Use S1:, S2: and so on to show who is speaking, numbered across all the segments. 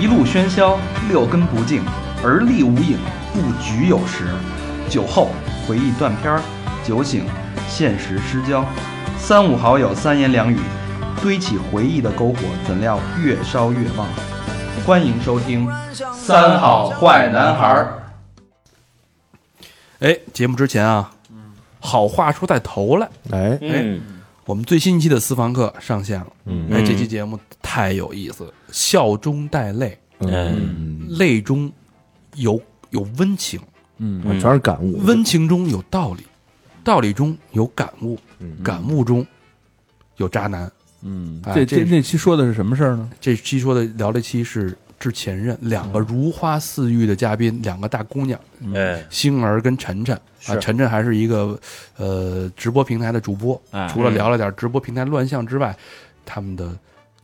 S1: 一路喧嚣，六根不净，而立无影，不局有时。酒后回忆断片儿，酒醒现实失焦。三五好友三言两语，堆起回忆的篝火，怎料越烧越旺。欢迎收听《三好坏男孩儿》。哎，节目之前啊，好话说在头来，
S2: 哎，
S3: 嗯，
S1: 我们最新一期的私房课上线了。
S2: 嗯
S1: 哎，这期节目太有意思了，笑中带泪，
S4: 嗯
S3: 哎
S1: 嗯
S2: 嗯
S1: 泪中有有温情，
S2: 我嗯全是感悟，
S1: 温情中有道理，道理中有感悟，
S2: 嗯
S1: 感悟中有渣男。
S4: 嗯
S1: 哎，
S4: 这
S1: 这
S4: 这
S1: 是
S4: 那期说的是什么事儿呢？
S1: 这期说的聊这期是致前任，两个如花似玉的嘉宾，两个大姑娘，
S3: 哎，
S4: 嗯
S1: 星儿跟晨晨啊，晨晨还是一个呃直播平台的主播，
S4: 哎
S1: 除了聊了点直播平台乱象之外，他们的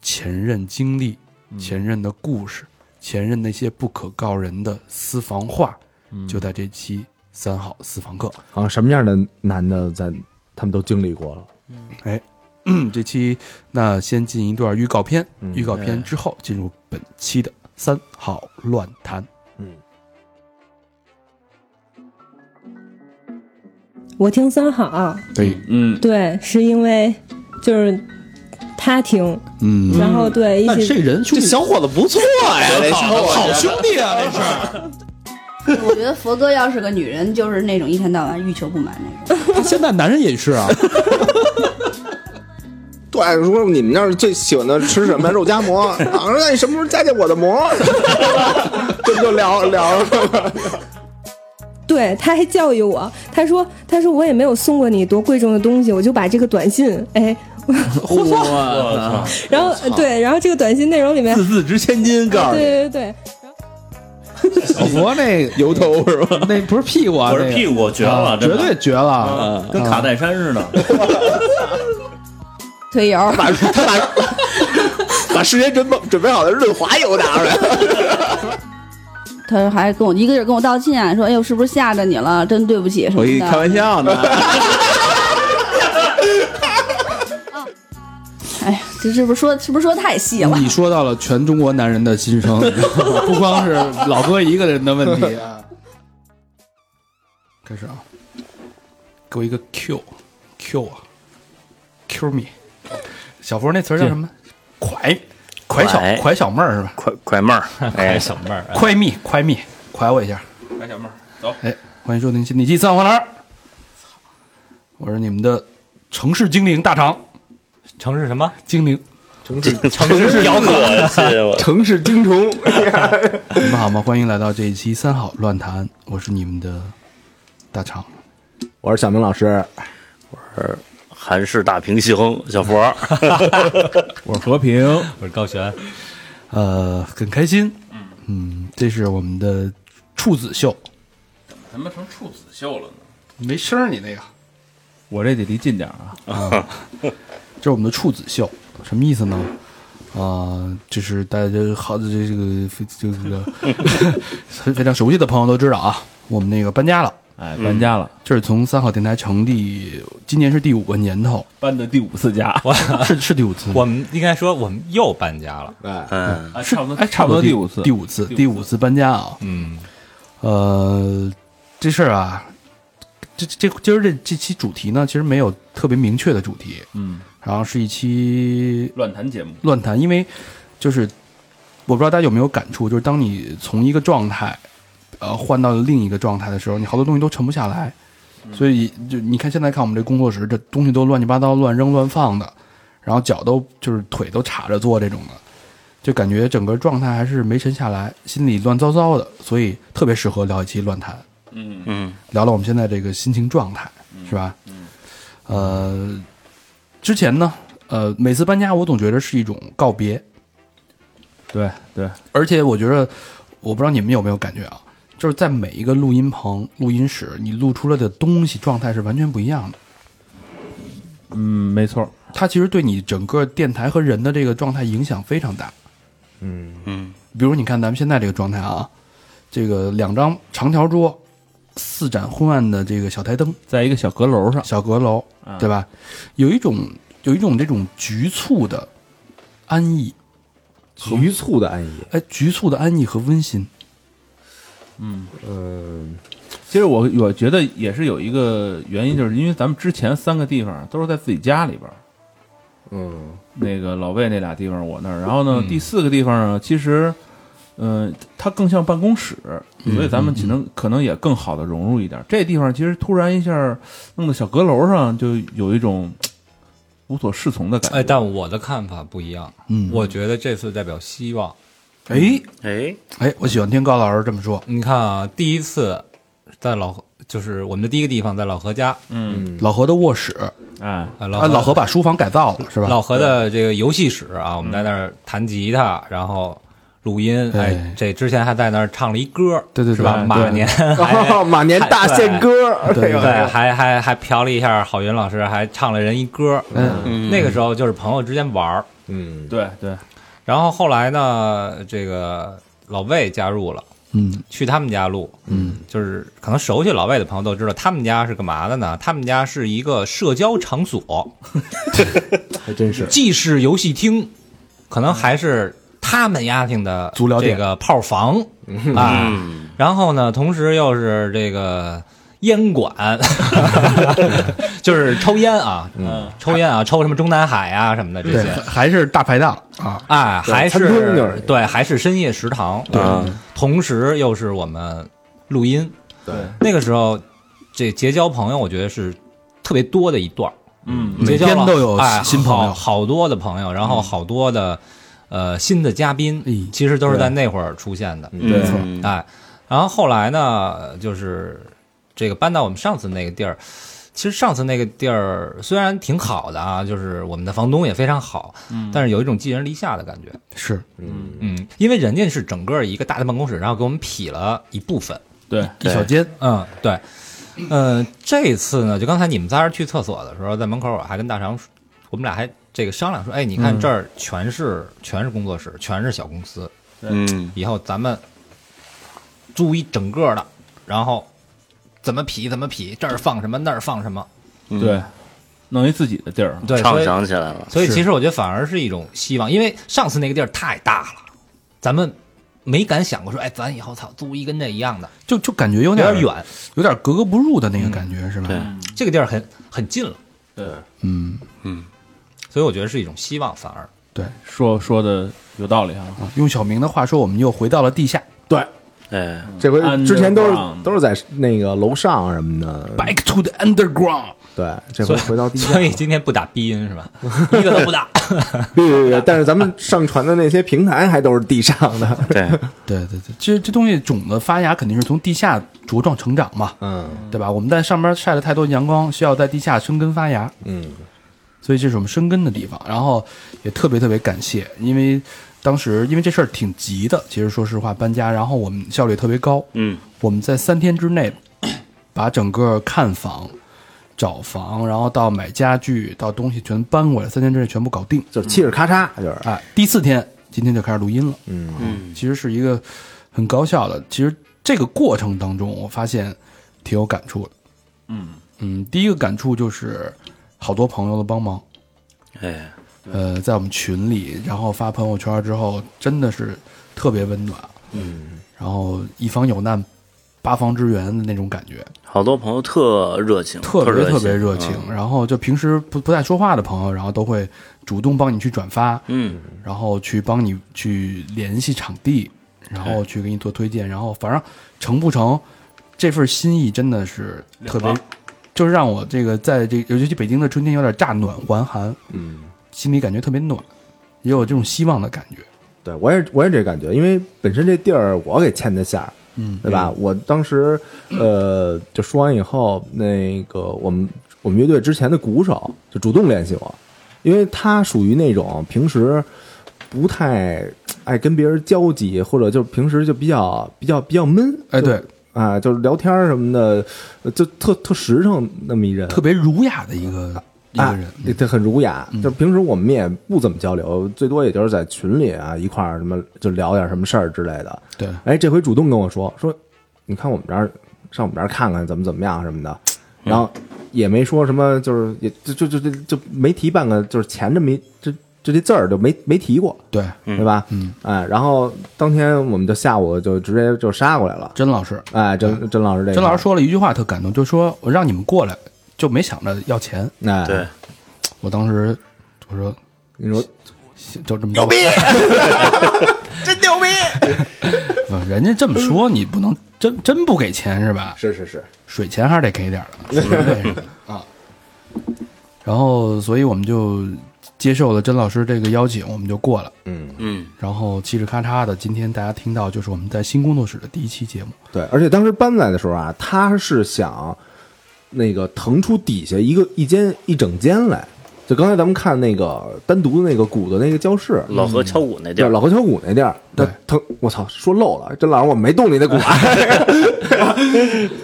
S1: 前任经历、前任的故事、前任那些不可告人的私房话，就在这期三好私房课。
S2: 好啊像什么样的男的咱他们都经历过了，
S1: 嗯这期那先进一段预告片，
S2: 嗯
S1: 预告片之后进入本期的三好乱谈。
S5: 我听三好，
S1: 对，
S4: 嗯，
S5: 对，是因为就是他听，
S1: 嗯，
S5: 然后对一起
S1: 人兄弟小伙子不错呀，好兄弟啊，这是。
S6: 我觉得佛哥要是个女人，就是那种一天到晚欲求不满那种。
S4: 现在男人也是啊，
S7: 对，说你们那儿最喜欢的吃什么肉夹馍？ 啊，说那你什么时候再见我的馍？ 这不就聊聊了吗？
S5: 对，他还教育我，他说他说我也没有送过你多贵重的东西，我就把这个短信，哎，
S3: 我
S5: 然后对，然后这个短信内容里面，
S4: 字值千金，告
S5: 对 对对对，
S4: 小佛那油头是吧？那不是屁股啊，
S3: 我是屁
S4: 股，
S3: 股绝了，真
S4: 绝
S3: 的
S4: 对绝了。
S3: 啊，跟卡戴珊似 的。
S6: 推油，
S7: 把他把把事先准备准备好的润滑油拿出来。
S6: 他还跟我一个劲儿跟我道歉，说：“哎呦，是不是吓着你了？真对不起什么
S3: 我跟你
S6: 的。”
S3: 开玩笑呢，
S6: 哎呀，这是不是说是不是说太细
S7: 嗯
S6: 了？
S4: 你说到了全中国男人的 心声，不光是老哥一个人的问题啊。开始啊，
S1: 给我一个 Q Q 啊，Q me。小佛那词儿叫什么？快快小
S3: 快
S1: 快小妹儿是吧？
S3: 快快妹儿，哎，
S8: 小妹儿，
S1: 快蜜快蜜，快我一下。
S3: 快小妹儿，走。
S1: 哎，欢迎收听新的一期《三黄男》，我是你们的城市精灵大肠
S8: 城市什么？
S1: 精灵，
S8: 城市
S3: 好恶心，啊我
S7: 城市精虫，
S1: 你们好吗？欢迎来到这一期《三好乱谈》，我是你们的大肠。
S2: 嗯我是小明老师，
S3: 韩式大平行小佛儿，
S4: 我是和平，
S8: 我是高璇，
S1: 呃，很开心，嗯，这是我们的处子秀，
S3: 怎么成处子秀了呢？
S1: 没声儿你那个。
S4: 我这得离近点儿啊。
S1: 这是我们的处子秀，什么意思呢？啊、这是大家好的这这个非这个 非非常熟悉的朋友都知道啊，我们那个搬家了，嗯
S4: 哎，搬家了，
S1: 这是从三好电台成立，今年是第五个年头，
S4: 搬的第五次家，
S1: 是是第五 次吗，
S8: 我们应该说我们又搬家了。
S3: 嗯，
S4: 差不多，哎，
S1: 差
S4: 差不多
S1: 第
S4: 第五次，
S1: 第五次，第五次搬家啊，
S8: 嗯，
S1: 呃，这事儿啊，这这这今儿这这期主题呢，其实没有特别明确的主题，
S4: 嗯，
S1: 然后是一期
S3: 乱谈节目，
S1: 乱谈，因为就是我不知道大家有没有感触，就是当你从一个状态呃换到另一个状态的时候，你好多东西都沉不下来。所以就你看现在看我们这工作室，这东西都乱七八糟、乱扔乱放的，然后脚都就是腿都叉着坐这种的，就感觉整个状态还是没沉下来，心里乱糟糟的，所以特别适合聊一期乱谈。
S3: 嗯嗯，
S1: 聊聊我们现在这个心情状态，是吧？嗯，呃，之前呢，呃，每次搬家我总觉得是一种告别，
S4: 对对，
S1: 而且我觉得，我不知道你们有没有感觉啊，就是在每一个录音棚、录音室，你录出来的东西状态是完全不一样的。
S4: 嗯，没错，
S1: 它其实对你整个电台和人的这个状态影响非常大。
S2: 嗯，
S1: 比如你看咱们现在这个状态啊，这个两张长条桌，四盏昏暗的这个小台灯，
S4: 在一个小阁楼上，
S1: 小阁楼，对吧？有一种有一种这种局促的安逸，
S2: 局促的安逸。
S1: 哎，局促的安逸和温馨。
S2: 嗯，
S4: 其实我我觉得也是有一个原因，就是因为咱们之前三个地方都是在自己家里边儿，
S2: 嗯，
S4: 那个老魏那俩地方我那儿，然后呢、
S1: 嗯
S4: 第四个地方呢，其实，嗯、它更像办公室，
S1: 嗯
S4: 所以咱们只能、可能也更好的融入一点。这地方其实突然一下弄到小阁楼上，就有一种嘖无所适从的感觉。
S8: 哎，但我的看法不一样，
S1: 嗯
S8: 我觉得这次代表希望。
S1: 哎
S3: 哎，
S1: 哎，我喜欢听高老师这么说。
S8: 你看啊，第一次在老何，就是我们的第一个地方在老何家，
S1: 老何的卧室，
S4: 哎，
S8: 啊，
S1: 啊，老
S8: 老
S1: 何把书房改造了是吧？嗯
S8: 老何的这个游戏室啊，我们在那儿弹吉他，然后录音，哎这
S1: 对，
S8: 之前还在那儿唱了一歌，
S1: 对对
S8: 是
S1: 对
S8: 吧？
S1: 对
S8: 马年还
S7: 哦，马年大献歌，
S1: 对
S8: 对，啊还还还嫖了一下郝云老师，还唱了人一歌，
S1: 嗯，
S8: 那个时候就是朋友之间玩儿，
S2: 嗯，
S4: 对对，
S8: 然后后来呢，这个老魏加入了。
S1: 嗯，
S8: 去他们家录，嗯，就是可能熟悉老魏的朋友都知道，他们家是干嘛的呢？他们家是一个社交场所，
S2: 还真是。
S8: 既是游戏厅，可能还是他们家庭的
S1: 足疗
S8: 这
S1: 店嗯
S8: 个炮房啊。然后呢，同时又是这个烟馆， 就是抽烟啊，嗯，抽烟啊，抽什么中南海啊什么的这
S1: 对，
S8: 些
S1: 还。还是大排档啊，
S8: 哎，还
S2: 餐厅就是
S8: 是对，还是深夜食堂，对同时又是我们录音，
S2: 对，
S8: 那个时候这结交朋友，我觉得是特别多的一段儿，
S4: 嗯，
S1: 每
S8: 结交了
S1: 天都有
S8: 哎
S1: 新朋友
S8: 好好多的朋友，然后好多的呃新的嘉宾
S1: 哎，
S8: 其实都是在那会儿出现的，
S1: 没错，
S3: 嗯
S8: 哎，然后后来呢，就是这个搬到我们上次那个地儿。其实上次那个地儿虽然挺好的啊，就是我们的房东也非常好，但是有一种寄人篱下的感觉。
S1: 是
S2: 嗯，
S8: 嗯，因为人家是整个一个大的办公室，然后给我们劈了一部分。
S4: 对，
S1: 一
S3: 对
S1: 小间，
S8: 嗯，对。呃，这次呢，就刚才你们仨人去厕所的时候，在门口我还跟大长说，我们俩还这个商量说，哎，你看这儿全是、全是工作室，全是小公司，
S3: 嗯，
S8: 以后咱们租一整个的，然后怎么劈怎么劈，这儿放什么那儿放什么，
S3: 嗯
S4: 对，弄一自己的地儿，
S8: 对，所
S3: 畅
S8: 以
S3: 想起来了，
S8: 所以
S1: 是
S8: 其实我觉得反而是一种希望，因为上次那个地儿太大了，咱们没敢想过说，哎，咱以后操租一跟这一样的，
S1: 就就感觉有
S8: 有
S1: 点
S8: 点，远。
S1: 有点格格不入的那个感觉是吧？啊
S3: 对，
S8: 这个地儿很很近了，
S4: 对，
S1: 嗯，
S8: 所以我觉得是一种希望，反而
S1: 对，
S4: 说说的有道理啊，
S1: 啊用小明的话说，我们又回到了地下
S2: 对，
S3: 哎，
S2: 这回之前都
S4: Underground
S2: 是都是在那个楼上啊什么的，
S1: ，Back to the Underground。
S2: 对，这回回到地下
S8: 所，以今天不打鼻音是吧？一个都不打。
S2: 对对对，但是咱们上传的那些平台还都是地上的，
S3: 对，
S1: 对对对，其实这东西种子发芽肯定是从地下茁壮成长嘛，
S2: 嗯
S1: 对吧？我们在上面晒了太多阳光，需要在地下生根发芽。
S2: 嗯，
S1: 所以这是我们生根的地方。然后也特别特别感谢，因为当时因为这事儿挺急的，其实说实话搬家，然后我们效率也特别高，
S3: 嗯，
S1: 我们在三天之内把整个看房、找房，然后到买家具、到东西全搬过来，三天之内全部搞定。
S2: 就是嘁哩咔嚓，就是
S1: 哎，第四天今天就开始录音了，
S2: 嗯
S3: 嗯，
S1: 其实是一个很高效的。其实这个过程当中，我发现挺有感触的。
S4: 嗯
S1: 嗯，第一个感触就是好多朋友的帮忙。
S3: 哎，
S1: 呃，在我们群里，然后发朋友圈之后，真的是特别温暖，
S3: 嗯，
S1: 然后一方有难，八方支援的那种感觉，
S3: 好多朋友特热情，
S1: 特别特别热情。
S3: 嗯
S1: 然后就平时不不太说话的朋友，然后都会主动帮你去转发，
S3: 嗯，
S1: 然后去帮你去联系场地，然后去给你做推荐，然后反正成不成，这份心意真的是特别，就是让我这个在这尤其北京的春天有点乍暖还寒，
S2: 嗯。
S1: 心里感觉特别暖，也有这种希望的感觉。
S2: 对，我也我也这感觉，因为本身这地儿我给签的下，
S1: 嗯，
S2: 对吧？我当时呃，就说完以后，那个我们我们乐队之前的鼓手就主动联系我，因为他属于那种平时不太爱跟别人交集，或者就是平时就比较比较比较闷，
S1: 哎，
S2: 就
S1: 对，
S2: 啊，就是聊天儿什么的，呃就特特实诚那么一人，
S1: 特别儒雅的一个一
S2: 啊，
S1: 个人，嗯
S2: 对他很儒雅。就平时我们也不怎么交流，最多也就是在群里啊一块儿什么就聊点什么事儿之类的。
S1: 对，
S2: 哎，这回主动跟我说说，你看我们这儿上我们这儿看看怎么怎么样什么的，
S1: 嗯
S2: 然后也没说什么，就是也就就就就就没提半个就是钱这么一这就这字儿就没没提过，
S1: 对，
S3: 嗯
S2: 对吧？
S1: 嗯，
S2: 哎，然后当天我们就下午就直接就杀过来了。
S1: 甄老师，
S2: 哎，甄甄老师这个，
S1: 甄老师说了一句话特感动，就说我让你们过来，就没想着要钱。
S2: 哎，
S3: 对，
S1: 我当时我说
S2: 你说
S1: 就这么着吧，
S7: 真牛逼！
S1: 不人家这么说你不能真真不给钱是吧？
S2: 是是是，
S1: 水钱还是得给点儿的，水费什么的啊。然后，所以我们就接受了甄老师这个邀请，我们就过了。
S2: 嗯，
S3: 嗯，
S1: 然后嘁哩咔嚓的，今天大家听到就是我们在新工作室的第一期节目。
S2: 对。而且当时搬来的时候啊，他是想那个腾出底下一个一间一整间来，就刚才咱们看那个单独的那个鼓的那个教室，嗯
S3: 老何敲鼓那地
S2: 对，
S3: 儿，
S2: 老河桥谷那地儿，他他我操，说漏了，真老师我没动你那鼓啊，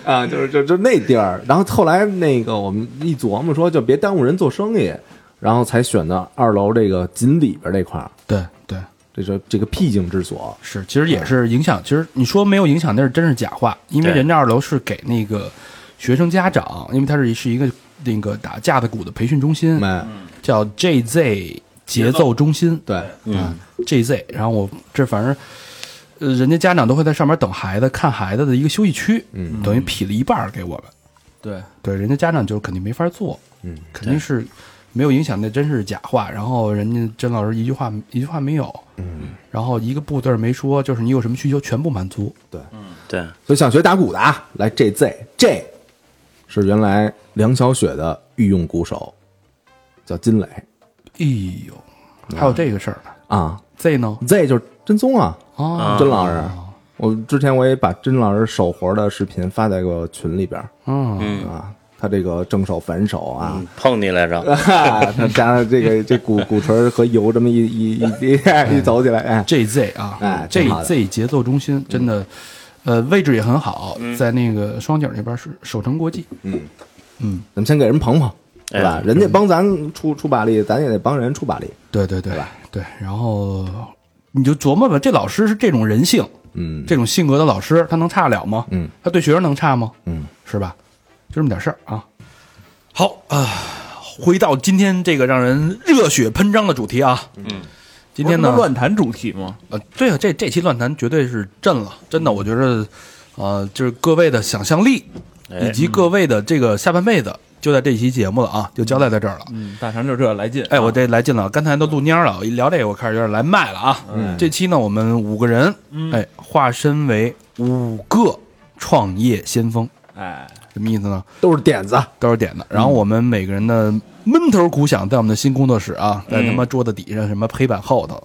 S2: 啊，就是就就那地儿。然后后来那个我们一琢磨说，就别耽误人做生意，然后才选的二楼这个紧里边这块儿，
S1: 对对，
S2: 这是这个僻静之所。
S1: 是，其实也是影响。其实你说没有影响，那是真是假话，因为
S3: 对
S1: 人家二楼是给那个学生家长，因为它是是一个那个打架子鼓的培训中心，
S2: 哎，
S1: 叫 JZ 嗯节奏中心。
S2: 对，
S1: 嗯，JZ。然后我这反正，呃，人家家长都会在上面等孩子、看孩子的一个休息区，
S2: 嗯，
S1: 等于劈了一半儿给我们。
S4: 对，
S1: 对，人家家长就肯定没法做，
S2: 嗯，
S1: 肯定是没有影响，那真是假话。然后人家甄老师一句话一句话没有，嗯，然后一个部字儿没说，就是你有什么需求全部满足。
S3: 对，
S2: 所以想学打鼓的啊，来 J Z J，是原来梁小雪的御用鼓手，叫金磊
S1: 哎呦，还有这个事儿呢
S2: 啊
S1: ，Z 呢？
S2: ，Z 就是真宗啊，
S1: 哦，
S2: 甄老师，我之前我也把甄老师手活的视频发在过群里边儿
S1: 嗯，
S3: 嗯，
S2: 啊，他这个正手反手啊
S3: 嗯，碰你来
S2: 呃
S3: 着，
S2: 他加上这个这鼓鼓槌儿和油这么一一一 一一走起来，哎，
S1: JZ 啊、
S2: 哎挺
S1: j
S2: 好的嗯
S1: z 节奏中心真的，呃，位置也很好，在那个双井那边是首城国际。
S2: 咱们先给人捧捧，对吧
S3: 哎？
S2: 人家帮咱出出把力，咱也得帮人出把力，
S1: 对对对对，然后你就琢磨吧，这老师是这种人性，
S2: 嗯，
S1: 这种性格的老师，他能差了吗？
S2: 嗯，
S1: 他对学生能差吗？
S2: 嗯，
S1: 是吧？就这么点事儿啊。好啊、回到今天这个让人热血喷张的主题啊。嗯，今天
S4: 不是
S1: 呢
S4: 他妈，乱谈主题吗？
S1: 呃，对啊，这这期乱谈绝对是震了，真的，我觉得，呃，就是各位的想象力
S3: 哎
S1: 以及各位的这个下半辈子，就在这期节目了啊，就交代在这儿了。
S4: 嗯，大肠就这来劲。啊
S1: 哎，我这来劲了，刚才都录蔫儿了，我一聊这个我开始有点来麦了啊。
S4: 嗯
S1: 这期呢，我们五个人，哎，化身为五个创业先锋，
S4: 哎，
S1: 什么意思呢？
S2: 都是点子，
S1: 都是点的。
S4: 嗯
S1: 然后我们每个人的闷头鼓响，在我们的新工作室啊，在
S4: 嗯
S1: 他妈桌子底下什么黑板后头，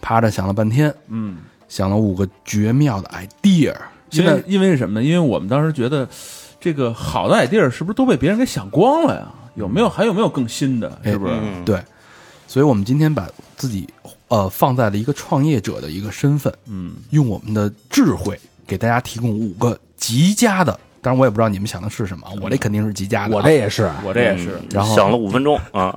S1: 趴着想了半天，
S4: 嗯，
S1: 想了五个绝妙的 idea。现
S4: 因
S1: 在
S4: 为因为是什么呢？因为我们当时觉得，这个好的 idea 是不是都被别人给想光了呀？有没有还有没有更新的？
S1: 哎
S4: 是不是？
S3: 嗯，
S1: 对，所以我们今天把自己呃放在了一个创业者的一个身份，
S4: 嗯，
S1: 用我们的智慧给大家提供五个极佳的。当然，我也不知道你们想的是什么啊， 我这肯定是极佳的啊。
S2: 我这也是，
S4: 嗯我这也是，
S3: 嗯
S1: 然后
S3: 想了五分钟啊，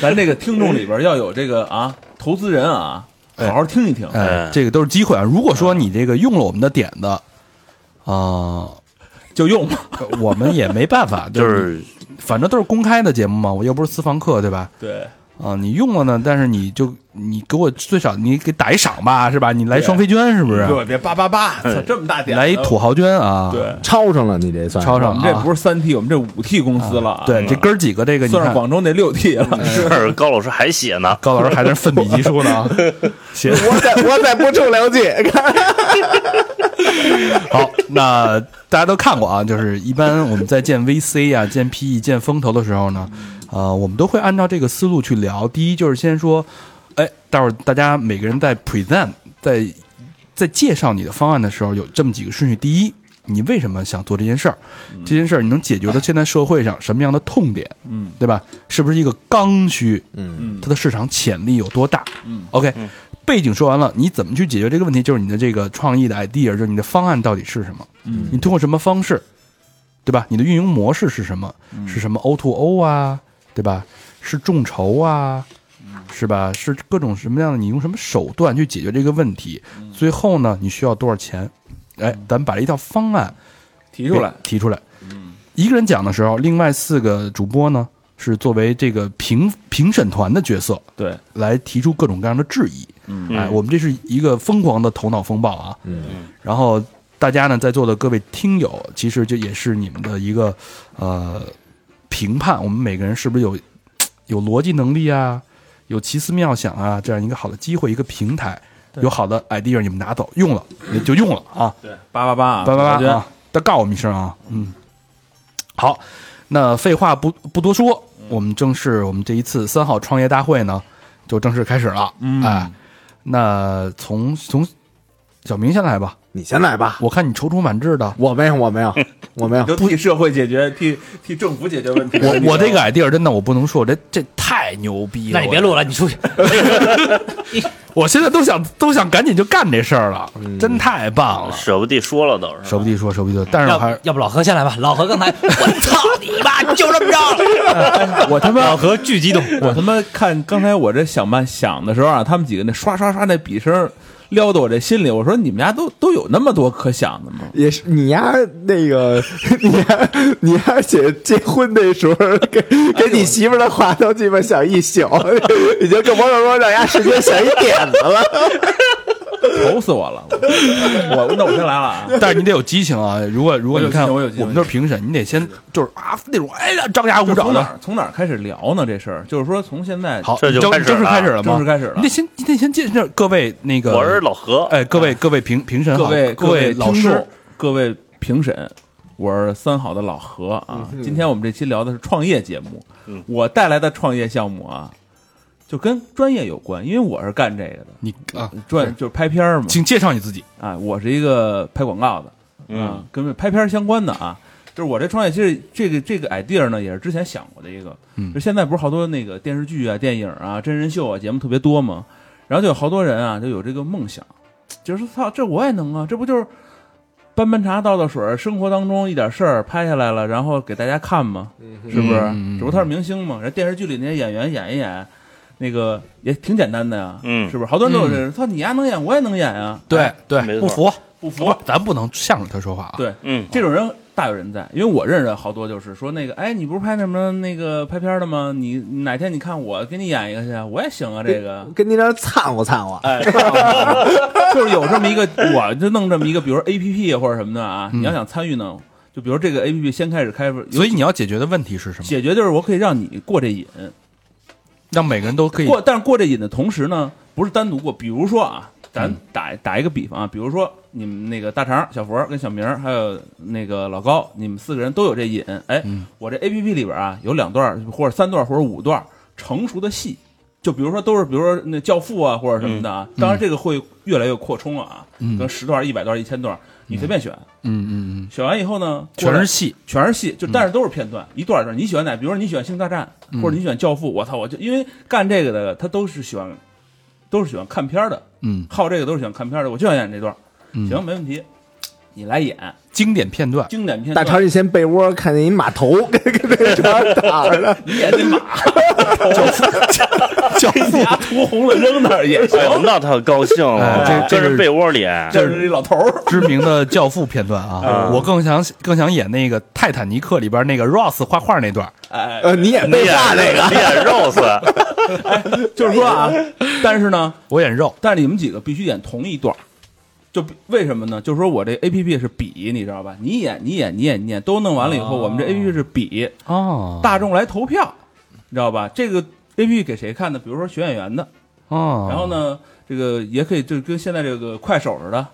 S4: 咱这个听众里边要有这个啊，投资人啊，
S1: 哎
S4: 好好听一听。
S1: 哎
S3: 哎，
S1: 这个都是机会啊。如果说你这个用了我们的点子，啊、
S4: 就用吧。
S1: 我们也没办法，
S3: 就
S1: 你
S3: 是
S1: 反正都是公开的节目嘛，我又不是私房课，对吧？
S4: 对，
S1: 啊，你用了呢，但是你就你给我最少你给打一赏吧，是吧？你来双飞捐是不是？
S4: 对，别叭叭叭，操这么大
S1: 你
S4: 点子，
S1: 来一土豪捐啊！
S4: 哎对，
S2: 抄上了你这算是
S1: 超
S4: 我
S1: 上
S4: 们
S1: 啊
S4: 这不是三 T，我们这五 T 公司了啊。
S1: 对，这哥儿几个这个你
S4: 算上
S1: 看，嗯
S4: 广州那六 T 了。
S3: 是高老师还 写呢，
S1: 高老师还在那奋笔疾书呢 啊。写
S2: 我在我在不出了解，
S1: 好，那大家都看过啊，就是一般我们在见 VC 啊、见 PE、见风投的时候呢，呃，我们都会按照这个思路去聊。第一就是先说，哎，待会儿大家每个人在 present 在在介绍你的方案的时候，有这么几个顺序：第一，你为什么想做这件事儿？这件事儿你能解决到现在社会上什么样的痛点？
S4: 嗯，
S1: 对吧？是不是一个刚需？
S2: 嗯
S4: 嗯
S1: 它的市场潜力有多大？
S4: 嗯
S1: ，OK，背景说完了，你怎么去解决这个问题？就是你的这个创意的 idea，就是你的方案到底是什么？
S4: 嗯
S1: 你通过什么方式，对吧？你的运营模式是什么？
S4: 嗯
S1: 是什么 O to O 啊，对吧？是众筹啊，
S4: 嗯
S1: 是吧？是各种什么样的？你用什么手段去解决这个问题？
S4: 嗯
S1: 最后呢，你需要多少钱？哎，咱们把一套方案
S4: 提出来嗯
S1: 提出来。一个人讲的时候，另外四个主播呢是作为这个评评审团的角色
S4: 对，
S1: 来提出各种各样的质疑。
S4: 嗯
S1: 哎，我们这是一个疯狂的头脑风暴啊！
S2: 嗯，
S1: 然后大家呢，在座的各位听友，其实这也是你们的一个呃评判，我们每个人是不是有有逻辑能力啊，有奇思妙想啊，这样一个好的机会，一个平台，有好的 idea 你们拿走用了就用了啊，
S4: 八八八啊
S1: 拜拜
S4: 老
S1: 拜
S4: 君
S1: 啊，再告我们一声啊，嗯，好，那废话不不多说，
S8: 嗯
S1: 我们正式我们这一次三好创业大会呢，就正式开始了，
S4: 嗯
S1: 哎，那从从小明先来吧，
S2: 你先来吧，
S1: 我看你踌躇满志 的，
S2: 我没有，我没 有，我没有
S4: 你，就替社会解决，替替政府解决问题。
S1: 我我这个 idea 真的我不能说，这这太牛逼了，
S8: 那你别录了，你出去。
S1: 我，我现在都想都想赶紧就干这事儿了，
S8: 嗯
S1: 真太棒了，
S3: 舍不得说了都是
S1: 舍。不得说舍不得，但是我还
S8: 要
S1: 是
S8: 要不老何先来吧？老何刚才，我操你妈，就这么着了。
S4: 我他妈
S8: 老何巨激动，
S4: 我他妈看刚才我这想半想的时候啊，他们几个那刷刷刷那笔声撩到我这心里，我说你们家都都有那么多可想的吗？
S2: 也是你呀，那个 你呀，你呀，写结婚那时候给给你媳妇儿的话都鸡巴想一宿， 已经跟朋友说让人家时间想一点子了。
S4: 愁死我了！我我那我先来了 啊！
S1: 但是你得有激情啊！如果如果
S4: 我有
S1: 你看，
S4: 激情我有激情
S1: 们都是评审，你得先就是啊那种哎呀张牙舞
S4: 就
S1: 爪
S4: 从哪
S1: 的。
S4: 儿从哪儿开始聊呢？这事儿就是说从现在
S1: 好，
S3: 这就
S1: 你
S3: 开始
S1: 正式
S3: 了啊
S1: 开始了吗？
S4: 正式开始了
S1: 你得先你得先介绍各位那个，
S3: 我是老何，
S1: 哎，各位各位评评审好，
S4: 各位
S1: 各位
S4: 位
S1: 老
S4: 听
S1: 师
S4: 众，各位评审，我是三好的老何啊。
S1: 嗯
S4: 今天我们这期聊的是创业节目，我带来的创业项目啊，就跟专业有关，因为我是干这个的，
S1: 你啊，
S4: 专就是拍片儿嘛。
S1: 请介绍你自己。
S4: 啊，我是一个拍广告的，嗯，跟拍片儿相关的啊。就是我这创业，其实这个这个 idea 呢，也是之前想过的一个。
S1: 嗯
S4: 就现在不是好多那个电视剧啊、电影啊、真人秀啊节目特别多嘛，然后就有好多人啊，就有这个梦想，就是操，这我也能啊，这不就是搬搬茶倒倒水儿，生活当中一点事儿拍下来了，然后给大家看嘛，是不是？
S1: 嗯嗯嗯
S4: 只不过他是明星嘛，人电视剧里那些演员演一演，那个也挺简单的呀，
S3: 嗯
S4: 是不是？好多人都有这，操、你丫能演，我也能演啊，
S1: 对对，
S3: 没
S8: 不
S3: 错，
S8: 服，
S4: 不服
S1: 不，咱不能向着他说话啊。
S4: 对，
S3: 嗯，
S4: 这种人大有人在，因为我认识好多，就是说那个，哎，你不是拍什么那个拍片儿的吗？你你哪天你看我给你演一个去，我也行啊，这个
S2: 跟你这儿掺和掺和，
S4: 就是有这么一个，我就弄这么一个，比如 A P P 或者什么的啊，你要想参与呢，就比如这个 A P P 先开始开发，
S1: 嗯所以你要解决的问题是什么？
S4: 解决就是我可以让你过这瘾，
S1: 让每个人都可以
S4: 过，但是过这瘾的同时呢，不是单独过。比如说
S1: 嗯
S4: 啊，咱打打一个比方啊，比如说你们那个大肠、小佛跟小明儿，还有那个老高，你们四个人都有这瘾。哎，
S1: 嗯
S4: 我这 A P P 里边啊，有两段儿或者三段儿或者五段儿成熟的戏，就比如说都是比如说那《教父》啊或者什么的
S1: 嗯
S4: 啊。当然这个会越来越扩充了啊，可能十段、一百段、一千段，你随便选。
S1: 嗯嗯嗯，
S4: 选完以后呢，过
S1: 全
S4: 来
S1: 是戏。
S4: 全是戏，就但是都是片段，一段一段。你喜欢哪？比如说你喜欢《星球大战》，或者你喜欢《教父》，我操，我就因为干这个的，他都是喜欢，都是喜欢看片儿的，
S1: 嗯，
S4: 好这个都是喜欢看片儿的。我就想演这段，
S1: 嗯
S4: 行，没问题，你来演
S1: 经典片段，
S4: 经典片
S2: 大
S4: 段，
S2: 肠一掀被窝，看见一码头跟跟那床躺着，
S4: 你演那马，
S1: 教
S4: 给你家涂红了扔那儿也行
S3: 哎，呦，那他高兴了，
S1: 哎这
S3: 这
S1: 这是
S3: 是被窝里，
S4: 这是一老头 儿，
S1: 知名的教父片段 啊，
S3: 嗯
S1: 我更想更想演那个《泰坦尼克》里边那个 Ross 画画那段，
S4: 哎，
S2: 呃，你也
S3: 你
S2: 被
S3: 演
S2: 炸那 个，
S3: 你演 Rose，
S4: 就是说啊， 但是呢，
S1: 我演肉。
S4: 但是你们几个必须演同一段儿，就比为什么呢？就是说我这 A P P 是比，你知道吧？你演，你演，你演，你演，都弄完了以后，我们这 A P P 是比，
S1: 哦
S4: 大众来投票，你知道吧？这个 A P P 给谁看的？比如说选演员的，
S1: 哦，
S4: 然后呢，这个也可以就跟现在这个快手似的，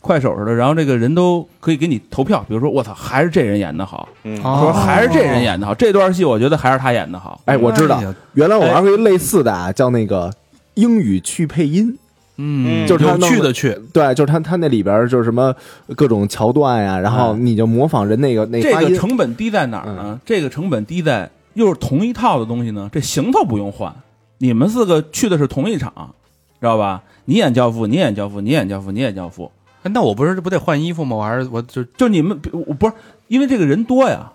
S4: 快手似的，然后这个人都可以给你投票，比如说我操，还是这人演的好，
S3: 嗯
S1: 哦？
S4: 说还是这人演的好，这段戏我觉得还是他演的好。
S2: 哎，我知道
S1: 哎呀，
S2: 原来我玩过一类似的啊，叫那个英语去配音，
S1: 嗯，
S2: 就是他
S1: 有
S2: 弄
S1: 趣
S2: 的
S1: 的去，
S2: 对，就是他他那里边儿就是什么各种桥段呀，然后你就模仿人那个那
S4: 哎这
S2: 发
S4: 个
S2: 音，
S4: 成本低在哪儿呢？这个成本低在又是同一套的东西呢，这行头不用换。你们四个去的是同一场，知道吧？你演教父，你演教父，你演教父，你演教父，
S1: 哎那我不是不得换衣服吗？我还是我就
S4: 就你们我不是因为这个人多呀，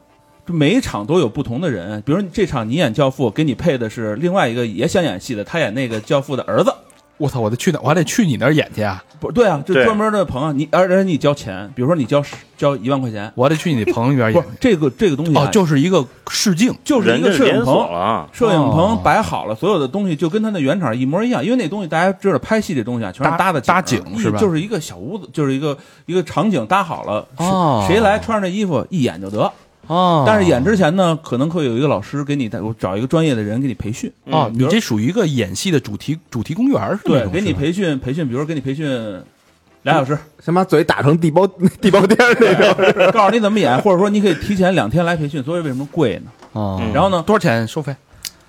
S4: 就每一场都有不同的人。比如你这场你演教父，给你配的是另外一个也想演戏的，他演那个教父的儿子，
S1: 我操，我得去哪？我还得去你那儿演去啊！
S4: 不对啊，就
S3: 对
S4: 专门的朋友，你而而且你交钱，比如说你交十交一万块钱，
S1: 我还得去你朋友那边
S4: 不
S1: 演
S4: 是。这个这个东西啊
S1: 哎哦，就是一个试镜，
S4: 就是一
S3: 人家
S4: 个摄影
S3: 连锁
S4: 棚，
S3: 了，啊
S4: 摄影
S1: 哦
S4: 棚摆好了，所有的东西就跟它的原厂一模一样，因为那东西大家知道，拍戏这东西啊，全是
S1: 搭
S4: 搭的
S1: 搭
S4: 景
S1: 景是吧
S4: 就是一个小屋子，就是一个一个场景搭好了，谁
S1: 哦
S4: 谁来穿着这衣服一眼就得。
S1: 哦
S4: 但是演之前呢，可能会有一个老师给你带，我找一个专业的人给你培训，
S1: 哦，
S4: 嗯比
S1: 你
S4: 如
S1: 这属于一个演戏的主题主题公园儿是那
S4: 对，
S1: 种
S4: 给你
S1: 是吧
S4: 培训培训，比如说给你培训 俩小时，
S2: 先把嘴打成地包 地包天儿那种。
S4: 告诉你怎么演，或者说你可以提前两天来培训，所以为什么贵呢？
S1: 哦
S3: 嗯
S4: 然后呢，
S1: 多少钱收费？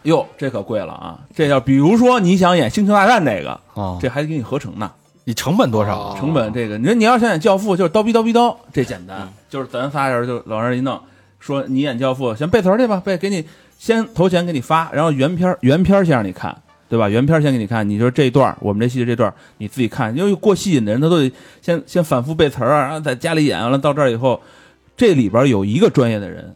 S4: 哟，这可贵了啊！这要比如说你想演《星球大战》这个，
S1: 哦，
S4: 这还给你合成呢。
S1: 你成本多少？
S4: 成本这个，你说你要想演教父，就是叨逼叨逼叨，这简单，就是咱仨人就往这一弄，说你演教父，先背词儿去吧，背给你先投钱给你发，然后原片儿原片儿先让你看，对吧？原片儿先给你看，你说这一段儿我们这戏的这段儿你自己看，因为过戏瘾的人他都得先先反复背词儿啊，然后在家里演完了到这儿以后，这里边儿有一个专业的人，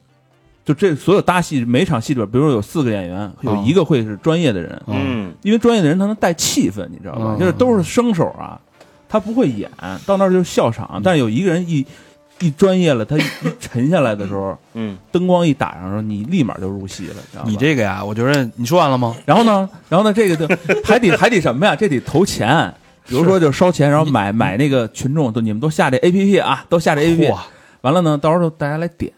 S4: 就这所有搭戏每场戏里边儿，比如说有四个演员，有一个会是专业的人，
S1: 哦
S3: 嗯，
S4: 因为专业的人他能带气氛，你知道吧？
S1: 嗯
S4: 就是都是生手啊，他不会演，到那儿就是笑
S1: 嗯
S4: 场。但是有一个人一一专业了，他一一沉下来的时候，
S3: 嗯，
S4: 灯光一打上的时候，你立马就入戏了，你知道吧？
S1: 你这个呀，我觉得你说完了吗？
S4: 然后呢，然后呢，这个就还得还得什么呀？这得投钱，比如说就烧钱，然后买买那个群众，都你们都下这 A P P 啊，都下这 A P P，
S1: 嚯
S4: 完了呢，到时候大家来点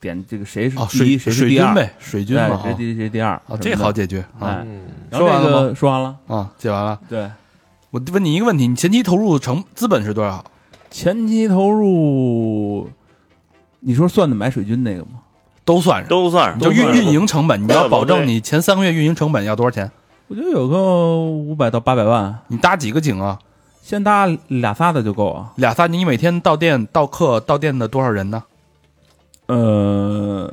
S4: 点这个谁是
S1: 哦，
S4: 第一，
S1: 水水
S4: 谁是第
S1: 军
S4: 二，
S1: 呗，水军
S4: 哎
S1: 嘛。
S4: 谁
S1: 啊
S4: 第一谁第二，
S1: 哦，
S4: 什么
S1: 这
S4: 的
S1: 好解决啊
S4: 哎，
S2: 嗯，
S4: 然后
S1: 说完
S4: 这
S1: 了
S4: 个说完了，
S1: 啊！解完了，
S4: 对。
S1: 我问你一个问题，你前期投入成资本是多少？
S4: 前期投入，你说算的买水军那个吗？
S1: 都算上，
S3: 都算是
S1: 就运
S3: 都算是
S1: 运营成本，你
S3: 对
S1: 要
S3: 我
S1: 保证
S3: 这
S1: 你前三个月运营成本要多少钱？
S4: 我觉得有个五百到八百万，
S1: 你搭几个景啊？
S4: 先搭俩仨的就够啊。
S1: 俩仨，你每天到店到客到店的多少人呢？
S4: 呃，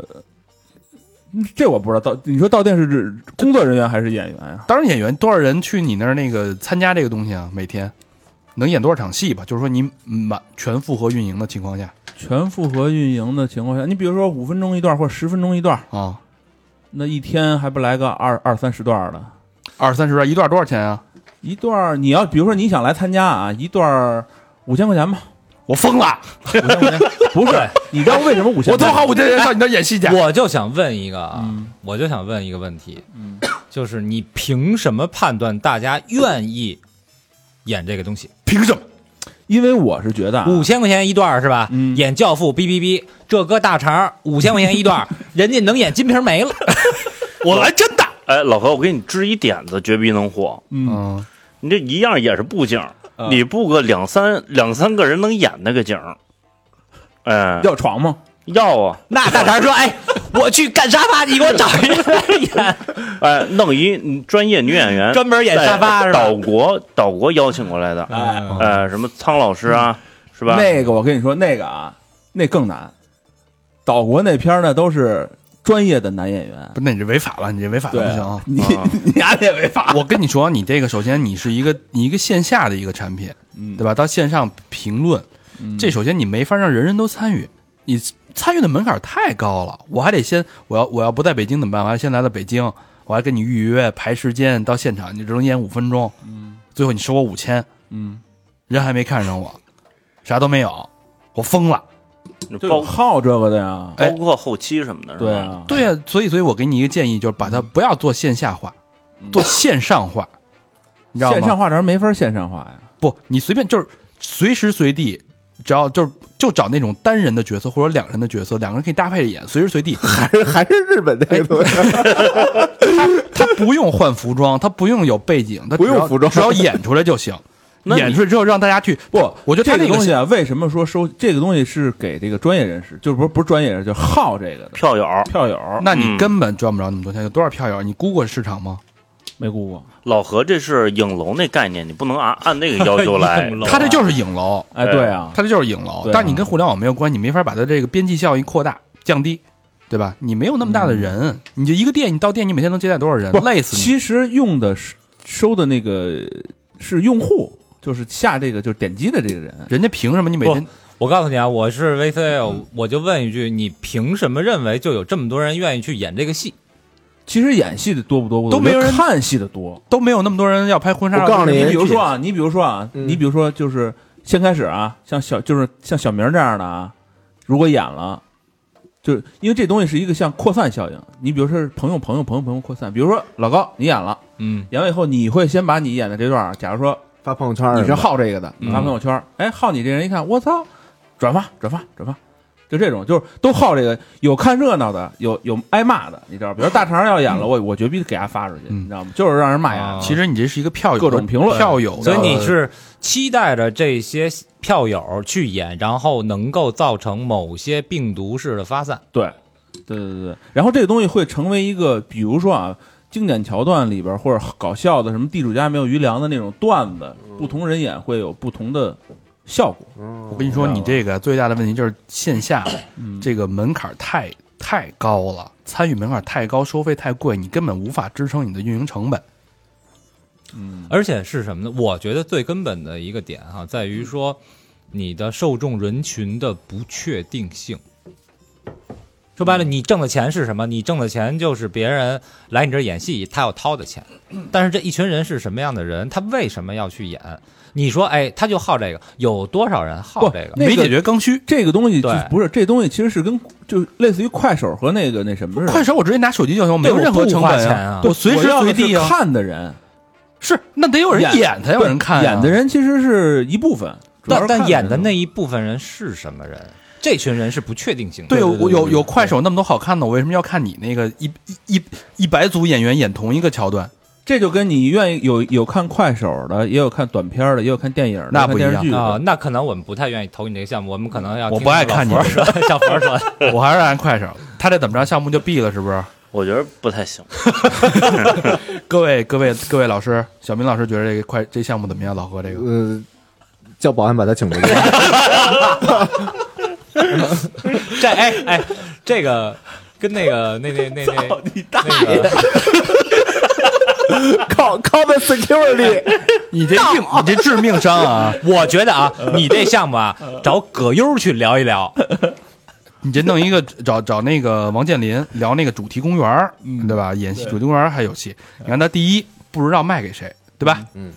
S4: 这我不知道。到你说到店是指工作人员还是演员啊呀、
S1: 当然演员多少人去你那儿那个参加这个东西啊？每天能演多少场戏吧？就是说你满全负荷运营的情况下
S4: 全复合运营的情况下，你比如说五分钟一段或者十分钟一段，
S1: 啊，
S4: 那一天还不来个二二三十段的？
S1: 二三十段一段多少钱啊？
S4: 一段你要比如说你想来参加啊，一段五千块钱吧。
S1: 我疯了！
S4: 不是，你知道为什么五千？
S1: 我他妈我这人上你那儿演戏去！
S8: 我就想问一个啊
S4: 嗯，
S8: 我就想问一个问题，
S1: 嗯
S8: 就是你凭什么判断大家愿意演这个东西？
S1: 凭什么？
S4: 因为我是觉得啊
S8: 五千块钱一段儿是吧？
S4: 嗯
S8: 演教父，哔哔哔，这搁大肠儿五千块钱一 段儿，人家能演金瓶梅了。
S3: 我来真的。哎，老何，我给你支一点子，绝逼能火。
S4: 嗯，
S1: 嗯，
S3: 你这一样也是布景，
S4: 啊
S3: 你布个两三两三个人能演那个景儿，哎，
S4: 要床吗？
S3: 要啊，
S8: 那大肠儿说：“哎，我去干沙发，你给我找一个 人演。
S3: 哎，弄一专业女演员，
S8: 专门演沙发是吧啊
S3: 岛国岛国邀请过来的，
S1: 嗯
S4: 哎，
S3: 哎，什么苍老师啊，是吧？
S4: 那个我跟你说，那个啊，那更难。岛国那片儿呢，都是专业的男演员，
S1: 不，那你这违法了，你这违法了，
S4: 对
S1: 不行啊！
S4: 你
S3: 啊
S4: 你俩得违法。
S1: 我跟你说，你这个首先你是一个你一个线下的一个产品，
S4: 嗯
S1: 对吧？到线上评论，这首先你没法让人人都参与，你参与的门槛太高了。我还得先，我要我要不在北京怎么办？我还先来到北京，我还跟你预约排时间到现场，你只能演五分钟，
S4: 嗯
S1: 最后你收我五千，
S4: 嗯，
S1: 人还没看上我，啥都没有，我疯了。
S4: 就
S3: 包
S4: 有好这个的呀。
S1: 哎
S3: 包括后期什么的，是吧
S4: 对，啊，
S1: 对啊，所以所以我给你一个建议，就是把它
S4: 嗯
S1: 不要做线下化，做线上化，你知道吗？
S4: 线上化人没法线上化呀。
S1: 不，你随便就是随时随地，只要就是就找那种单人的角色或者两人的角色，两个人可以搭配着演，随时随地，
S2: 还
S4: 哎
S2: 是还是日本那个，
S1: 他不用换服装，他不用有背景，他
S2: 不用
S1: 只要
S2: 服装
S1: 只要演出来就行。
S3: 那你
S1: 演出来之后让大家去不，我觉得他
S4: 这个
S1: 那个
S4: 东西啊，为什么说收这个东西是给这个专业人士，就是不是不是专业人，就是好这个的
S3: 票友
S4: 票友
S1: 那你
S3: 嗯
S1: 根本赚不着那么多钱。有多少票友？你估过市场吗？
S4: 没雇过。，
S3: 老何这是影楼那概念，你不能按按那个要求来
S4: 影楼
S1: 他这就是影楼，
S4: 哎，
S3: 哎
S4: 对啊，
S1: 他这就是影楼
S4: 对，啊
S1: 但你跟互联网没有关系，你没法把它这个边际效应扩大降低，对吧？你没有那么大的人，你就一个店，你到店你每天能接待多少人
S4: 不？
S1: 累死你！
S4: 其实用的是收的那个是用户，就是下这个就是点击的这个人。
S1: 人家凭什么你每天
S8: 我告诉你啊，我是 VC，我就问一句，你凭什么认为就有这么多人愿意去演这个戏？
S4: 其实演戏的多不多？我
S1: 都没有人
S4: 我觉得看戏的多。
S1: 都没有那么多人要拍婚纱照。
S2: 我告诉
S1: 就是
S2: 你
S4: 比如说啊，你比如说啊，
S2: 嗯
S4: 你比如说就是先开始啊，像小就是像小明这样的啊，如果演了。就是因为这东西是一个像扩散效应，你比如说是朋友朋友朋友朋友扩散，比如说老高你演了，
S8: 嗯，
S4: 演完以后你会先把你演的这段儿，假如说
S2: 发朋友圈儿
S4: 你
S2: 什
S4: 是
S2: 么的
S4: 好这个的，
S2: 嗯
S4: 你发朋友圈儿，哎，好你这人一看，我操，转发转发转发，就这种，就是都好这个，有看热闹的，有有挨骂的，你知道吧？比如大肠要
S2: 嗯
S4: 演了，我我绝逼给他发出去，
S1: 嗯
S4: 你知道吗？就是让人骂呀
S8: 啊。
S2: 哦
S1: 其实你这是一个票友，
S4: 各种评论
S1: 票友的，
S8: 所以你是期待着这些票友去演，然后能够造成某些病毒式的发散。
S4: 对，对对对对。然后这个东西会成为一个，比如说啊，经典桥段里边儿或者搞笑的什么地主家没有余粮的那种段子，
S1: 嗯
S4: 不同人演会有不同的效果。
S1: 我跟你说，你这个最大的问题就是线下
S4: 嗯，
S1: 这个门槛太太高了，参与门槛太高，收费太贵，你根本无法支撑你的运营成本。
S4: 嗯
S8: 而且是什么呢？我觉得最根本的一个点哈、在于说你的受众人群的不确定性。嗯说白了，你挣的钱是什么？你挣的钱就是别人来你这儿演戏，他要掏的钱。但是这一群人是什么样的人？他为什么要去演？你说，哎，他就好这个，有多少人好这个
S4: 不？那个
S1: 没解决刚需。
S4: 这个东西就
S8: 对
S4: 不是这东西，其实是跟就类似于快手和那个那什么似的。
S1: 快手，我直接拿手机就行，我没有
S8: 对
S1: 任何
S8: 我不
S1: 成
S8: 花
S1: 本
S8: 钱啊
S1: 我随时
S4: 我要
S1: 随
S4: 的
S1: 地
S4: 是
S1: 啊，
S4: 看的人，
S1: 是那得有人演才有人看啊，
S4: 演的人其实是一部分，主要
S8: 但
S4: 是
S8: 但
S4: 看
S8: 演的
S4: 人
S8: 那一部分人是什么人？这群人是不确定性的。
S1: 对，有
S4: 对对
S1: 有
S4: 对
S1: 有
S8: 啊
S1: 快手那么多好看的，我为什么要看你那个一一一一百组演员演同一个桥段？
S4: 这就跟你愿意有有看快手的，也有看短片的，也有看电影的，
S1: 那
S4: 看
S1: 不一
S4: 电视
S1: 样
S4: 剧的
S8: 啊、那可能我们不太愿意投你这个项目，我们可能要
S1: 嗯我
S8: 听
S1: 不爱
S8: 老
S1: 看
S8: 佛
S1: 你
S8: 说， 小佛说，
S1: 我还是按快手，他这怎么着项目就毙了，是不是？
S3: 我觉得不太行。
S1: 各位各位各位老师，小明老师觉得这个快这项目怎么样？老何这个
S2: 呃，叫保安把他请出去。
S4: 哎
S8: 这哎哎，这个跟那个那那那那你大爷，
S2: 靠 Common Security，
S1: 你这硬你这致命伤啊！
S8: 我觉得啊，你这项目啊，找葛优去聊一聊，
S1: 你这弄一个找找那个王健林聊那个主题公园儿，嗯对吧？演戏主题公园儿还有戏。你看他第一不知道卖给谁，对吧？
S2: 嗯。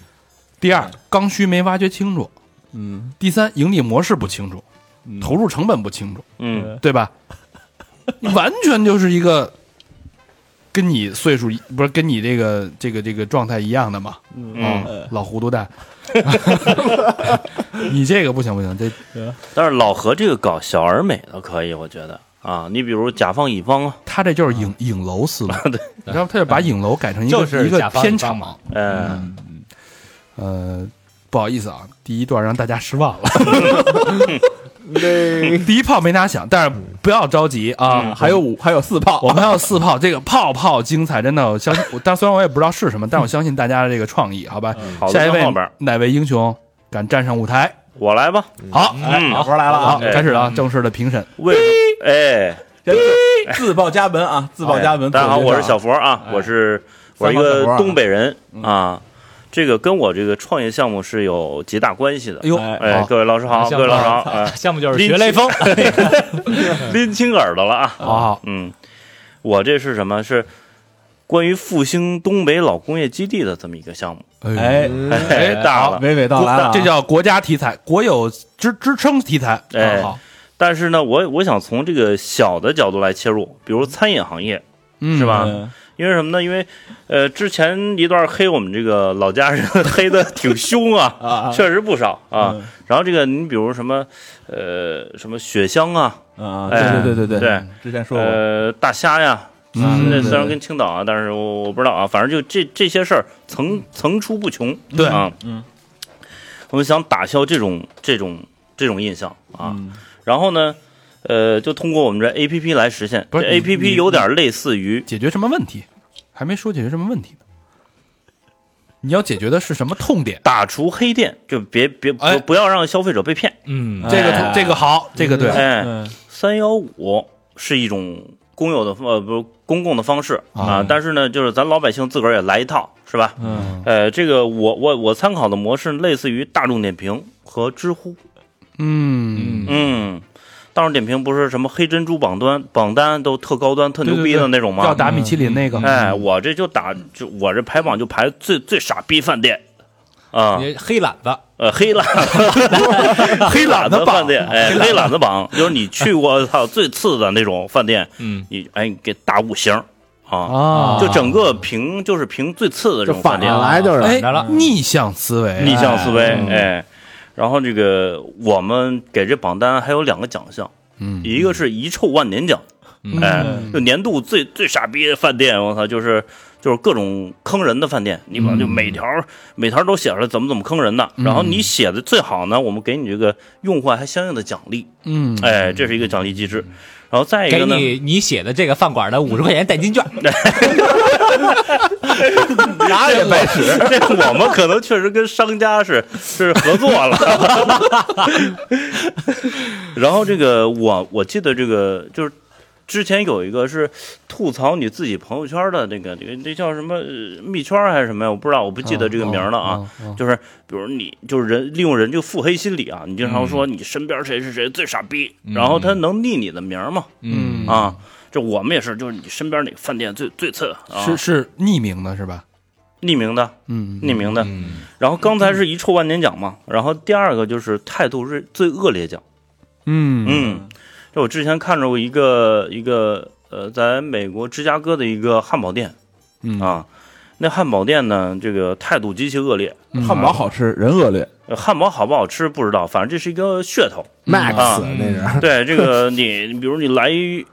S1: 第二刚需没挖掘清楚，
S4: 嗯，
S1: 第三盈利模式不清楚，投入成本不清楚，
S3: 嗯，
S1: 对吧？你完全就是一个跟你岁数一不是跟你这个这个这个状态一样的嘛，
S3: 嗯
S1: 啊、老糊涂蛋。 你这个不行不行，这
S3: 但是老何这个搞小而美的可以，我觉得啊，你比如甲方乙方啊，
S1: 他这就是影影楼思路，
S3: 对
S1: 你知道，他就把影楼改成一个、
S8: 就是
S1: 一个
S8: 甲方
S1: 片
S8: 乙方
S1: 场
S8: 嘛。
S3: 嗯，
S1: 呃，不好意思啊，第一段让大家失望了，
S2: 那
S1: 第一炮没拿响，但是不要着急啊，
S3: 嗯
S1: 还有五，
S4: 还有四炮，
S1: 我们还有四炮，这个泡泡精彩，真的，我相信，我但虽然我也不知道是什么，但我相信大家的这个创意，好吧？
S3: 好的
S1: 下一位
S3: 在后边
S1: 哪位英雄敢站上舞台？
S3: 我来吧。
S1: 好，
S3: 嗯，
S1: 活来了啊！
S3: 哎
S1: 开始了啊，正式的评审。
S3: 为哎，
S4: 自报家门啊，自报家门。
S3: 大家好，
S4: 自我
S3: 我
S4: 介绍
S3: 是小佛啊，我是我是一
S4: 三号小佛
S3: 个
S4: 啊
S3: 东北人啊，这个跟我这个创业项目是有极大关系的
S1: 哎。呦，
S4: 哎
S3: 哎，
S1: 好
S3: 各位老师好，
S8: 项
S3: 各
S8: 目
S3: 位老师好， 哎
S8: 项目就是学雷锋，
S3: 拎清耳朵了啊。
S1: 好好，
S3: 嗯，我这是什么？是关于复兴东北老工业基地的这么一个项目。
S1: 哎，
S4: 哎，
S3: 哎， 大了。
S4: 娓娓道来了啊，
S1: 这叫国家题材，国有支支撑题材。
S3: 哎
S1: 啊好，
S3: 但是呢，我我想从这个小的角度来切入，比如餐饮行业，
S1: 嗯
S3: 是吧
S4: 嗯
S3: 因为什么呢？因为，呃，之前一段黑我们这个老家人黑的挺凶啊，
S4: 啊
S3: 确实不少啊。
S4: 嗯
S3: 然后这个你比如什么，呃，什么雪乡啊，
S4: 啊，
S3: 哎
S4: 对对对
S3: 对，
S4: 之前说过，
S3: 呃，大虾呀，
S1: 嗯
S3: 那
S4: 对
S3: 虽然跟青岛啊，但是我我不知道啊，反正就这这些事儿层层出不穷。
S1: 对
S3: 啊，
S4: 嗯，
S3: 我们想打消这种这种这种印象啊。
S4: 嗯
S3: 然后呢，呃，就通过我们这 A P P 来实现。
S1: 不
S3: 这
S1: 是
S3: A P
S1: 你
S3: P
S1: 你
S3: 有点类似于
S1: 解决什么问题？还没说解决什么问题呢。你要解决的是什么痛点？
S3: 打除黑店，就别别不、
S1: 哎
S3: 不要让消费者被骗。
S8: 嗯，
S1: 这
S4: 哎
S1: 个这个好，这个对。
S3: 哎，
S4: 嗯
S3: 三幺五是一种公有的呃不公共的方式啊、但是呢，就是咱老百姓自个儿也来一套，是吧？
S4: 嗯
S3: 呃，这个我我我参考的模式类似于大众点评和知乎。
S1: 嗯
S8: 嗯
S3: 嗯，大众点评不是什么黑珍珠榜单榜单都特高端、特
S1: 对嗯
S3: 牛逼的那种
S1: 要
S3: 吗？
S1: 打米其林那个，
S3: 哎，我这就打就我这排榜就排最最傻逼饭店啊，
S8: 嗯你黑懒子，
S3: 呃，黑 懒黑懒子饭店，哎，黑懒子榜就是你去 过操最次的那种饭店，
S8: 嗯
S3: 你哎给打五星啊，
S1: 啊，
S3: 就整个评就是评最次的
S2: 就
S3: 这种饭
S2: 反
S3: 店
S2: 着，来就是
S1: 哎
S8: 反着了，
S1: 逆向思维，
S3: 逆向思维，
S1: 嗯
S3: 哎，然后这个我们给这榜单还有两个奖项，
S1: 嗯
S3: 一个是遗臭万年奖，
S8: 嗯
S3: 哎
S1: 嗯，
S3: 就年度最最傻逼的饭店，我操，就是就是各种坑人的饭店，你把就每条、每条都写出来怎么怎么坑人的，然后你写的最好呢，我们给你这个用户还相应的奖励，
S1: 嗯，
S3: 哎，这是一个奖励机制，然后再一
S8: 给
S3: 个呢，
S8: 你你写的这个饭馆的五十块钱代金券，
S3: 拿也白 使，这我们可能确实跟商家是是合作了。 然后这个我我记得这个就是之前有一个是吐槽你自己朋友圈的那个那个那叫什么呃蜜圈还是什么呀？我不知道，我不记
S1: 嗯
S3: 得这个名了啊。就是比如你就是人利用人就腹黑心理啊，你经
S1: 嗯
S3: 常说你身边谁谁谁最傻逼，然后他能立你的名儿吗？
S1: 嗯
S3: 啊，这我们也是，就是你身边哪个饭店最最次啊？
S1: 是是匿名的是吧？
S3: 匿名的，
S1: 嗯，
S3: 匿名的。
S8: 嗯
S3: 然后刚才是一臭万年奖嘛，然后第二个就是态度是最恶劣奖。
S1: 嗯
S3: 嗯，就我之前看着过一个一个呃，在美国芝加哥的一个汉堡店
S1: 嗯
S3: 啊，那汉堡店呢，这个态度极其恶劣。
S1: 嗯
S4: 汉堡好吃，人恶劣，
S3: 呃汉堡好不好吃不知道，反正这是一个噱头。
S2: Max
S3: 啊
S2: 那
S4: 嗯
S2: 是
S3: 对这个你，你比如你来一，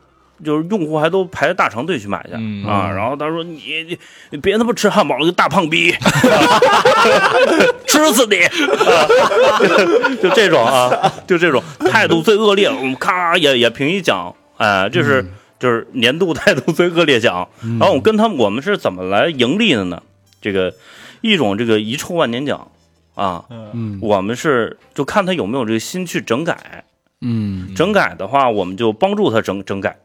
S3: 就是用户还都排大长队去买去、
S8: 嗯
S3: 啊。然后他说你你你别他妈吃汉堡了，个大胖 逼，吃死你！啊、 就这种啊，就这种态度最恶劣，我们咔也也评一奖，哎、这是、就是年度态度最恶劣奖。然后我跟他们我们是怎么来盈利的呢？这个一种这个遗臭万年奖啊，
S1: 嗯
S3: 我们是就看他有没有这个心去整改。
S1: 嗯
S3: 整改的话，我们就帮助他整整改，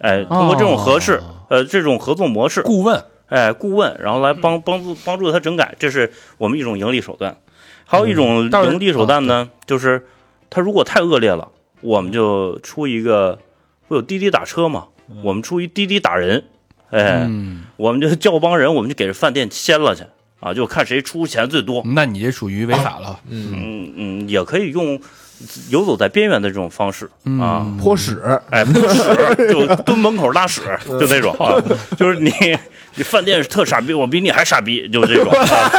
S3: 哎，通过这种合
S1: 哦
S3: 适，呃，这种合作模式，
S1: 顾问，
S3: 哎，顾问，然后来帮帮助帮助他整改，这是我们一种盈利手段。还有一种
S1: 嗯但是啊
S3: 盈利手段呢，就是他如果太恶劣了，我们就出一个，不有滴滴打车嘛，我们出一滴滴打人，哎，
S1: 嗯，
S3: 我们就叫帮人，我们就给这饭店签了去啊，就看谁出钱最多。
S1: 那你这属于违法了，
S3: 嗯嗯，也可以用游走在边缘的这种方式啊。
S1: 嗯
S2: 泼屎，
S3: 哎，不屎，就 蹲门口拉屎，就那种啊，
S1: 嗯
S3: 就是你你饭店是特傻逼，我比你还傻逼，就这种。 啊、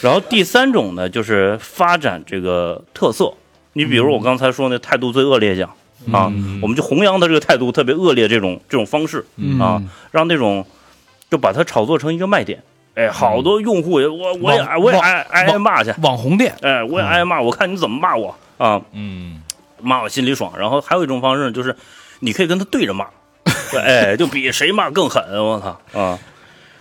S3: 然后第三种呢，就是发展这个特色。你比如我刚才说那态度最恶劣讲
S1: 嗯
S3: 啊，我们就弘扬他这个态度特别恶劣这种这种方式
S1: 嗯
S3: 啊，让那种就把它炒作成一个卖点。哎，好多用户也我我也
S1: 网
S3: 我也
S1: 网
S3: 挨挨
S1: 网
S3: 骂去，
S1: 网红店，
S3: 哎，我也挨骂，我看你怎么骂我啊。
S8: 嗯
S3: 骂我心里爽。然后还有一种方式就是，你可以跟他对着 骂，对哎，就比谁骂更狠，我操啊！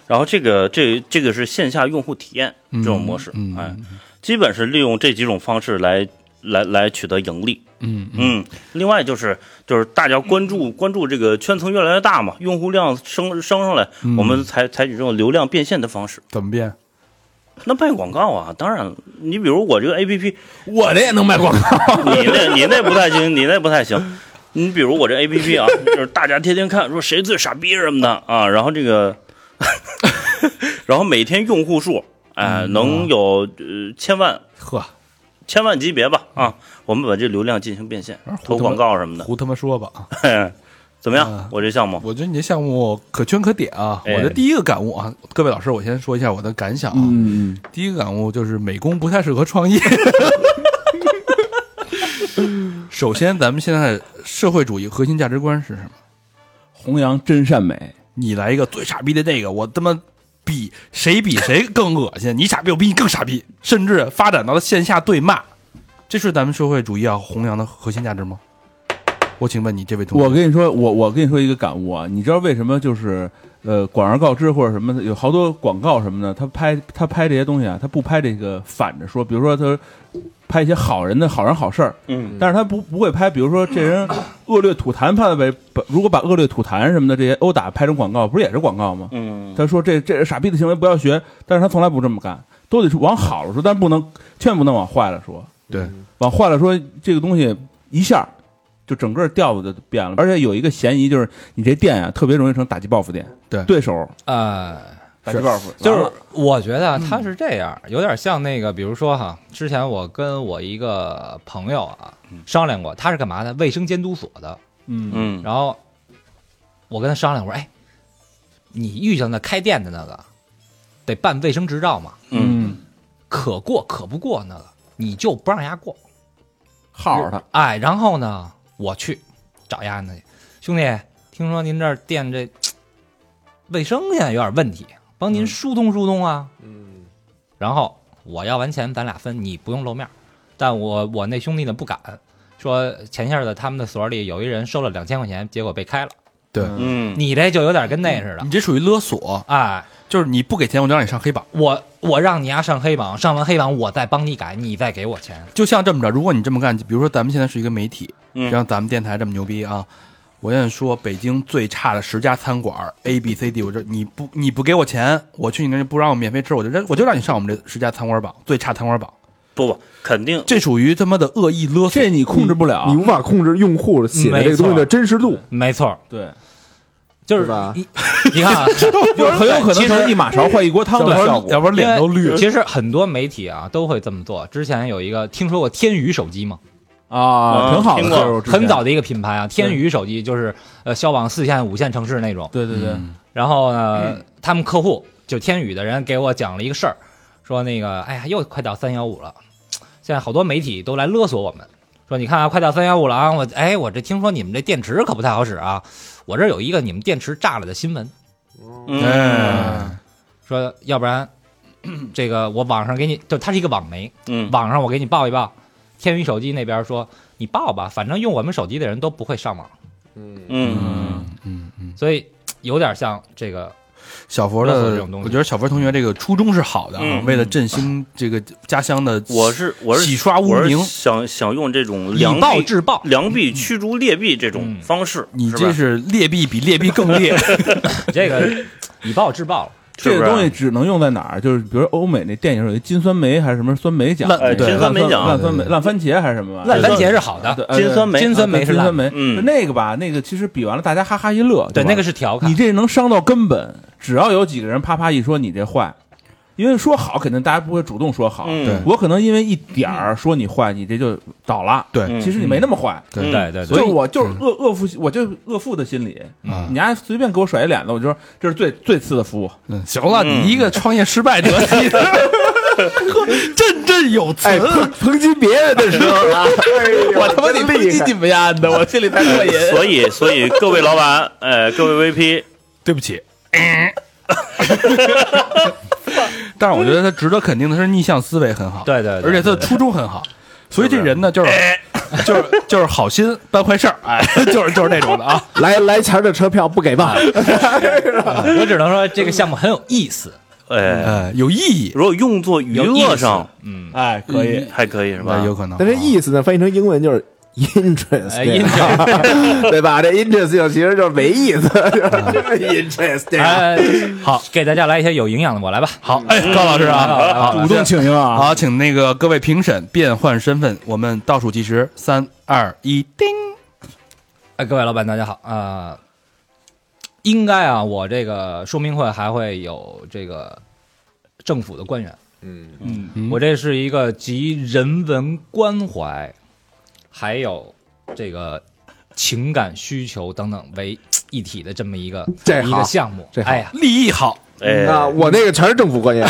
S3: 然后这个这这个是线下用户体验这种模式，
S1: 嗯嗯
S3: 哎，基本是利用这几种方式来来来取得盈利。
S1: 嗯
S3: 嗯，另外就是就是大家关注关注这个圈层越来越大嘛，用户量升升上来，
S1: 嗯
S3: 我们采采取这种流量变现的方式。
S1: 怎么变？
S3: 那卖广告啊，当然，你比如我这个 A P P，
S1: 我这也能卖广告，
S3: 你那，你那不太行，你那不太行。你比如我这 A P P 啊， 就是大家天天看说谁最傻逼什么的啊，然后这个， 然后每天用户数，哎、
S1: 嗯
S3: 能有呃千万
S1: 呵，
S3: 千万级别吧啊，我们把这流量进行变现，
S1: 啊
S3: 投广告什么的，哎
S1: 胡他妈说吧啊！
S3: 怎么样？
S1: 啊
S3: 我这项目，
S1: 我觉得你这项目可圈可点啊！
S3: 哎
S1: 我的第一个感悟啊，各位老师，我先说一下我的感想啊。
S2: 嗯，
S1: 第一个感悟就是美工不太适合创业。 首先，咱们现在社会主义核心价值观是什么？
S4: 弘扬真善美，
S1: 你来一个最傻逼的那个，我他妈比谁比谁更恶心，你傻逼，我比你更傻逼，甚至发展到了线下对骂，这是咱们社会主义要弘扬的核心价值吗？我请问你，这位同学，
S4: 我跟你说，我我跟你说一个感悟啊，你知道为什么就是呃广而告之或者什么的，有好多广告什么的，他拍他拍这些东西啊，他不拍这个反着说，比如说他拍一些好人的好人好事儿，
S3: 嗯，
S4: 但是他不不会拍，比如说这人恶劣吐痰拍的为，把如果把恶劣吐痰什么的这些殴打拍成广告，不是也是广告吗？
S3: 嗯，
S4: 他说这这傻逼的行为不要学，但是他从来不这么干，都得是往好了说，但不能千万不能往坏了说，
S1: 对，
S4: 往坏了说这个东西一下就整个调子就变了。而且有一个嫌疑就是，你这店啊特别容易成打击报复店，
S1: 对
S4: 对手
S8: 呃，
S4: 打击报复，
S8: 就是我觉得他是这样，有点像那个，比如说哈，之前我跟我一个朋友啊商量过，他是干嘛的？卫生监督所的。
S4: 嗯
S3: 嗯，
S8: 然后我跟他商量，我说：“哎，你遇上那开店的那个，得办卫生执照嘛，
S4: 嗯，
S8: 可过可不过那个，你就不让丫过。
S4: 耗着他，
S8: 哎，然后呢，我去找丫那去，兄弟，听说您这儿店这卫生现在有点问题，帮您疏通疏通啊。
S2: 嗯，
S8: 然后我要完钱，咱俩分，你不用露面儿。但我我那兄弟呢不敢，说前下子他们的所里有一人收了两千块钱，结果被开了。
S1: 对
S3: 嗯，
S8: 你这就有点跟那似的
S4: 嗯
S1: 你，这属于勒索，
S8: 哎，
S1: 就是你不给钱我就让你上黑榜。
S8: 我我让你丫上黑榜，上完黑榜我再帮你改，你再给我钱。
S1: 就像这么着，如果你这么干，比如说咱们现在是一个媒体，
S3: 嗯
S1: 像咱们电台这么牛逼啊，我现在说北京最差的十家餐馆 A、B、C、D，我这你不你不给我钱，我去你那儿不让我免费吃，我就让我就让你上我们这十家餐馆榜最差餐馆榜，
S3: 不不，肯定
S1: 这属于他妈的恶意勒索。
S4: 这你控制不了
S2: 你，无法控制用户写的这个东西的真实度，
S8: 没错儿，
S4: 对，
S8: 就是
S2: 是吧
S8: 你你 看啊，
S4: 就是很有可能成一马勺换一锅汤的 效果。
S1: 要不然脸都绿了。
S8: 其实很多媒体啊都会这么做。之前有一个听说过天宇手机吗？
S4: 啊，
S3: 嗯
S4: 挺好的，
S3: 听过
S4: 就是之前
S8: 很早，的一个品牌啊，天宇手机就是呃销往四线、五线城市那种。
S4: 对对对，
S8: 然后呢，
S3: 嗯
S8: 他们客户就天宇的人给我讲了一个事儿，说那个哎呀，又快到三幺五了，现在好多媒体都来勒索我们，说你看啊，快到三幺五了啊，我哎我这听说你们这电池可不太好使啊，我这儿有一个你们电池炸了的新闻，
S1: 哎
S3: 嗯
S8: 说要不然 这个我网上给你，就它是一个网媒，
S3: 嗯
S8: 网上我给你报一报，天宇手机那边说你报吧，反正用我们手机的人都不会上网，
S3: 嗯，
S1: 嗯嗯嗯，
S8: 所以有点像这个
S1: 小佛
S8: 勒索这
S1: 的
S8: 种，东西
S1: 我觉得小佛同学这个初衷是好的啊，
S3: 嗯
S1: 为了振兴这个家乡的，
S3: 我是我是
S1: 洗刷污
S3: 我是
S1: 名
S3: 想想用这种
S8: 以
S3: 良
S8: 暴
S3: 币
S8: 制暴，
S3: 良币驱逐劣币这种方式，
S1: 你
S3: 是
S1: 这
S3: 吧
S1: 是劣币比劣币更 劣。
S8: 这个以暴制暴了。
S3: 是不
S4: 这
S3: 是
S4: 个东西只能用在哪儿？就是比如欧美那电影有一金酸梅还是什么酸梅奖，
S1: 烂
S4: 对
S1: 哎金
S3: 酸梅
S4: 烂
S3: 奖
S4: 烂酸梅、烂番茄还是什么玩意儿？
S8: 烂番茄是好的，
S4: 啊对呃
S3: 金酸梅
S8: 金酸梅
S4: 啊
S8: 是
S4: 金酸
S8: 烂，
S4: 梅，
S3: 嗯
S4: 就那个吧，那个其实比完了大家哈哈一乐，
S8: 对，
S4: 吧
S8: 那个是调侃
S4: 你。这能伤到根本，只要有几个人啪啪一说你这坏，因为说好肯定大家不会主动说好，
S3: 嗯
S1: 对
S4: 我可能因为一点儿说你坏，你这就倒了。
S1: 对
S3: 嗯
S4: 其实你没那么坏，
S3: 嗯
S8: 对对
S4: 所以
S8: 对，
S4: 我就是恶恶父，我就恶父的心理，
S1: 嗯
S4: 你丫随便给我甩一脸子，我就说这是最最次的服务。
S1: 嗯，行了，
S3: 嗯
S1: 你一个创业失败者，你振振有词。
S2: 哎，抨抨击别人的时候啊，我他妈得抨击你们家的，我心里才过瘾。
S3: 所以，所以各位老板， 呃，各位 VP，
S1: 对不起。但是我觉得他值得肯定的是逆向思维很好，
S8: 对对对
S1: 而且他的初衷很好，所以这人呢就是就是就是好心办坏事儿，哎，就是就是这种的啊。
S2: 来来钱儿的车票不给吧？
S8: 我只能说这个项目很有意思。
S3: 哎，
S1: 呃，有意义，
S3: 如果用作娱乐上，
S4: 哎，可以，
S3: 还可以是吧
S1: 那？哎有可能。
S2: 但这意思呢，翻译成英文就是 interest，
S8: 哎
S2: 对吧 对吧？这 interest 就其实就是没意思，interest。
S8: 哎，好，给大家来一些有营养的，我来吧。
S1: 好，哎，高老师
S8: 来
S1: 啊，
S8: 吧
S1: 好，
S8: 来吧
S1: 动
S2: 请缨
S4: 嗯
S2: 啊！
S1: 好，请那个各位评审变换身份，我们倒数计时，三二一，叮！
S8: 哎，各位老板，大家好啊、呃应该啊，我这个说明会还会有这个政府的官员。嗯嗯，我这是一个集人文关怀，还有这个情感需求等等为一体的这么一个
S2: 这好
S8: 一个项目。
S2: 这好
S8: 哎呀，
S1: 立意好，
S3: 哎，
S2: 啊，我那个全是政府官员，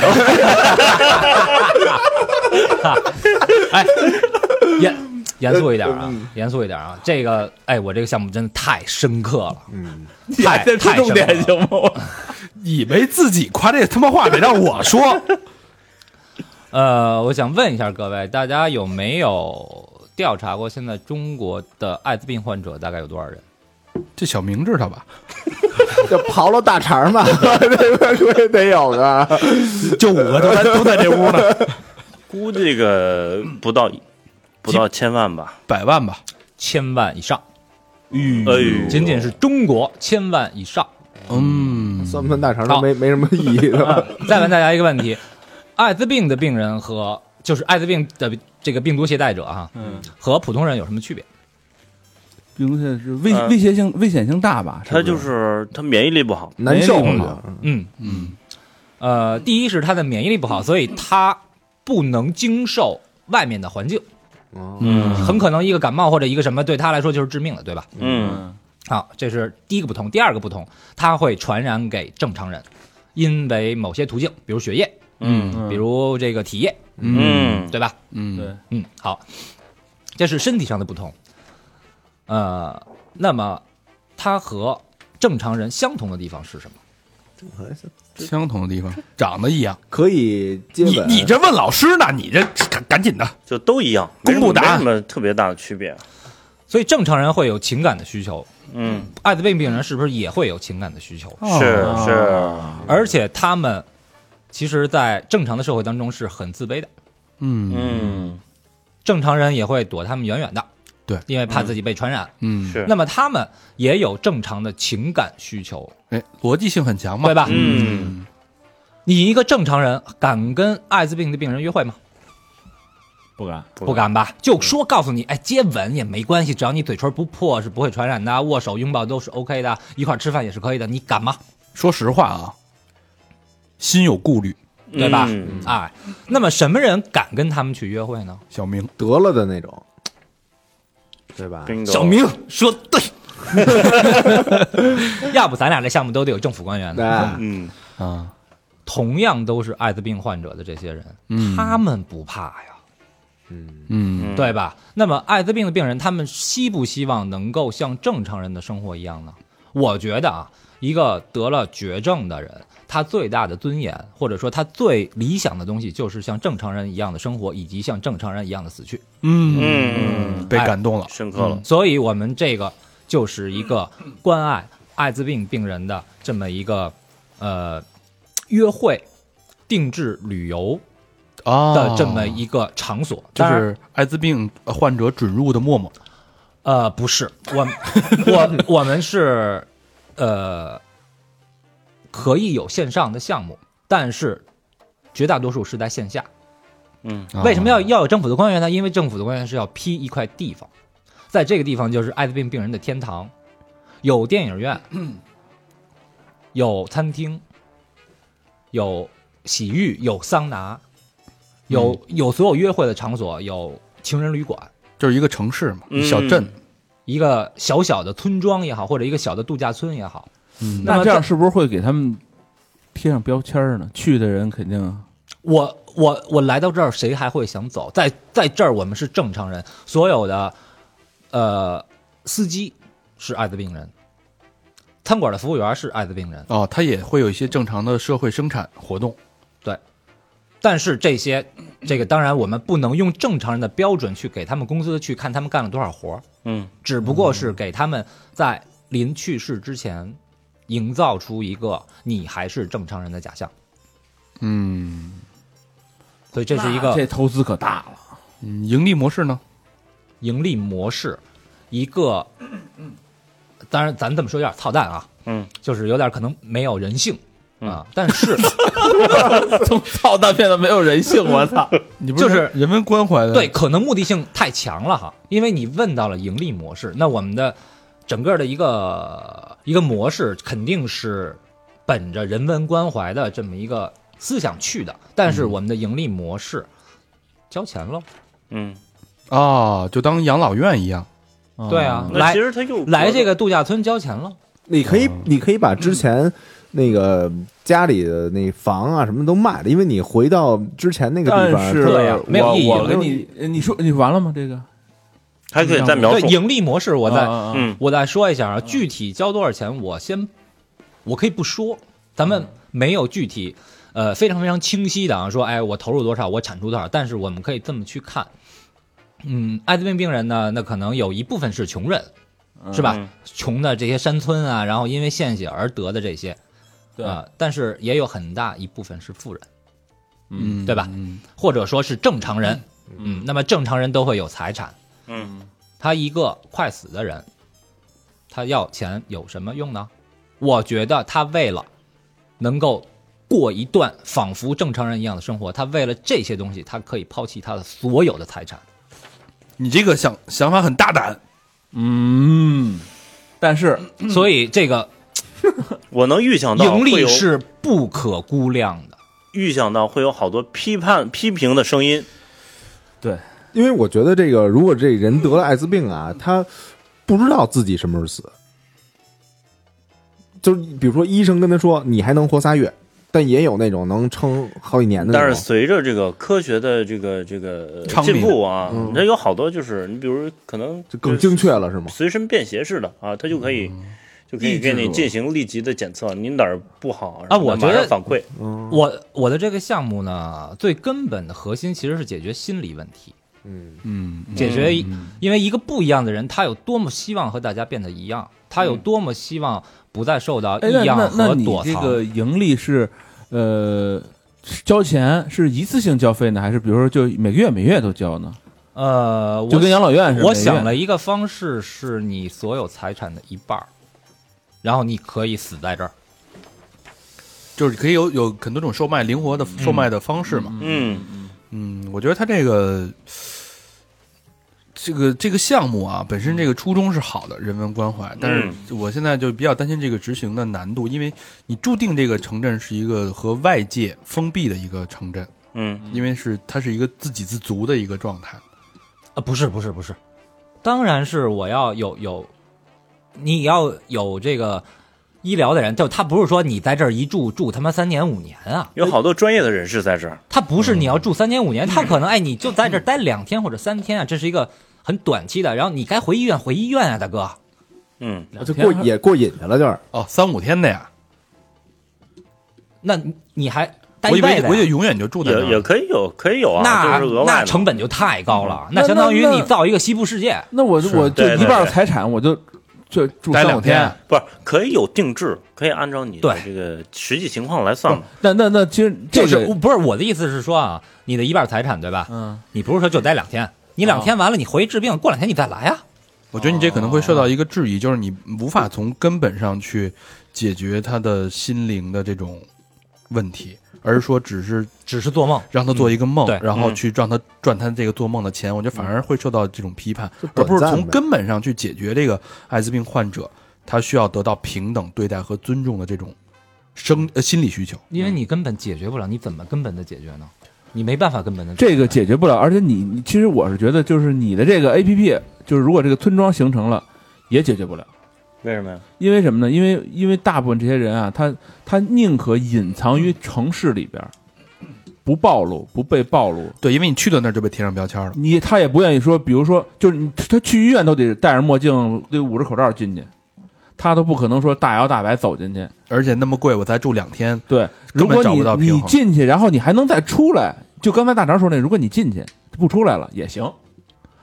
S8: 哎， 严严肃一点啊，
S4: 嗯
S8: 严肃一点啊！这个，哎，我这个项目真的太深刻了，嗯，太
S4: 这
S8: 太
S4: 重点
S8: 深刻了
S4: 行吗？
S1: 以为自己夸这他妈话得让我说，
S8: 呃，我想问一下各位，大家有没有调查过现在中国的艾滋病患者大概有多少人？
S1: 这小明知道吧？
S2: 就刨了大肠嘛，这个估计得有个
S1: 就五个都在都在这屋呢，
S3: 估计个不到不到千万吧。
S1: 百万吧。
S8: 千万以上，
S3: 哎呦，
S8: 仅仅是
S4: 啊
S8: 中国千万以上。
S1: 嗯，
S2: 算不算大肠都没没什么意义的。
S8: 再问大家一个问题：艾滋病的病人和就是艾滋病的这个病毒携带者啊，
S4: 嗯，
S8: 和普通人有什么区别？
S4: 这个东西是危
S3: 呃
S4: 威胁性、危险性大吧？
S3: 他就是是他免疫力不好，
S2: 难受
S4: 没礼貌
S2: 啊
S8: 嗯嗯，呃，第一是他的免疫力不好，所以他不能经受外面的环境，
S3: 嗯
S8: 很可能一个感冒或者一个什么对他来说就是致命的，对吧？
S3: 嗯，
S8: 好，这是第一个不同。第二个不同，它会传染给正常人，因为某些途径，比如血液，
S3: 嗯
S4: 嗯
S8: 比如这个体液，
S3: 嗯
S8: 对吧？
S1: 嗯，
S4: 对，
S8: 嗯，好，这是身体上的不同。呃，那么它和正常人相同的地方是什么？
S1: 相同的地方，长得一样。
S2: 可以接
S1: 你
S2: 吻。
S1: 你这问老师呢？你这赶赶紧的，
S3: 就都一样，
S1: 公布答案
S3: 没什么没什么特别大的区别。
S8: 所以正常人会有情感的需求，
S3: 嗯，
S8: 艾滋病病人是不是也会有情感的需求？
S3: 是
S4: 哦
S3: 是，
S8: 而且他们其实，在正常的社会当中是很自卑的，
S1: 嗯
S3: 嗯
S8: 正常人也会躲他们远远的，
S1: 对
S8: 因为怕自己被传染。
S1: 嗯，
S3: 是，
S8: 那么他们也有正常的情感需求，
S1: 哎，逻辑性很强嘛，
S8: 对吧？
S3: 嗯
S8: 你一个正常人敢跟艾滋病的病人约会吗？
S4: 不敢。
S8: 不敢吧？就说告诉你，哎，接吻也没关系，只要你嘴唇不破是不会传染的，啊握手拥抱都是 OK 的，一块儿吃饭也是可以的，你敢吗？
S1: 说实话啊，心有顾虑。
S8: 对吧
S3: 嗯
S8: 哎，那么什么人敢跟他们去约会呢？
S1: 小明，
S2: 得了的那种，对吧？
S3: Bingo
S8: 小明说对， 要不咱俩这项目都得有政府官员
S2: 对，
S8: 呢。
S3: 嗯
S8: 同样都是艾滋病患者的这些人，
S1: 嗯
S8: 他们不怕呀，
S1: 嗯
S3: 嗯
S8: 对吧？那么艾滋病的病人，他们希不希望能够像正常人的生活一样呢？我觉得啊，一个得了绝症的人，他最大的尊严，或者说他最理想的东西，就是像正常人一样的生活，以及像正常人一样的死去。
S1: 嗯，
S3: 嗯，
S8: 哎
S1: 被感动了，
S3: 深刻了，
S8: 所以我们这个就是一个关爱艾滋病病人的这么一个呃约会、定制旅游
S1: 啊
S8: 的这么一个场所，
S1: 就
S8: 当然
S1: 是艾滋病呃患者准入的陌陌，
S8: 呃不是我们我我们是呃可以有线上的项目，但是绝大多数是在线下。
S3: 嗯，
S8: 为什么要要有政府的官员呢？因为政府的官员是要批一块地方，在这个地方就是艾滋病病人的天堂，有电影院，有餐厅，有洗浴，有桑拿，有、有所有约会的场所，有情人旅馆，
S1: 就是一个城市嘛，
S3: 嗯
S1: 小镇，
S8: 一个小小的村庄也好，或者一个小的度假村也好，
S1: 嗯
S8: 那么
S4: 那这样是不是会给他们贴上标签儿呢？去的人肯定
S8: 我我我来到这儿，谁还会想走？在在这儿，我们是正常人，所有的呃司机是艾滋病人，餐馆的服务员是艾滋病人，
S1: 哦，它也会有一些正常的社会生产活动，
S8: 但是这些这个当然我们不能用正常人的标准去给他们工资，去看他们干了多少活儿，
S3: 嗯
S8: 只不过是给他们在临去世之前营造出一个你还是正常人的假象，
S1: 嗯，
S8: 所以这是一个
S4: 这投资可大了。
S1: 嗯盈利模 式呢？
S8: 盈利模式，一个，当然咱这么说有点操蛋啊，
S3: 嗯，
S8: 就是有点可能没有人性啊，但 是
S1: 从操蛋变得没有人性，我操！ 你不
S8: 就是
S1: 人文关怀的
S8: 对，可能目的性太强了哈，因为你问到了盈利模式，那我们的整个的一个一个模式肯定是本着人文关怀的这么一个思想去的，但是我们的盈利模式交钱喽，
S3: 嗯，
S1: 啊，就当养老院一样，
S8: 对啊，
S3: 那
S8: 来
S3: 其实他又
S8: 来这个度假村交钱喽。
S2: 你可以，你可以把之前那个家里的那房啊什么都卖了，因为你回到之前那个地
S4: 但
S2: 方，
S4: 是
S8: 对呀
S4: 我
S8: 没有意义
S4: 我
S8: 了
S4: 跟你，呃你说你完了吗？这个
S3: 还可以再描
S8: 对
S3: 述，
S8: 盈利模式，我再
S4: 啊啊啊
S3: 嗯
S8: 我再说一下啊，具体交多少钱，我先我可以不说，咱们没有具体呃非常非常清晰的啊，说哎我投入多少，我产出多少，但是我们可以这么去看，嗯，艾滋病病人呢，那可能有一部分是穷人，是吧？
S3: 嗯
S8: 穷的这些山村啊，然后因为献血而得的这些，
S4: 对
S8: 啊、但是也有很大一部分是富人，
S1: 嗯，
S8: 对吧
S1: 嗯
S8: 或者说是正常人，嗯，那么正常人都会有财产。
S3: 嗯
S8: 他一个快死的人，他要钱有什么用呢？我觉得他为了能够过一段仿佛正常人一样的生活，他为了这些东西，他可以抛弃他的所有的财产。
S1: 你这个想想法很大胆，
S4: 嗯，但是
S8: 所以这个
S3: 我能预想到
S8: 盈
S3: 会
S8: 利
S3: 有
S8: 是不可估量的。
S3: 预想到会有好多批判批评的声音，
S2: 因为我觉得这个，如果这人得了艾滋病啊，他不知道自己什么时候死。就是比如说，医生跟他说你还能活仨月，但也有那种能撑好几年的那
S3: 但
S2: 种。
S3: 是随着这个科学的这个这个
S1: 昌明
S3: 进步啊，
S8: 嗯
S3: 那有好多就是你比如可能
S2: 就更精确了，是吗？
S3: 随身便携式的啊，它就可以。
S8: 嗯
S3: 就可以给你进行立即的检测，你哪儿不好然后
S8: 啊我
S3: 马
S8: 觉得
S3: 上反馈，
S8: 我我的这个项目呢，最根本的核心其实是解决心理问题，
S2: 嗯，
S1: 嗯，
S8: 解决一、因为一个不一样的人，他有多么希望和大家变得一样，他有多么希望不再受到
S4: 哎，
S8: 异
S4: 那
S8: 样
S4: 那那
S8: 和
S4: 你
S8: 躲
S4: 这
S8: 藏。
S4: 个盈利是呃是交钱是一次性交费呢，还是比如说就每个月每月都交呢？
S8: 呃，我
S4: 就跟养老院似的。
S8: 我
S4: 每个月
S8: 想了一个方式，是你所有财产的一半儿，然后你可以死在这儿。
S1: 就是可以有有很多种售卖灵活的售卖的方式嘛。
S3: 嗯，
S1: 嗯，我觉得他这个这个这个项目啊，本身这个初衷是好的，人文关怀。但是我现在就比较担心这个执行的难度，因为你注定这个城镇是一个和外界封闭的一个城镇，
S3: 嗯，
S1: 因为是它是一个自给自足的一个状态。
S8: 啊，不是不是不是，当然是我要有有，你要有这个医疗的人，就他不是说你在这儿一住住他妈三年五年啊，
S3: 有好多专业的人士在这儿，
S8: 他不是你要住三年五年，他可能哎你就在这儿待两天或者三天啊，这是一个很短期的，然后你该回医院回医院啊，大哥，
S3: 嗯，
S2: 就过也过瘾去了，就是
S1: 哦，三五天的呀，
S8: 那你你还待
S1: 我
S8: 一
S1: 以
S8: 辈
S1: 为
S8: 子
S1: 我以为
S8: 呀、
S1: 永远就住在那
S3: 也也
S1: 儿。
S3: 可以有，可以有啊，
S8: 那
S3: 就是额外
S8: 那
S3: 的
S8: 成本就太高了，
S4: 那
S8: 那相当于
S4: 那
S8: 你造一个西部世界。
S4: 那我我就
S3: 对对
S4: 一半
S3: 对
S4: 财产我就就住
S1: 待
S4: 三
S1: 两
S4: 五天
S1: 天。
S3: 不是可以有定制，可以按照你的
S8: 对
S3: 这个实际情况来算嘛。
S1: 嗯
S4: 那那那其实这
S8: 就是
S4: 个
S8: 不是我的意思是说啊，你的一半财产对吧？
S4: 嗯，
S8: 你不是说就待两天，你两天完了你回去治病，过两天你再来啊。
S1: 我觉得你这可能会受到一个质疑，就是你无法从根本上去解决他的心灵的这种问题，而是说只是
S8: 只是做梦。
S1: 让他做一个梦，
S8: 嗯对
S1: 然后
S3: 嗯
S1: 去让他赚他这个做梦的钱，我觉得反而会受到这种批判，
S2: 就
S1: 而不是
S2: 短暂
S1: 从
S2: 呗
S1: 根本上去解决这个艾滋病患者他需要得到平等对待和尊重的这种生呃心理需求。
S8: 因为你根本解决不了，你怎么根本的解决呢？你没办法根本的
S4: 这个解决不了，而且你你其实我是觉得就是你的这个 A P P，就是如果这个村庄形成了，也解决不了。
S3: 为什么呀？
S4: 因为什么呢？因为因为大部分这些人啊，他他宁可隐藏于城市里边儿，不暴露，不被暴露。
S1: 对，因为你去到那儿就被贴上标签了。
S4: 你他也不愿意说，比如说，就是你他去医院都得戴着墨镜，得捂着口罩进去，他都不可能说大摇大摆走进去。
S1: 而且那么贵，我才住两天，
S4: 对，
S1: 根
S4: 如
S1: 本
S4: 果
S1: 找不到
S4: 你
S1: 平
S4: 你
S1: 衡
S4: 进去，然后你还能再出来，就刚才大肠说那，如果你进去不出来了也行，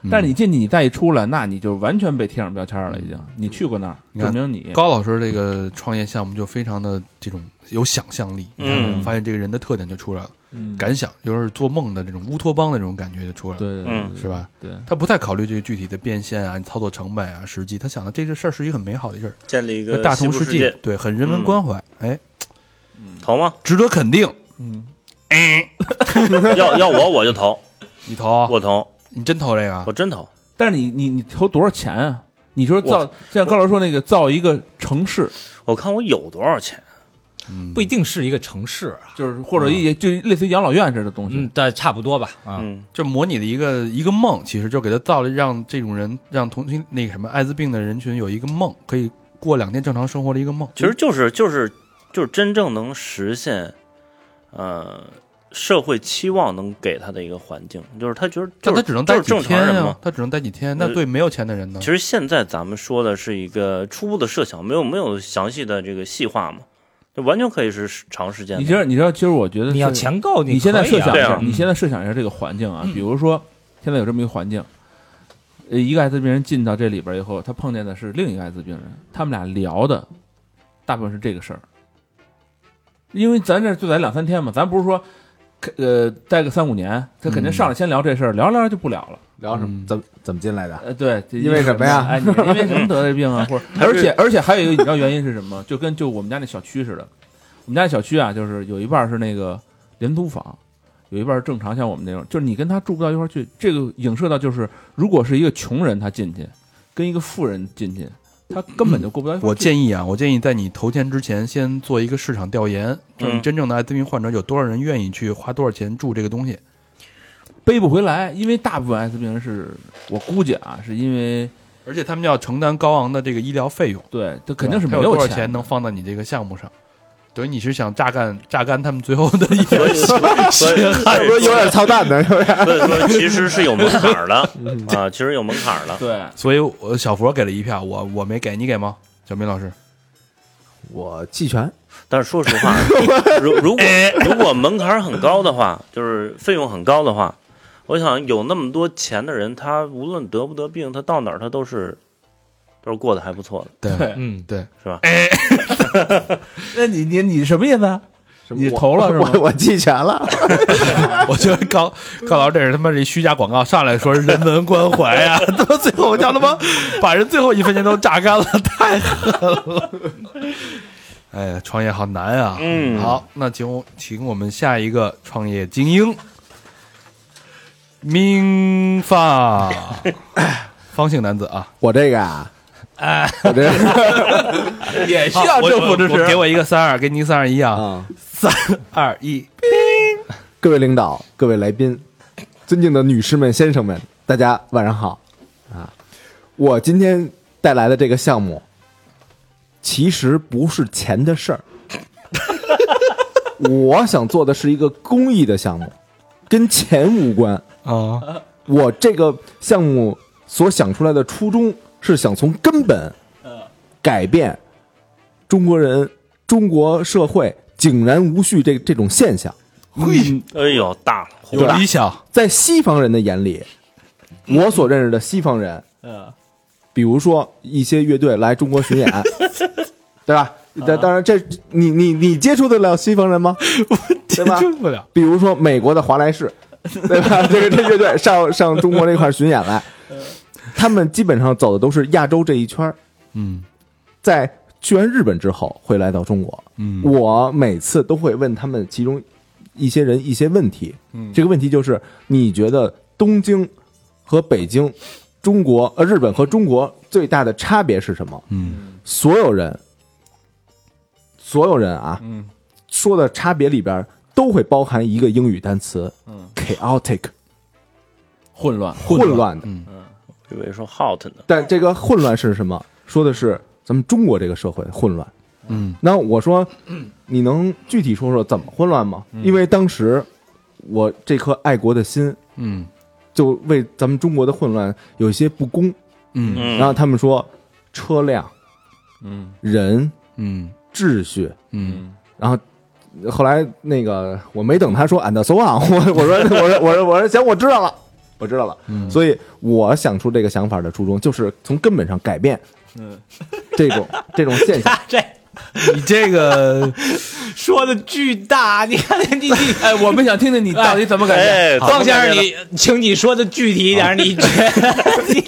S1: 嗯
S4: 但是你进去你再一出来，那你就完全被贴上标签了，已经。你去过那儿，
S1: 你看
S4: 证明你
S1: 高老师这个创业项目就非常的这种有想象力，
S3: 嗯
S1: 发现这个人的特点就出来了，
S4: 嗯
S1: 敢想就是做梦的这种乌托邦的这种感觉就出来了，
S4: 对对
S3: 嗯
S1: 是吧？
S4: 对对
S1: 他不太考虑这个具体的变现啊、操作成本啊、时机，他想的这个事儿是一个很美好的事儿，
S3: 建立一个
S1: 大
S3: 呃西
S1: 同
S3: 部
S1: 世
S3: 世 界，嗯
S1: 对，很人文关怀，哎，？
S3: 投吗
S1: 值得肯定。
S3: 要要我我就投，
S1: 你投啊，
S3: 我投，
S1: 你真投这个啊
S3: 我？真投。
S4: 但是你你你投多少钱啊？你说造像高老师说那个造一个城市，
S3: 我看我有多少钱，
S8: 不一定是一个城市啊，
S4: 就是或者也就类似于养老院似的东西。
S8: 嗯，但差不多吧，啊，
S3: 嗯，
S1: 就模拟的一个一个梦，其实就给他造了让这种人让同性那个什么艾滋病的人群有一个梦，可以过两天正常生活的一个梦。
S3: 其实就是就是就是真正能实现，呃，社会期望能给他的一个环境，就是他觉得就
S1: 但
S3: 是
S1: 他只能待
S3: 就
S1: 几
S3: 是正
S1: 天嗯
S3: 常人嘛
S1: 啊，。他只能待几天。那
S3: 呃
S1: 对没有钱的人呢
S3: 其？实现在咱们说的是一个初步的设想，没有没有详细的这个细化嘛，就完全可以是长时间的。
S4: 你知道你知道，其实我觉得
S8: 你要
S4: 是
S8: 钱够，
S4: 你现在设想一
S3: 对
S4: 下，
S3: 啊嗯
S4: 你现在设想一下这个环境啊，比如说现在有这么一个环境，呃，一个艾滋病人进到这里边以后，他碰见的是另一个艾滋病人，他们俩聊的大部分是这个事儿，因为咱这就在两三天嘛，咱不是说。呃，待个三五年，他肯定上
S3: 嗯
S4: 来先聊这事儿，聊着聊着就不聊了。
S2: 聊什么？怎么怎么进 来的？
S4: 呃，对，这
S2: 因为什么呀
S4: 哎，你是因为什么得的病啊？或者，而且而且还有一个你知道原因是什么吗？就跟就我们家那小区似的，我们家那小区啊，就是有一半是那个廉租房，有一半是正常像我们那种，就是你跟他住不到一块儿去。这个影射到就是，如果是一个穷人他进去，跟一个富人进去，他根本就过不到一块儿去。
S1: 我建议啊，我建议在你投钱之前，先做一个市场调研，就是你
S3: 嗯
S1: 真正的艾滋病患者有多少人愿意去花多少钱住这个东西。
S4: 背不回来，因为大部分艾滋病人是我估计啊，是因为
S1: 而且他们要承担高昂的这个医疗费用，
S4: 对他肯定是
S1: 啊他
S4: 没
S1: 有多少
S4: 钱
S1: 钱
S4: 的
S1: 能放到你这个项目上？等于你是想榨干榨干他们最后的 一点
S3: 所以所以
S2: 不 是有点操蛋的？有点
S3: 所以说其实是有门槛儿的啊，其实有门槛儿的。
S4: 对，
S1: 所以我小佛给了一票，我我没给，你给吗？小明老师，
S2: 我弃权，
S3: 但是说实话，如如果如果门槛儿很高的话，就是费用很高的话，我想有那么多钱的人，他无论得不得病，他到哪儿他都是都是过得还不错的。
S1: 对
S8: 嗯，
S1: 对，
S3: 是吧？
S4: 那你你你什么意思啊？
S2: 什么
S4: 你
S2: 我
S4: 投了是吗
S2: 我我弃权了，
S1: 我觉得高高老师这是他妈这虚假广告，上来说是人文关怀 呀、啊，他妈最后叫他妈 把人最后一分钱都榨 干了，太狠了。哎呀，创业好难啊！
S3: 嗯
S1: 好，那请请我们下一个创业精英，明发， 方姓男子啊，
S2: 我这个啊，我这个
S4: 也需
S1: 好我我我给我一个三二，给您三二一啊，
S2: 啊，
S1: 三二一，
S2: 各位领导，各位来宾，尊敬的女士们、先生们，大家晚上好啊！我今天带来的这个项目，其实不是钱的事儿。 我想做的是一个公益的项目，跟钱无关。
S1: 啊，
S2: 我这个项目所想出来的初衷是想从根本改变中国人、中国社会井然无序这这种现象。
S1: 嘿，
S3: 哎呦，大了，
S1: 有理
S8: 啊
S1: 想，
S2: 在西方人的眼里，我所认识的西方人，比如说一些乐队来中国巡演，对吧？当当然这，你你你接触得了西方人吗？对吧？
S1: 真不了。
S2: 比如说美国的华 莱士，对吧？这个这乐队上上中国那块儿巡演来，他们基本上走的都是亚洲这一圈儿
S1: 嗯
S2: 在去完日本之后会来到中国。
S1: 嗯
S2: 我每次都会问他们其中一些人一些问题，
S1: 嗯
S2: 这个问题就是你觉得东京和北京、中国呃日本和中国最大的差别是什么？
S1: 嗯
S2: 所有人，所有人啊，
S4: 嗯
S2: 说的差别里边都会包含一个英语单词，
S4: 嗯
S2: c h a o t i c
S4: 混乱，
S2: 混乱的。
S1: 嗯
S3: 以为说 hot 呢。
S2: 但这个混乱是什么？说的是咱们中国这个社会的混乱。
S1: 嗯
S2: 那我说， 你能具体说说怎么混乱吗？
S4: 嗯
S2: 因为当时我这颗爱国的心，
S1: 嗯
S2: 就为咱们中国的混乱有一些不公。
S1: 嗯
S3: 嗯，
S2: 然后他们说，车辆、
S4: 嗯
S2: 人、
S1: 嗯
S2: 秩序，
S1: 嗯
S2: 然后。后来那个我没等他说 and so on，我 我说我说我说我说行，我知道了，我知道了。
S1: 嗯
S2: 所以我想出这个想法的初衷就是从根本上改变
S4: 嗯，
S2: 这种这种 现象。
S8: 啊 这
S1: 你这个
S8: 说的巨大，你看你你
S4: 哎，我们想听听你到底怎么改变。
S3: 哎，
S8: 方先生，
S3: 怎么
S8: 你请你说的具体一点，你觉得你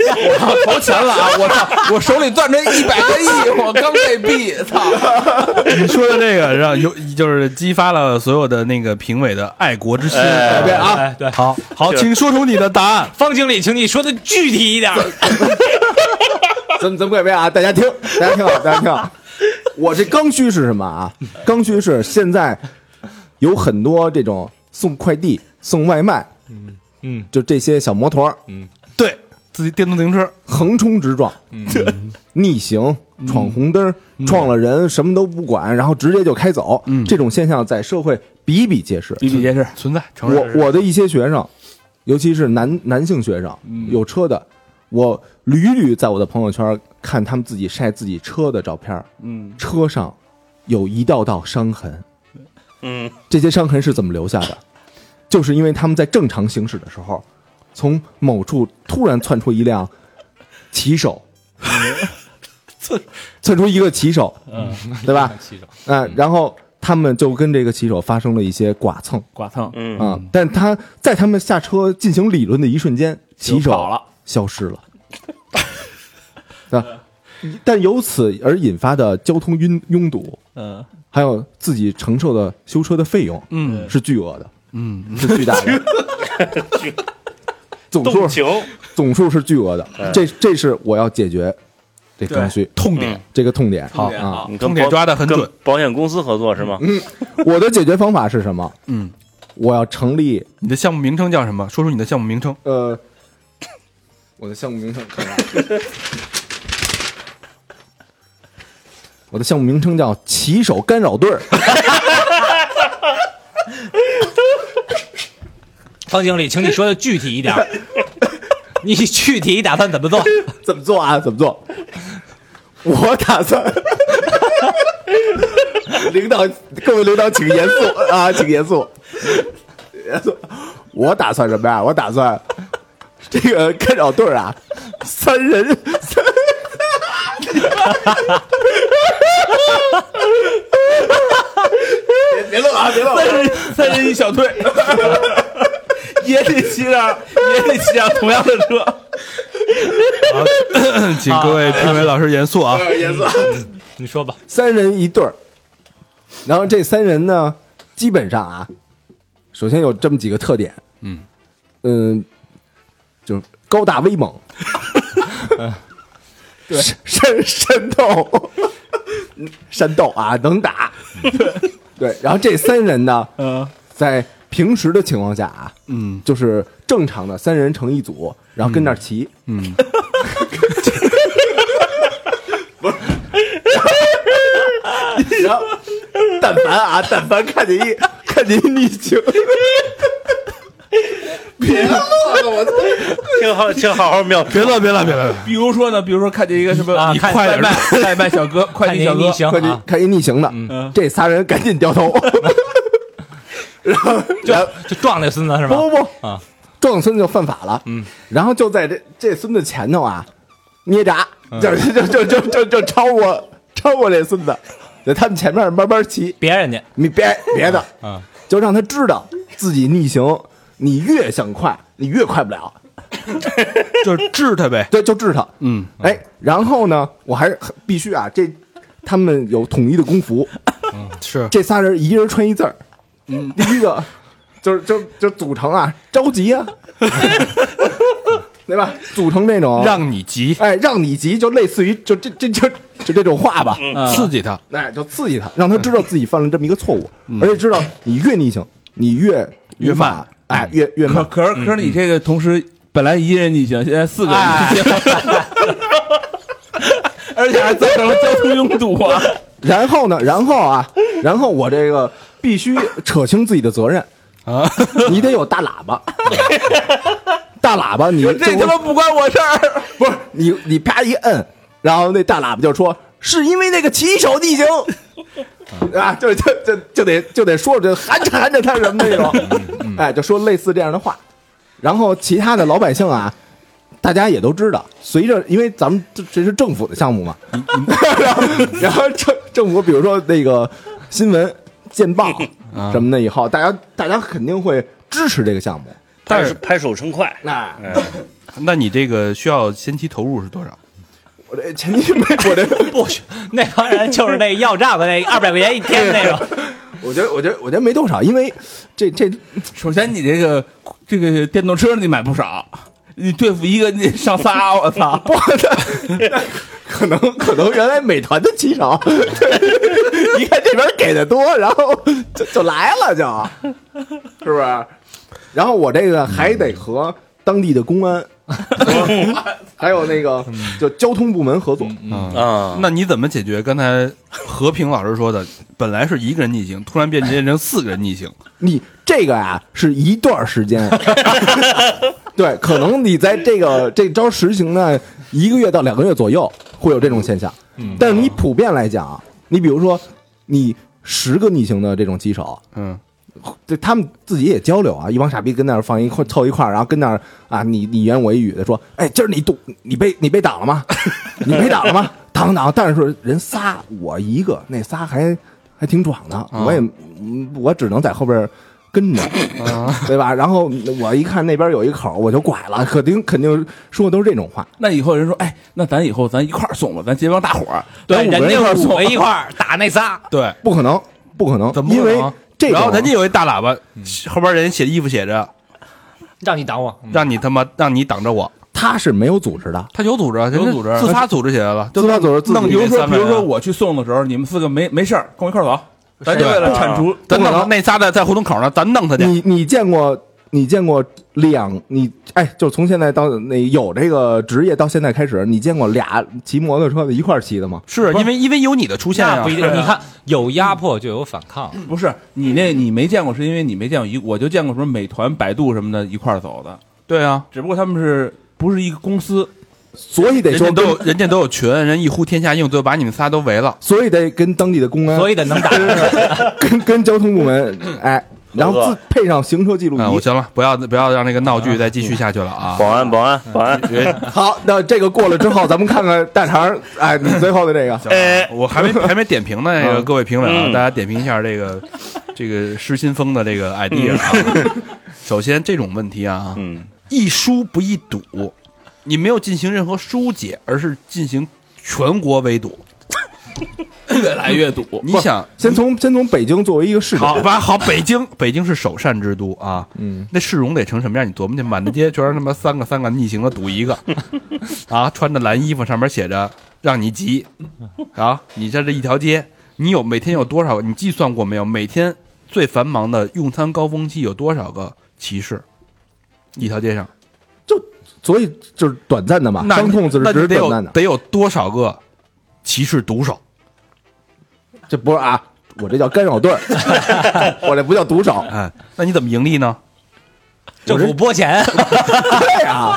S4: 投钱了啊！我操，我手里攥着一百个亿，我刚被毙，操！
S1: 你说的这个让有就是激发了所有的那个评委的爱国之心。
S3: 哎
S2: 对啊，
S8: 哎对，
S1: 好好，
S3: 是
S1: 请说出你的答案。
S8: 方经理，请你说的具体一点。
S2: 怎么怎么改变啊？大家听，大家听啊好，大家听好。我这刚需是什么啊？刚需是现在有很多这种送快递、送外卖，嗯
S8: 嗯，
S2: 就这些小摩托儿
S1: 对自己电动自行车，
S2: 横冲直撞，逆行、闯红灯儿、撞了人，什么都不管，然后直接就开走。这种现象在社会比比皆是。
S4: 比比皆是，
S1: 存在，承认
S2: 我我的一些学生，尤其是男男性学生，有车的，我屡屡在我的朋友圈看他们自己晒自己车的照片儿，
S4: 嗯，
S2: 车上有一道道伤痕，
S3: 嗯，
S2: 这些伤痕是怎么留下的？就是因为他们在正常行驶的时候，从某处突然窜出一辆骑手，窜出一个骑手，对吧？啊、然后他们就跟这个骑手发生了一些剐蹭。
S4: 剐蹭，
S3: 嗯
S2: 啊、但他在他们下车进行理论的一瞬间，骑手
S4: 跑了
S2: 消失了。 啊，但由此而引发的交通拥拥堵，
S4: 嗯，
S2: 还有自己承受的修车的费用，嗯，是巨额的，
S1: 嗯，
S2: 是巨大的。总
S3: 动
S2: 数
S3: 情，
S2: 总数是巨额的，这这是我要解决这刚需嗯
S1: 痛点，
S2: 这个痛点。
S1: 好
S2: 啊，
S3: 你跟
S1: 痛点
S3: 保
S1: 抓得很
S3: 跟
S1: 准
S3: 保险公司合作是吗？
S2: 我的解决方法是什么？
S1: 嗯，
S2: 我要成立
S1: 你的项目名称叫什么？说出你的项目名 称。
S2: 呃，我的项目名称，我的项目名称叫“骑手干扰队儿
S8: 方经理，请你说的具体一点儿，你具体打算怎么做？”，
S2: 怎么做啊？怎么做？我打算， 领导，各位领导，请严肃啊，请严肃，严肃。我打算什么呀？我打算这个干扰队儿啊，三 人三。别别乐啊！别乐、啊！
S4: 三人一小队，也得骑上，也得骑上同样的车。
S1: 请各位评委老师严肃啊！
S8: 你说吧。
S2: 三人一对儿。然后这三人呢，基本上啊，首先有这么几个特点，
S1: 嗯
S2: 嗯，就是高大 威猛，对，山山斗，山斗啊，能打，对。然后这三人呢，
S4: 嗯，
S2: 在平时的情况下啊，
S1: 嗯
S2: 就是正常的三人成一组，然后跟那儿骑，
S1: 嗯，
S2: 然后，但凡啊，但凡看见一看见一逆境，
S3: 请好，请好好秒。
S1: 别了，别了，别了，
S4: 比如说呢，比如说看见一个什么，
S8: 啊
S4: 你
S8: 看
S4: 快点
S8: 外卖
S4: 外卖小哥，快递
S8: 你
S4: 小哥
S8: 你，行
S2: 看见
S8: 啊，
S2: 看见逆行的，这仨人赶紧掉头，然后然后
S8: 就撞那孙子是吧？
S2: 不不不
S8: 啊，
S2: 撞孙子就犯法了，嗯，然后就在这这孙子前头啊，捏闸，
S8: 嗯
S2: 就就就就就就超过超过这孙子，在他们前面慢慢骑，
S8: 别人家
S2: 你别别的，
S8: 啊，
S2: 就让他知道自己逆行，你越想快，你越快不了，
S1: 就是治他呗。
S2: 对，就治他，
S1: 嗯，
S2: 哎，然后呢，我还是很必须啊，这他们有统一的工服，
S1: 嗯是
S2: 这仨人一人穿一字儿。嗯，第一个就是就就组成啊，着急啊， 对吧？组成这种
S1: 让你急，
S2: 哎让你急，就类似于就这这就就这种话吧，
S1: 刺激
S8: 啊
S1: 他。
S2: 哎，就刺激他，让他知道自己犯了这么一个错误，而且知道你越逆行，你越
S1: 嗯越慢
S2: 无法，哎，越越
S4: 可
S2: 慢。
S4: 可是
S1: 嗯
S4: 可是你这个同时本来一人逆行，现在四个
S1: 哎
S4: 人逆行，而且还造成了交通拥堵啊！
S2: 然后呢，然后啊，然后我这个必须扯清自己的责任
S1: 啊，
S2: 你得有大喇 叭，大喇叭你
S4: 这他妈不关我事儿，
S2: 不是你你啪一摁，然后那大喇叭就说是因为那个骑手逆行， 啊，就就就就得就得说这含着含着他什么那
S4: 嗯
S2: 种，哎，就说类似这样的话。然后其他的老百姓啊，大家也都知道，随着因为咱们这这是政府的项目嘛， 然后然后政政府比如说那个新闻见报什么的以后，大家大家肯定会支持这个项目。
S3: 但是拍手称快，
S2: 那
S1: 那你这个需要先期投入是多少？
S2: 我这前提没我这
S8: 不许那帮人就是那要账的那二百块钱一天那种，
S2: 我觉得，我觉得，我觉得没多少，因为这这
S4: 首先你这个这个电动车你买不少，你对付一个你上 仨，我操！
S2: 不可能可能原来美团的骑手， 一看这边给的多，然后就就来了就，是不是？然后我这个还得和当地的公 安，还有那个就交通部门合作，
S3: 啊
S1: 那你怎么解决刚才和平老师说的，本来是一个人逆行，突然变变成四个人逆行？
S2: 你这个呀、是一段时间，对，可能你在这个这招实行呢一个月到两个月左右会有这种现象，但是你普遍来讲啊，你比如说你十个逆行的这种骑手，
S1: 嗯，
S2: 对他们自己也交流啊，一帮傻逼跟那儿放一块凑一块儿，然后跟那儿啊，你你一言我一语的说，哎，今儿你堵你被你被挡了吗？你被挡了吗？ 挡挡，但是人仨我一个，那仨还还挺壮的，我也嗯我只能在后边跟着，
S1: 啊
S2: 对吧？然后我一看那边有一口，我就拐了，肯定肯定说的都是这种话。
S4: 那以后人说，哎，那咱以后咱一块儿送吧，咱结帮大伙儿，咱
S8: 对，
S4: 五个
S8: 人
S4: 一块
S8: 家
S4: 儿
S8: 五
S4: 送
S8: 个，一块儿打那仨，
S1: 对，
S2: 不可能，不可能，
S1: 怎么
S2: 因
S1: 可
S2: 为
S1: 能？
S2: 这种啊
S1: 然后人家有一大喇叭，后边人写衣服写着
S8: 让你挡我，
S1: 让你他妈让你挡着我，
S2: 他是没有组织的，
S1: 嗯他有组织啊，人家
S4: 有组织
S1: 自发组织起来了，就
S2: 自发组织自己
S4: 弄，比如
S2: 那
S1: 啊
S4: 说，
S2: 三
S4: 比
S2: 百人
S4: 如说我去送的时候，你们四个没没事儿，跟我一块儿走，咱就为了铲除
S1: 咱弄
S2: 不可
S1: 他
S2: 能
S1: 那仨在在胡同口呢，咱弄他去。
S2: 你你见过你见过两你哎，就从现在到那有这个职业到现在开始，你见过俩骑摩托车的一块儿骑的吗？
S1: 是因为因为有你的出现
S8: 那
S1: 啊
S8: 不，一定。你看，有压迫就有反抗，
S1: 嗯
S4: 不是你那，你没见过，是因为你没见过一，我就见过什么美团、百度什么的一块儿走的，
S1: 对啊，
S4: 只不过他们是不是一个公司？
S2: 所以得
S1: 人
S2: 说
S1: 家都
S2: 跟
S1: 有人家都有群，人一呼天下应，最后把你们仨都围了。
S2: 所以得跟当地的公安，
S8: 所以得能打。
S2: 跟 跟交通部门哎，然后自配上行车记录
S1: 啊，我
S2: 仪。
S1: 行了，不要不要让这个闹剧再继续下去了啊！
S3: 保安，保安，保安，
S2: 好，那这个过了之后，咱们看看大肠，哎，你最后的这个，
S3: 哎，
S4: 嗯
S1: 我还没还没点评呢，这个
S2: 嗯
S1: 各位评委啊，
S3: 嗯
S1: 大家点评一下这个这个失心疯的这个
S4: 嗯
S1: idea 啊。 首先，这种问题啊，
S3: 嗯，
S1: 一疏不一堵，你没有进行任何疏解，而是进行全国围堵。
S4: 越来越堵。
S1: 你想，
S2: 先从先从北京作为一个市
S1: 好
S2: 长，
S1: 吧，好，北京，北京是首善之都啊。
S2: 嗯，
S1: 那市容得成什么样？你琢磨去，满大街全是他妈三个三个逆行的堵一个，啊，穿着蓝衣服，上面写着“让你急”，啊，你在这一条街，你有每天有多少？你计算过没有？每天最繁忙的用餐高峰期有多少个骑士？一条街上，
S2: 所以就是短暂的嘛，
S1: 那
S2: 啊伤痛只
S1: 那
S2: 是只
S1: 你
S2: 是
S1: 得
S2: 短
S1: 有
S2: 暂的，
S1: 得有多少个骑士毒手？
S2: 这不是啊，我这叫干扰队儿， 我这不叫毒手，
S1: 哎，那你怎么盈利呢？
S8: 政府拨钱，
S2: 对啊，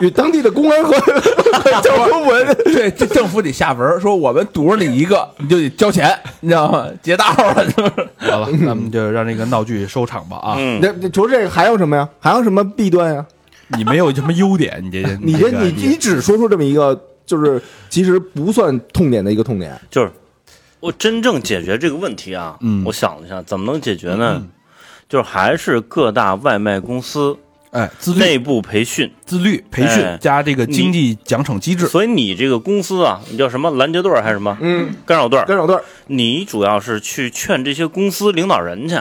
S2: 与当地的公 安和和交通部门
S4: 对，这政府得下文儿说，我们堵着你一个，你就得交钱，你知道吗？劫道了， 就是
S1: 好了，咱们就让这个闹剧收场吧啊！
S3: 嗯，
S2: 那那除了这个还有什么呀？还有什么弊端呀？
S1: 你没有什么优点，你这
S3: 嗯
S2: 你
S1: 这
S2: 这
S1: 个
S2: 你你只说出这么一个，就是其实不算痛点的一个痛点，
S3: 就是我真正解决这个问题啊，
S1: 嗯
S3: 我想了一下，怎么能解决呢？就是还是各大外卖公司
S1: 哎自律
S3: 内部培训，
S1: 自律培
S3: 哎
S1: 训加这个经济奖惩机制，
S3: 所以你这个公司啊，你叫什么拦截队儿还是什么
S2: 嗯，
S3: 干扰队儿？
S2: 干扰队儿
S3: 你主要是去劝这些公司领导人去，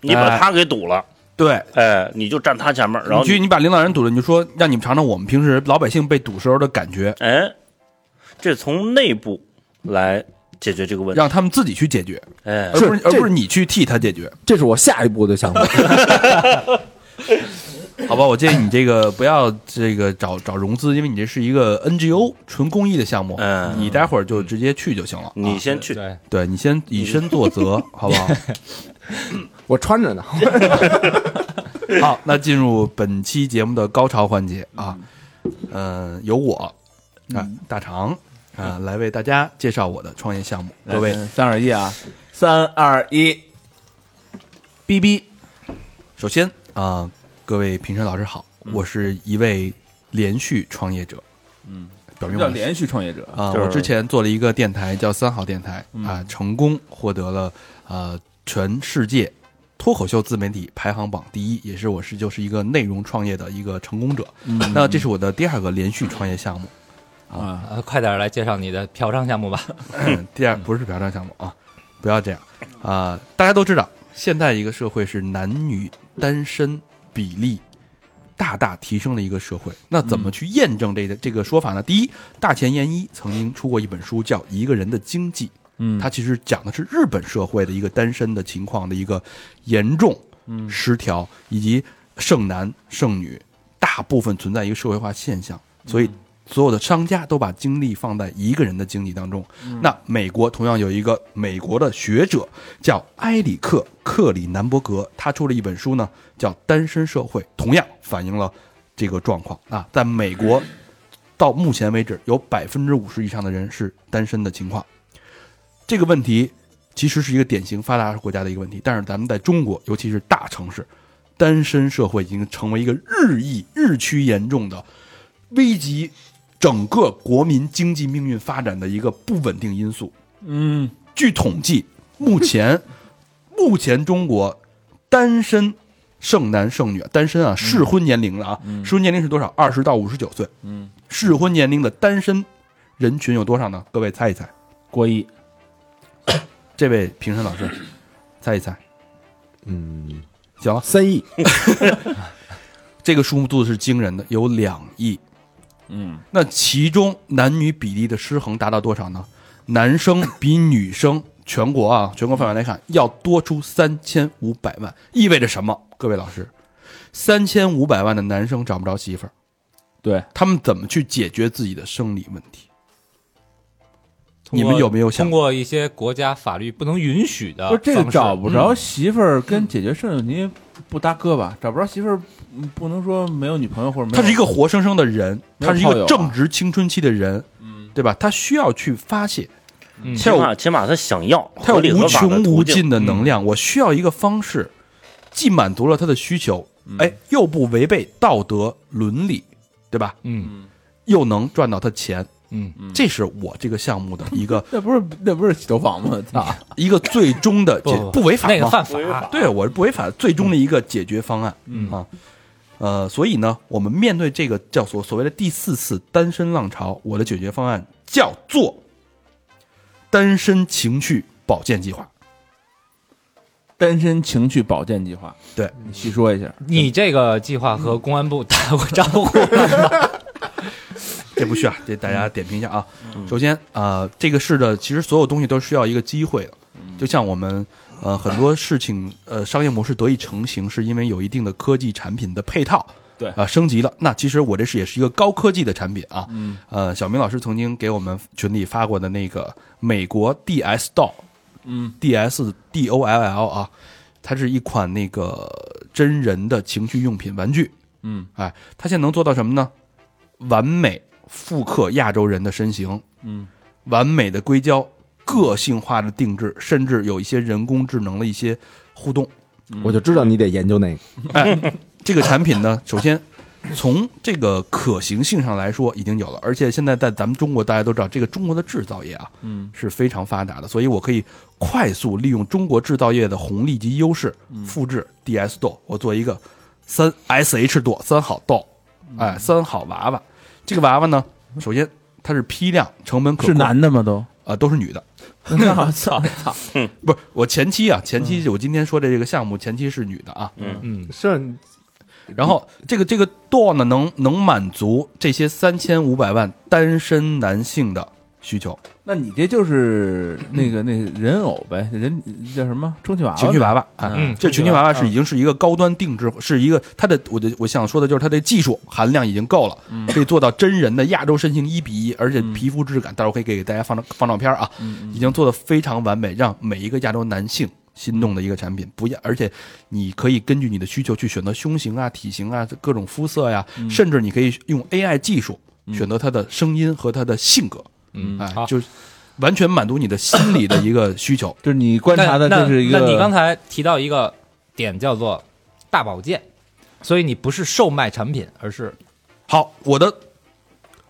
S3: 你把
S1: 哎
S3: 他给堵了，
S1: 对。
S3: 哎，你就站他前面，然
S1: 然
S3: 后
S1: 后去，
S3: 你
S1: 你把领导人堵了，你就说让你们尝尝我们平时老百姓被堵时候的感觉，
S3: 哎，这从内部来解决这个问题，
S1: 让他们自己去解决，
S3: 哎
S1: 而，不是
S2: 这
S1: 而不是你去替他解决，
S2: 这是我下一步的想法。
S1: 好吧？我建议你这 个不要这个找找融资，因为你这是一个 NGO 纯公益的项目，
S3: 嗯
S1: 你待会儿就直接去就行了。
S3: 你
S1: 啊
S3: 先去，
S8: 对，
S1: 对你先以身作则， 好不好？
S2: 我穿着呢，
S1: 好，那进入本期节目的高潮环节啊，嗯、由我啊大肠啊、来为大家介绍我的创业项目。各位，
S4: 哎三二一啊，三二一，哔哔，
S1: 首先啊、各位评审老师好，我是一位连续创业者，嗯，表
S4: 什
S1: 明
S4: 么叫
S1: 我是
S4: 连续创业者？
S1: 啊、
S3: 就是嗯
S1: 我之前做了一个电台叫三好电台啊、成功获得了呃全世界脱口秀自媒体排行榜第一，也是我是就是一个内容创业的一个成功者。
S3: 嗯
S1: 那这是我的第二个连续创业项目。
S8: 呃快点儿来介绍你的嫖娼项目吧。
S1: 第二不是嫖娼项目啊，不要这样啊、大家都知道，现在一个社会是男女单身比例大大提升的一个社会。那怎么去验证这个、这个说法呢？第一，大前研一曾经出过一本书叫《一个人的经济》，
S4: 嗯
S1: 它其实讲的是日本社会的一个单身的情况的一个严重失调，以及剩男剩女大部分存在一个社会化现象，所以所有的商家都把精力放在一个人的经济当中。那美国同样有一个美国的学者叫埃里克·克里南伯格，他出了一本书呢，叫《单身社会》，同样反映了这个状况啊，在美国。到目前为止，有百分之五十以上的人是单身的情况。这个问题其实是一个典型发达国家的一个问题，但是咱们在中国，尤其是大城市，单身社会已经成为一个日益日趋严重的危及整个国民经济命运发展的一个不稳定因素。
S4: 嗯，
S1: 据统计，目前目前中国单身剩男剩女，单身啊，适婚年龄了啊，适婚年龄是多少？二十到五十九岁。嗯，适婚年龄的单身人群有多少呢？各位猜一猜。
S4: 过亿，
S1: 这位评审老师，猜一猜，
S2: 嗯，
S1: 行了，
S2: 三亿，
S1: 这个数目度是惊人的，有两亿
S4: 嗯，
S1: 那其中男女比例的失衡达到多少呢？男生比女生全国啊，全国范围来看，要多出三千五百万，意味着什么？各位老师，三千五百万的男生找不着媳妇儿，
S4: 对，
S1: 他们怎么去解决自己的生理问题？
S8: 通
S1: 你
S8: 过
S1: 们有没有想
S8: 通过一些国家法律不能允许的
S4: 不
S1: 啊
S8: 方
S4: 是
S8: 式？
S4: 这个找不着
S8: 嗯
S4: 媳妇儿跟解决剩下问题不搭哥吧？找不着媳妇儿，嗯不能说没有女朋友或者没有
S1: 他是一个活生生的人，
S4: 没
S1: 他
S4: 有
S1: 是一
S4: 炮友
S1: 个
S4: 啊
S1: 正值青春期的人，嗯，对吧？他需要去发泄，
S8: 嗯
S3: 起
S1: 他有
S3: 码起码他想要，
S1: 他
S3: 合理
S1: 有无
S3: 合法的
S1: 穷
S3: 途
S1: 无
S3: 径
S1: 尽的能量，我需要一个方式，既满足了他的需求，哎，又不违背道德伦理，对吧？
S8: 嗯
S1: 又能赚到他钱，
S8: 嗯
S1: 这是我这个项目的一个
S4: 那不是那不是洗头房吗？操！
S1: 一个最终的解
S8: 不
S1: 不违法
S8: 那个
S1: 吗
S8: 犯法，
S1: 对，我是不违法最终的一个解决方案、
S8: 嗯
S1: 啊。呃，所以呢，我们面对这个叫所所谓的第四次单身浪潮，我的解决方案叫做单身情趣保健计划。
S4: 单身情趣保健计划，
S1: 对
S4: 你细说一下。
S8: 你这个计划和公安部打过招呼，嗯
S1: 这不 需要，这大家点评一下啊。
S4: 嗯
S1: 首先，呃，这个是的，其实所有东西都是需要一个机会的，
S4: 嗯
S1: 就像我们呃很多事情呃商业模式得以成型，是因为有一定的科技产品的配套。
S4: 对
S1: 啊、升级了。那其实我这是也是一个高科技的产品啊。嗯，呃，小明老师曾经给我们群里发过的那个美国 DS Doll，
S4: 嗯
S1: ，D S D O L L 啊，它是一款那个真人的情趣用品玩具。
S4: 嗯，
S1: 哎，它现在能做到什么呢？完美复刻亚洲人的身形，
S4: 嗯，
S1: 完美的硅胶，个性化的定制，甚至有一些人工智能的一些互动。
S2: 我就知道你得研究那个。
S1: 这个产品呢，首先从这个可行性上来说已经有了，而且现在在咱们中国，大家都知道这个中国的制造业啊，
S4: 嗯，
S1: 是非常发达的，所以我可以快速利用中国制造业的红利及优势，
S4: 嗯
S1: 复制 DS 豆，我做一个三 SH 垛三好豆，
S4: 嗯
S1: 哎，三好娃娃。这个娃娃呢，首先它是批量，成本可
S4: 是
S1: 控
S4: 男的吗？ 都，
S1: 呃，都是女的，
S4: 我操！
S1: 不是我前期啊，前期我今天说的这个项目，前期是女的啊，
S8: 嗯，
S2: 是，
S1: 然后这个这个 door 呢，能能满足这些三千五百万单身男性的需求，
S4: 那你这就是那个那人偶呗，人叫什么充气娃娃？
S1: 情趣娃娃啊，
S8: 嗯
S1: 这情趣娃娃是已经是一个高端定制，是一个它的我的我想说的就是它的技术含量已经够了，可以做到真人的亚洲身形一比一，而且皮肤质感，待会儿可以给大家放照放照片啊，已经做的非常完美，让每一个亚洲男性。心动的一个产品，不要，而且你可以根据你的需求去选择胸型啊、体型啊、各种肤色呀、嗯甚至你可以用 AI 技术选择他的声音和他的性格，
S8: 嗯
S1: 哎
S8: 好，
S1: 就是完全满足你的心理的一个需求。
S4: 就是你观察的，
S8: 那
S4: 这是一个。
S8: 那那你刚才提到一个点叫做大保健，所以你不是售卖产品，而是
S1: 好，我的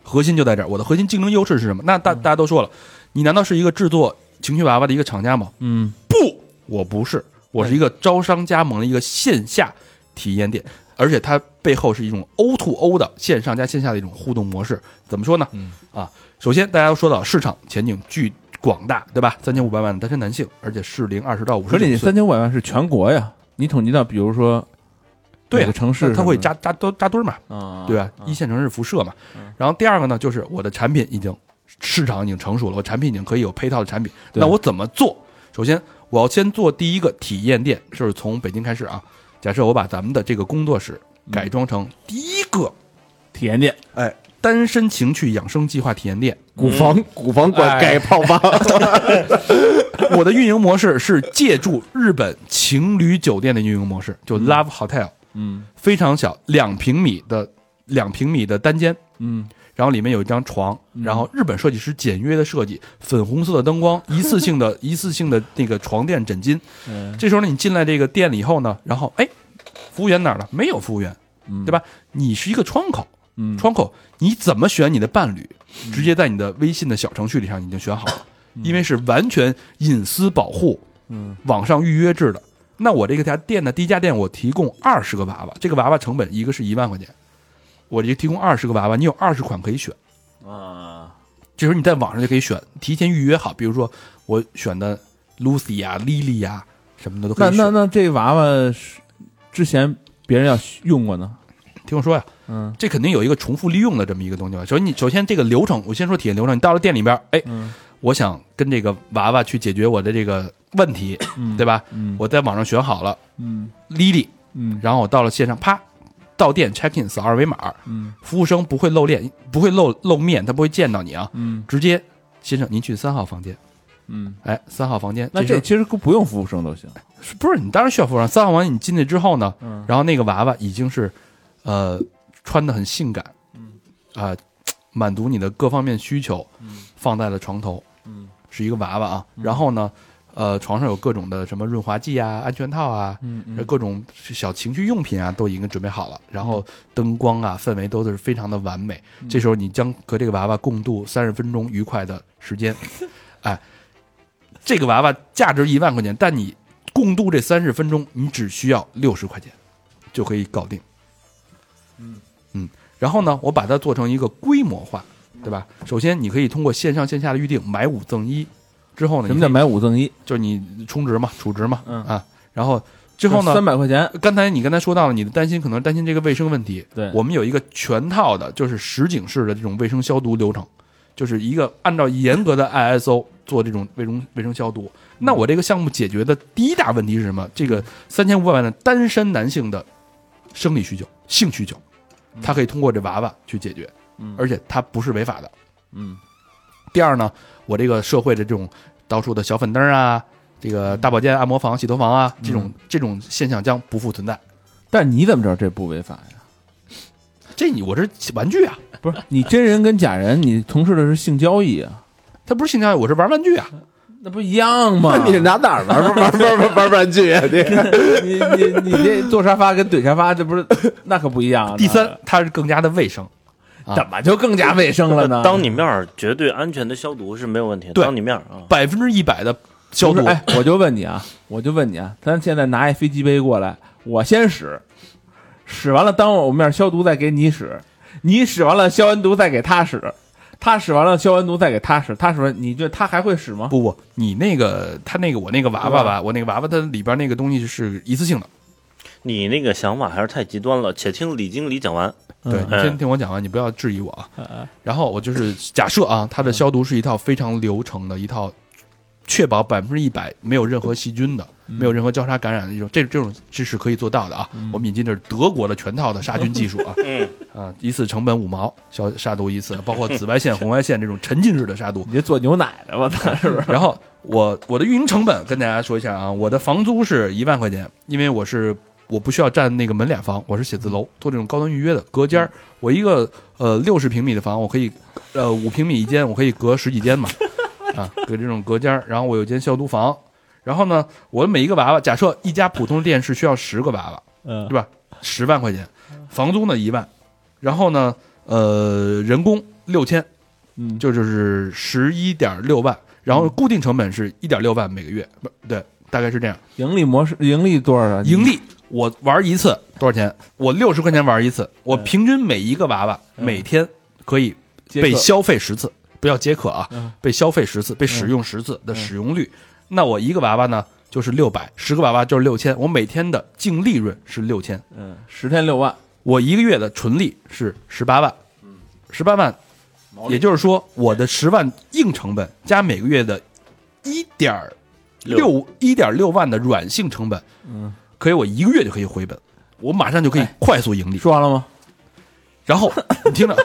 S1: 核心就在这儿，我的核心竞争优势是什么？那
S4: 嗯
S1: 大大家都说了，你难道是一个制作情趣娃娃的一个厂家吗？
S4: 嗯，
S1: 不，我不是，我是一个招商加盟的一个线下体验店，而且它背后是一种 O to O 的线上加线下的一种互动模式。怎么说呢？
S8: 嗯
S1: 啊，首先大家都说到市场前景巨广大，对吧？三千五百万的单身男性，而且适龄二十到五
S4: 可
S1: 十
S4: 是你
S1: 九岁
S4: 三，千五百万是全国呀，你统计到，比如说
S1: 对啊
S4: 哪个城市，
S1: 它会扎扎堆扎堆儿嘛，
S4: 啊，嗯
S1: 对吧？一线城市辐射嘛。然后第二个呢，就是我的产品已经市场已经成熟了，我产品已经可以有配套的产品。
S4: 对
S1: 那我怎么做？首先，我要先做第一个体验店，就是从北京开始啊。假设我把咱们的这个工作室改装成第一个
S4: 嗯体验店，
S1: 哎单身情趣养生计划体验店，
S2: 古房古房馆改泡吧，
S1: 我的运营模式是借助日本情侣酒店的运营模式，就 Love Hotel，
S4: 嗯
S1: 非常小，两平米的两平米的单间，
S4: 嗯，
S1: 然后里面有一张床，然后日本设计师简约的设计，粉红色的灯光， 一次性的一次性的那个床垫枕巾。
S4: 嗯
S1: 这时候呢，你进来这个店里以后呢，然后哎，服务员哪儿了？没有服务员，对吧？你是一个窗口，
S4: 嗯
S1: 窗口你怎么选你的伴侣，直接在你的微信的小程序里上已经选好了，因为是完全隐私保护，
S4: 嗯，
S1: 网上预约制的。那我这个家店呢，第一家店我提供二十个娃娃，这个娃娃成本一个是一万块钱，我这提供二十个娃娃，你有二十款可以选。
S4: 啊，
S1: 这时候你在网上就可以选，提前预约好，比如说我选的 Lucy 啊、Lily 啊什么的都可
S4: 那
S1: 以选。
S4: 那那这娃娃是之前别人要用过呢，
S1: 听我说呀，
S4: 嗯
S1: 这肯定有一个重复利用的这么一个东西啊吧。首先你首先这个流程，我先说体验流程。你到了店里边，哎，
S4: 嗯
S1: 我想跟这个娃娃去解决我的这个问 题，
S4: 嗯
S1: 对吧？
S4: 嗯
S1: 我在网上选好了
S4: 嗯
S1: Lily，
S4: 嗯
S1: 然后我到了线上，啪，到店 check in 扫二维码，
S4: 嗯
S1: 服务生不会露脸，不会露露面，他不会见到你啊，
S4: 嗯
S1: 直接先生您去三号房间，
S4: 嗯，
S1: 哎，三号房间，
S4: 那
S1: 这
S4: 这其实不用服务生都行。
S1: 是不是你当然需要服务生。三号房间你进去之后呢，
S4: 嗯
S1: 然后那个娃娃已经是，呃，穿的很性感，嗯，啊、满足你的各方面需求，
S4: 嗯
S1: 放在了床头，
S4: 嗯，
S1: 是一个娃娃啊。然后呢，呃，床上有各种的什么润滑剂啊、安全套啊，
S4: 嗯嗯
S1: 各种小情趣用品啊，都已经准备好了。然后
S4: 嗯
S1: 灯光啊、氛围都是非常的完美。这时候你将和这个娃娃共度三十分钟愉快的时间，哎，这个娃娃价值一万块钱，但你共度这三十分钟，你只需要六十块钱就可以搞定。嗯嗯，然后呢，我把它做成一个规模化，对吧？首先，你可以通过线上线下的预定买五赠一，之后呢，
S4: 什么叫
S1: 你可以
S4: 买五赠一？
S1: 就是你充值嘛，储值嘛，
S4: 嗯
S1: 啊，然后之后呢，
S4: 三百块钱，
S1: 刚才你刚才说到了你的担心，可能是担心这个卫生问题。
S4: 对
S1: 我们有一个全套的，就是实景式的这种卫生消毒流程，就是一个按照严格的 ISO 做这种卫生卫生消毒。那我这个项目解决的第一大问题是什么？这个三千五百万的单身男性的生理需求、性需求，他可以通过这娃娃去解决，
S4: 嗯
S1: 而且它不是违法的。
S4: 嗯
S1: 第二呢，我这个社会的这种到处的小粉灯啊，这个大保健、按摩房、洗头房啊，这
S4: 嗯
S1: 种、这种现象将不复存在。
S4: 但你怎么知道这不违法呀？
S1: 这你我这玩具啊，
S4: 不是你真人跟假人，你从事的是性交易啊，
S1: 它不是性交易，我是玩玩具啊。
S4: 那不一样吗
S2: 那你拿哪儿玩玩玩玩玩玩玩具啊？你
S4: 你你你这坐沙发跟怼沙发，这不是那可不一样 啊。
S1: 第三，它是更加的卫生。
S4: 那怎么就更加卫生了呢？
S3: 呃当你面儿绝对安全的消毒是没有问题的，
S1: 对
S3: 当你面儿啊，
S1: 百分之一百的消毒
S4: 不是，哎，我就问你啊，我就问你啊，咱现在拿一飞机杯过来，我先使，使完了当我面消毒再给你使，你使完了消完毒再给他使，他使完了消完毒再给他使，他使完你觉得他还会使吗？
S1: 不不，你那个它那个我那个娃娃
S4: 对
S1: 吧，我那个娃娃它里边那个东西是一次性的。
S3: 你那个想法还是太极端了。且听李经理讲完，
S4: 嗯
S1: 对，你先听我讲完，你不要质疑我啊。然后我就是假设啊，它的消毒是一套非常流程的一套，确保百分之一百没有任何细菌的，没有任何交叉感染的一种，这这种这是可以做到的啊。我们引进的是德国的全套的杀菌技术啊，
S3: 嗯，
S1: 啊，一次成本五毛，消杀毒一次，包括紫外线、红外线这种沉浸式的杀毒。
S4: 你这做牛奶的吧，他是不是？
S1: 然后我我的运营成本跟大家说一下啊，我的房租是一万块钱，因为我是我不需要占那个门脸房，我是写字楼做这种高端预约的隔
S4: 嗯
S1: 间儿。我一个呃六十平米的房，我可以呃五平米一间，我可以隔十几间嘛，啊，隔这种隔间儿。然后我有间消毒房，然后呢，我的每一个娃娃，假设一家普通的店是需要十个娃娃，
S4: 嗯
S1: 对吧？十万块钱，房租呢一万，然后呢，呃，人工六千，
S4: 嗯
S1: 就就是十一点六万，然后固定成本是一点六万每个月，不对，大概是这样。
S4: 盈利模式，盈利多少啊？
S1: 盈利我玩一次多少
S4: 嗯
S1: 钱？我六十块钱玩一次，我平均每一个娃娃每天可以
S4: 嗯接客
S1: 被消费十次，不要接客啊
S4: 嗯，
S1: 被消费十次，被使用十次的使用率。那我一个娃娃呢就是六百，十个娃娃就是六千，我每天的净利润是六千，
S4: 嗯，十天六万，
S1: 我一个月的纯利是十八万，十八万，也就是说我的十万硬成本加每个月的一点六一点六万的软性成本，
S4: 嗯，哎
S1: 可以我一个月就可以回本，我马上就可以快速盈利。
S4: 说完了吗？
S1: 然 后你听着，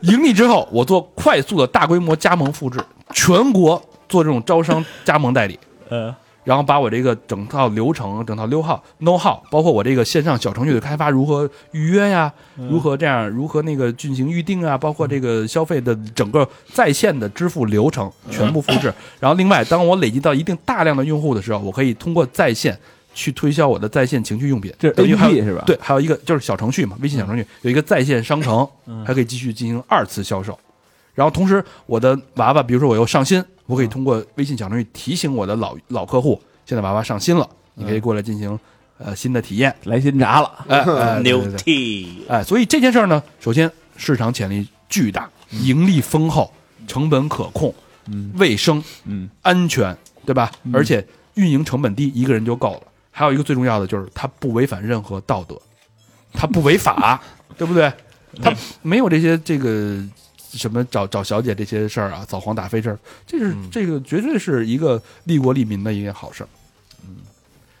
S1: 盈利之后我做快速的大规模加盟复制，全国做这种招商加盟代理，
S4: 呃，
S1: 然后把我这个整套流程、整套溜号、know how，包括我这个线上小程序的开发，如何预约呀、如何这样，如何那个进行预定啊，包括这个消费的整个在线的支付流程全部复制。然后另外，当我累积到一定大量的用户的时候，我可以通过在线去推销我的在线情趣用品。
S4: 这是
S1: 等于还
S4: APP
S1: 有
S4: 是吧
S1: 对，还有一个就是小程序嘛，微信小程序有一个在线商城，还可以继续进行二次销售。然后同时我的娃娃，比如说我又上新，我可以通过微信小程序提醒我的老老客户，现在娃娃上新了，你可以过来进行呃新的体验。
S4: 来新闸了，
S1: 哎，哎对对
S3: 牛
S1: 对
S3: 替，
S1: 哎，所以这件事儿呢，首先市场潜力巨大，盈利丰厚，成本可控，
S4: 嗯
S1: 卫生，
S4: 嗯，
S1: 安全，对吧？而且运营成本低，一个人就够了。还有一个最重要的就是它不违反任何道德，它不违法，对不对？他没有这些这个什么找找小姐这些事儿啊，扫黄打非事儿，这是、这个绝对是一个利国利民的一件好事儿。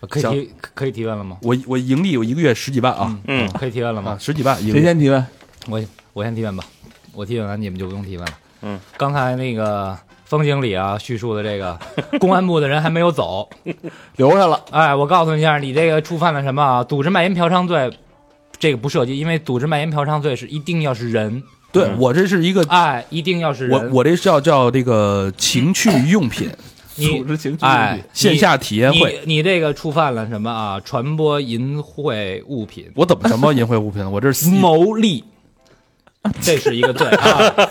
S8: 可以
S1: 行
S8: 提可可以提问了吗？
S1: 我我盈利有一个月十几万啊、
S3: 嗯，
S8: 可以提问了吗
S1: 啊，？十几万盈
S4: 谁
S1: 利。
S4: 先提问？
S8: 我我先提问吧，我提问完你们就不用提问了。
S3: 嗯，
S8: 刚才那个方经理啊叙述的这个 公安部的人还没有走，
S1: 留下了，
S8: 哎，我告诉你一下，你这个触犯了什么啊？组织卖淫嫖娼罪，这个不涉及，因为组织卖淫嫖娼罪是一定要是人，
S1: 对
S3: 嗯
S1: 我这是一个，
S8: 哎，一定要是人。
S1: 我我这是叫叫这个情趣用品
S8: 你
S4: 织情
S8: 哎，
S1: 线下体验
S8: 你
S1: 会。
S8: 你你这个触犯了什么啊？传播淫秽物品，
S1: 我怎么什么淫秽物品了？我这是
S8: 牟利， 这是一个 罪啊。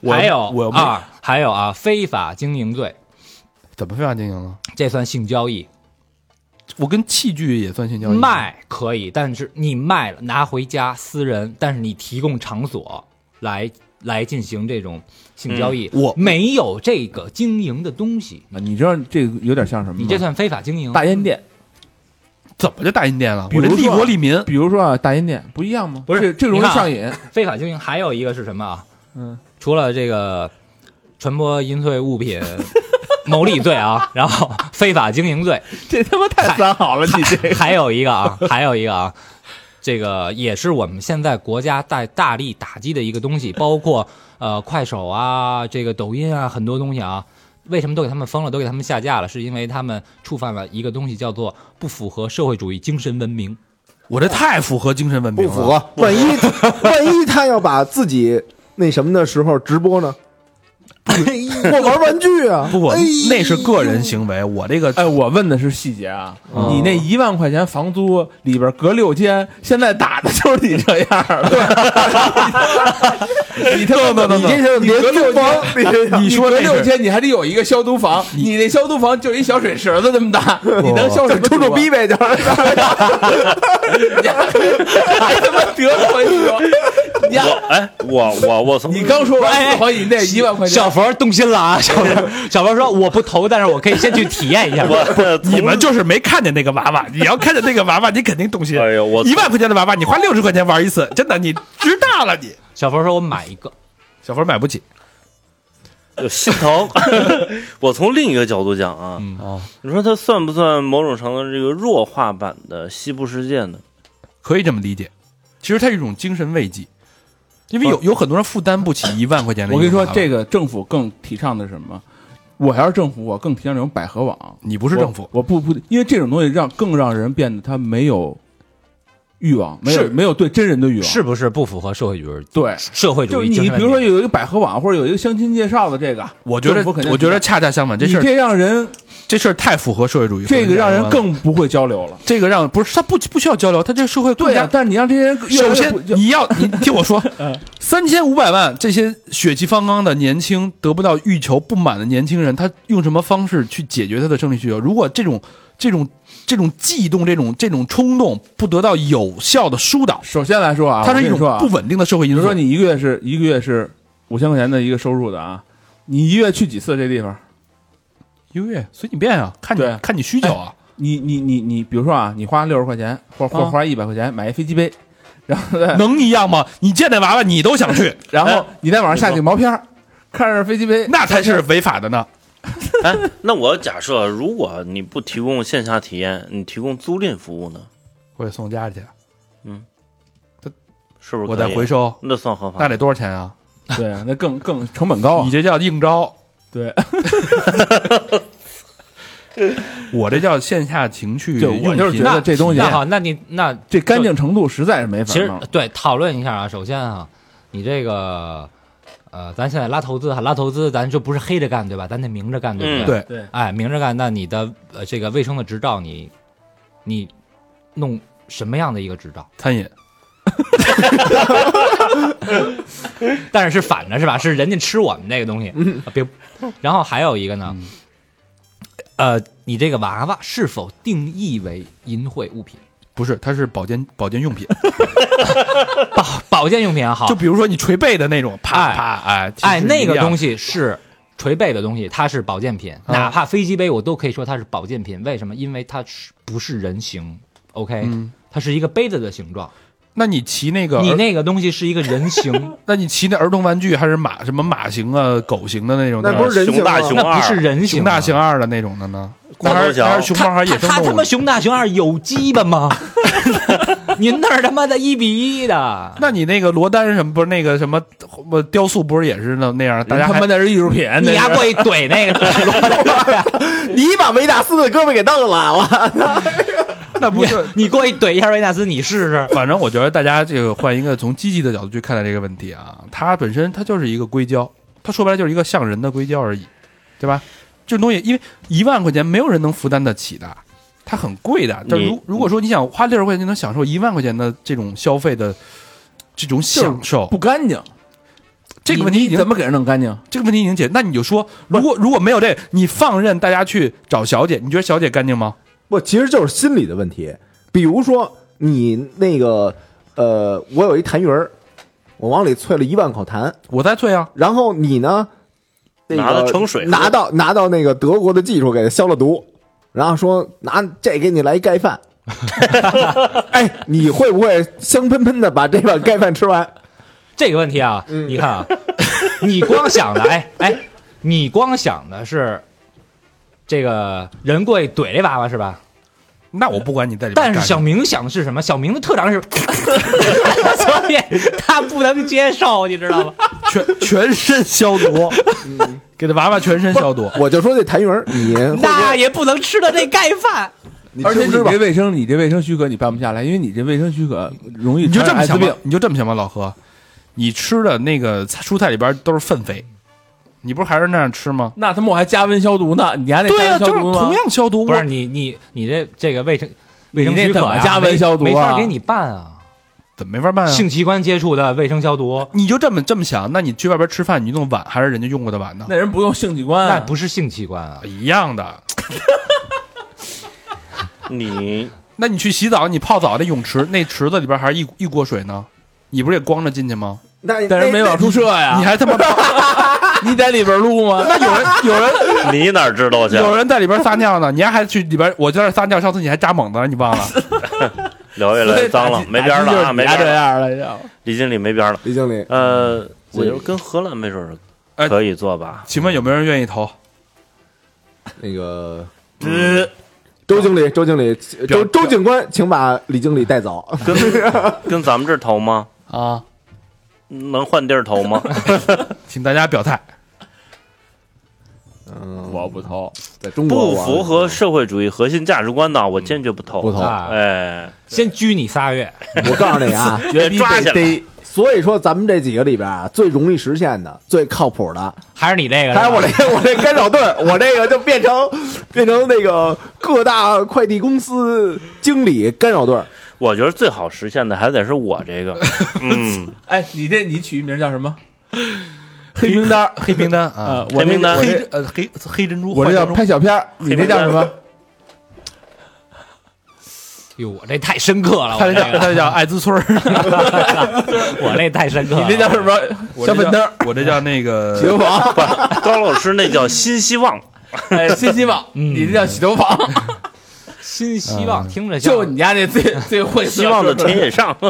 S1: 我
S8: 还有
S1: 我没
S8: 啊，还有啊，非法经营罪，
S1: 怎么非法经营呢？
S8: 这算性交易。
S1: 我跟器具也算性交易吗，
S8: 卖可以，但是你卖了拿回家私人，但是你提供场所来来进行这种性交易，
S1: 嗯我
S8: 没有这个经营的东西，
S4: 啊你知道这个有点像什么吗？
S8: 你这
S1: 嗯
S8: 算非法经营。
S4: 大烟店，
S1: 怎么就大阴店了？
S4: 比
S1: 我
S4: 如
S1: 这
S4: 说
S1: 利国利民，
S4: 比如说啊，大烟店不一样吗？
S8: 不是
S4: 这这容易
S8: 你看啊
S4: 上瘾。
S8: 非法经营还有一个是什么啊？
S4: 嗯，
S8: 除了这个传播淫秽物品 牟利罪啊，然后非法经营罪，
S4: 这他妈太三好了，你这
S8: 还有一个啊，还有一个啊，这个也是我们现在国家在大力打击的一个东西，包括呃快手啊、这个抖音啊很多东西啊。为什么都给他们封了，都给他们下架了？是因为他们触犯了一个东西，叫做不符合社会主义精神文明。
S1: 我这太符合精神文明
S2: 不
S1: 了。
S2: 符合，
S7: 万一万一他要把自己那什么的时候直播呢？我玩玩具啊！
S1: 不，
S7: 哎呦
S1: 那是个人行为，我这个
S4: 哎，我问的是细节啊，你那一万块钱房租里边隔六间，现在打的就是你这样儿。 你他妈，你这
S2: 是
S4: 你隔六间，
S2: 你
S4: 你
S1: 说
S4: 隔
S1: 这是
S4: 六间你还得有一个消毒房，你那消毒房就一小水池子这么大，你能消什么毒啊？
S2: 抽抽逼呗，就是
S4: 你丫还他妈得了，我跟你说，你丫
S3: 我哎，我我我从
S4: 你刚说完四环以内一万块钱
S8: 小，佛动心了 啊！小佛，小佛说我不投，但是我可以先去体验一 下。
S3: 我
S1: 你们就是没看见那个娃娃，你要看见那个娃娃，你肯定动心。
S3: 哎呦我
S1: 一万块钱的娃娃，你花六十块钱玩一次，真的，你值大了你。
S8: 小佛说：“我买一个。
S1: 小佛买不起，
S3: 就心疼。 我从另一个角度讲啊，
S1: 嗯哦
S3: 你说它算不算某种程度这个弱化版的西部世 界呢？
S1: 可以这么理解。其实它是一种精神慰藉，因为有有很多人负担不起一万块钱的。
S4: 我跟你说，这
S1: 个
S4: 个政府更提倡的是什么？我要是政府，我更提倡这种百合网。
S1: 你不是政府，
S4: 我，我不不，因为这种东西让更让人变得他没有欲望，没有没有对真人的欲”望。
S8: 是不是不符合社会主义
S4: 对，
S8: 社会
S4: 就
S8: 主
S4: 是
S8: 义精
S4: 你
S8: 神文
S4: 比
S8: 明？
S4: 如说有一个百合网，或者有一个相亲介绍的这个，
S1: 我觉得
S4: 政府肯定
S1: 我觉得恰恰相反，这
S4: 你
S1: 事儿
S4: 这让人
S1: 这事儿太符合社会主义核心
S4: 这
S1: 价
S4: 个
S1: 值观了，啊
S4: 让人更不会交流了。
S1: 这个让不是他不不需要交流，他这个社会更
S4: 对
S1: 加
S4: 呀，但是你让这些人越
S1: 首
S4: 来越
S1: 先
S4: 不就
S1: 你要你 听我说，三千五百万这些血气方刚的年轻得不到欲求不满的年轻人，他用什么方式去解决他的生理需求？如果这种这种这种悸动、这种这种冲动不得到有效的疏导，
S4: 首先来说啊，
S1: 它是一
S4: 我跟
S1: 种
S4: 你说啊
S1: 不稳定的社会
S4: 比
S1: 因
S4: 如
S1: 素。
S4: 说你一个月是一个月是五千块钱的一个收入的啊，你一月去几次这地方？
S1: 一个月随你便啊，看你
S4: 对
S1: 看你需求啊，
S4: 你你你你，比如说啊，你花六十块钱，或或
S1: 啊
S4: 花一百块钱买一飞机杯，然后再
S1: 能一样吗？你见那娃娃你都想去，
S4: 然后
S3: 哎
S4: 你再往上下几毛片儿，看着飞机杯，
S1: 那才是违法的呢。
S3: 哎，那我假设，如果你不提供线下体验，你提供租赁服务呢？
S1: 我得送家里去，
S3: 是不是
S1: 我
S3: 可以？啊
S1: 再回收，
S3: 那算合法
S1: 那？得多少钱啊？
S4: 对啊，那更更成本高啊
S1: 你。这叫应招，
S4: 对，
S1: 我这叫线下情趣
S4: 就
S1: 用
S4: 我就是
S1: 品
S4: 觉得这东西
S8: 那好，那你那
S4: 这干净程度实在是没法
S8: 其实呃
S4: 弄。
S8: 对，讨论一下啊。首先啊，你这个呃，咱现在拉投资哈，拉投资咱就不是黑着干对吧？咱得明着干对不
S3: 嗯
S1: 对
S4: 对
S8: 哎，明着干，那你的呃这个卫生的执照你，你弄什么样的一个执照？
S1: 餐饮。
S8: 但是是反着是吧？
S1: 啊
S8: 是人家吃我们这个东西，
S1: 嗯
S8: 啊别。然后还有一个呢，呃，你这个娃娃是否定义为淫秽物品？
S1: 不是，它是保健保健用品，啊
S8: 保保健用品啊，好，
S1: 就比如说你捶背的那种，啪
S8: 哎
S1: 啪，哎
S8: 哎，那个东西
S1: 西，
S8: 是捶背的东西，它是保健品，
S1: 啊
S8: 哪怕飞机杯我都可以说它是保健品。为什么？因为它是不是人形？OK，、它是一个杯子的形状。
S1: 那你骑那个儿，
S8: 你那个东西是一个人形，
S1: 那你骑那儿童玩具还是马什么马型啊、狗型的那种的？
S2: 那不是人
S3: 熊
S2: 形
S3: 大
S2: 啊
S3: 熊
S8: 那
S3: 二
S8: 不是人形
S1: 熊
S8: 啊，
S1: 大型二的那种的呢？
S3: 光
S1: 那还
S3: 头
S1: 是
S3: 强
S1: 那还是熊猫还是野
S8: 他
S1: 生
S8: 他
S1: 动
S8: 他
S1: 物
S8: 妈？熊大熊二有鸡巴吗？您那儿他妈的一比一的，
S1: 那你那个罗丹什么不是那个什么呃雕塑不是也是那那样？大
S4: 人
S1: 家
S4: 他
S1: 还
S4: 妈那是艺术品，
S1: 哎
S8: 你
S4: 那
S8: 丫
S4: 是
S8: 过去怼那个，
S2: 你把维纳斯的胳膊给弄了，我
S1: 那不是
S8: 你过去怼一下维纳斯，你试试。
S1: 反正我觉得大家这个换一个从积极的角度去看待这个问题啊，它本身它就是一个硅胶，它说白了就是一个像人的硅胶而已，对吧？这种东西因为一万块钱没有人能负担得起的，它很贵的。但如
S3: 你
S1: 如果说你想花六十块钱就能享受一万块钱的这种消费的这种享受，
S4: 不干净。
S1: 这个问题已
S4: 你
S1: 经
S4: 怎么给人弄干净？
S1: 这个问题已经解决，那你就说，如果如果没有这，你放任大家去找小姐，你觉得小姐干净吗？
S2: 不，其实就是心理的问题。比如说你那个呃，我有一痰盂儿，我往里啐了一万口痰，
S1: 我在退啊，
S2: 然后你呢，那个
S3: 拿它盛水喝
S2: 拿到拿到那个德国的技术给它消了毒，然后说拿这给你来一盖 饭。哎，你会不会香喷喷的把这碗盖饭吃完？
S8: 这个问题啊，你看啊，你光想的，哎哎，你光想的是这个人过去怼这娃娃是吧？
S1: 那我不管你在里面干
S8: 但
S1: 什么。
S8: 是小明想的是什么？小明的特长是， 所以他不能接受，你知道吗？
S1: 全全身消毒，给他娃娃全身消毒。
S2: 我就说这痰盂儿，你会不
S8: 那
S2: 会
S8: 也不能吃的这盖饭。
S2: 你
S4: 而
S2: 吃
S4: 且
S2: 不
S4: 你
S2: 吃吧
S4: 这？卫生，你这卫生许可你办不下来，因为你这卫生许可容易
S1: 你就哎这么
S4: 传染艾滋
S1: 想吧
S4: 病。，
S1: 你就这么想吧，老何，你吃的那个菜蔬菜里边都是粪肥，你不是还是那样吃吗？
S4: 那他妈我还加温消毒呢，你还得
S1: 对
S4: 加
S1: 呀、
S4: 温
S1: 就
S4: 消
S1: 是
S4: 毒吗
S1: 同？样消毒。
S8: 不是
S1: 我
S8: 你你你这这个卫生
S4: 你
S8: 卫生
S4: 这
S8: 许可
S4: 怎么
S8: 呀
S4: 加
S8: 没
S4: 温消毒啊
S8: 没法给你办啊，
S1: 怎么没法办啊？
S8: 性器官接触的卫生消毒，
S1: 你就这么这么想，那你去外边吃饭，你用碗还是人家用过的碗呢？
S4: 那人不用性器官，
S8: 那不是性器官啊。
S1: 一样的。
S3: 你
S1: 那你去洗澡，你泡澡那泳池那池子里边还是一一锅水呢，你不是也光着进去吗？
S2: 那
S4: 但是没往出射
S1: 你
S4: 呀，
S1: 还他妈
S4: 你在里边撸吗？
S1: 那有人有人
S3: 你哪知道去？
S1: 有人在里边撒尿呢，你还还去里边？我在那撒尿，上次你还扎猛子，你忘了？
S3: 聊越来越脏了，没边儿了啊，没边
S4: 这
S3: 儿了，
S4: 样了就。
S3: 李经理没边儿了。
S2: 李经理，
S3: 呃，我觉得跟荷兰没准
S1: 哎
S3: 儿可以做吧。
S1: 请问有没有人愿意投？
S2: 那个
S4: 呃
S3: 嗯，
S2: 周经理，周经理，
S1: 表
S2: 周周警官，请把李经理带走。
S3: 跟 跟咱们这儿投吗？
S1: 啊，
S3: 能换地儿投吗？
S1: 请大家表态。
S2: 嗯，
S4: 我不投，
S2: 在中国
S3: 不符合社会主义核心价值观的，我坚决啊不
S4: 嗯
S3: 投。
S2: 不投
S8: 啊
S3: 哎，
S8: 先拘你仨月，
S2: 我告诉你啊，
S3: 绝逼抓起来！
S2: 所以说咱们这几个里边啊，最容易实现的、最靠谱的，
S8: 还是你这个？
S2: 还有我这我这干扰队儿，我这个就变成变成那个各大快递公司经理干扰队儿。
S3: 我觉得最好实现的还得是我 这个。嗯，
S4: 哎，你这你取名叫什么？黑 名单
S1: 黑名单啊，
S4: 啊，我
S3: 黑名单
S4: 这
S1: 黑
S4: 我
S1: 呃黑黑珍珠，
S4: 这我这
S1: 幻
S4: 叫
S1: 珍珠
S4: 拍小片儿，你那叫什么？
S8: 哟，我这太深刻了，
S1: 他
S8: 我这
S1: 这叫他
S8: 个
S1: 这叫艾滋 村儿，
S8: 我这太深刻了。
S4: 你那叫什么？小粉 灯儿，
S1: 我这叫那
S2: 刘
S1: 个
S2: 鹏，
S3: 高老师那叫新 希望，
S4: 哎，新希望，你这叫洗头房，
S8: 新希望？听着像
S4: 就你家那最最会
S3: 希望的田野上。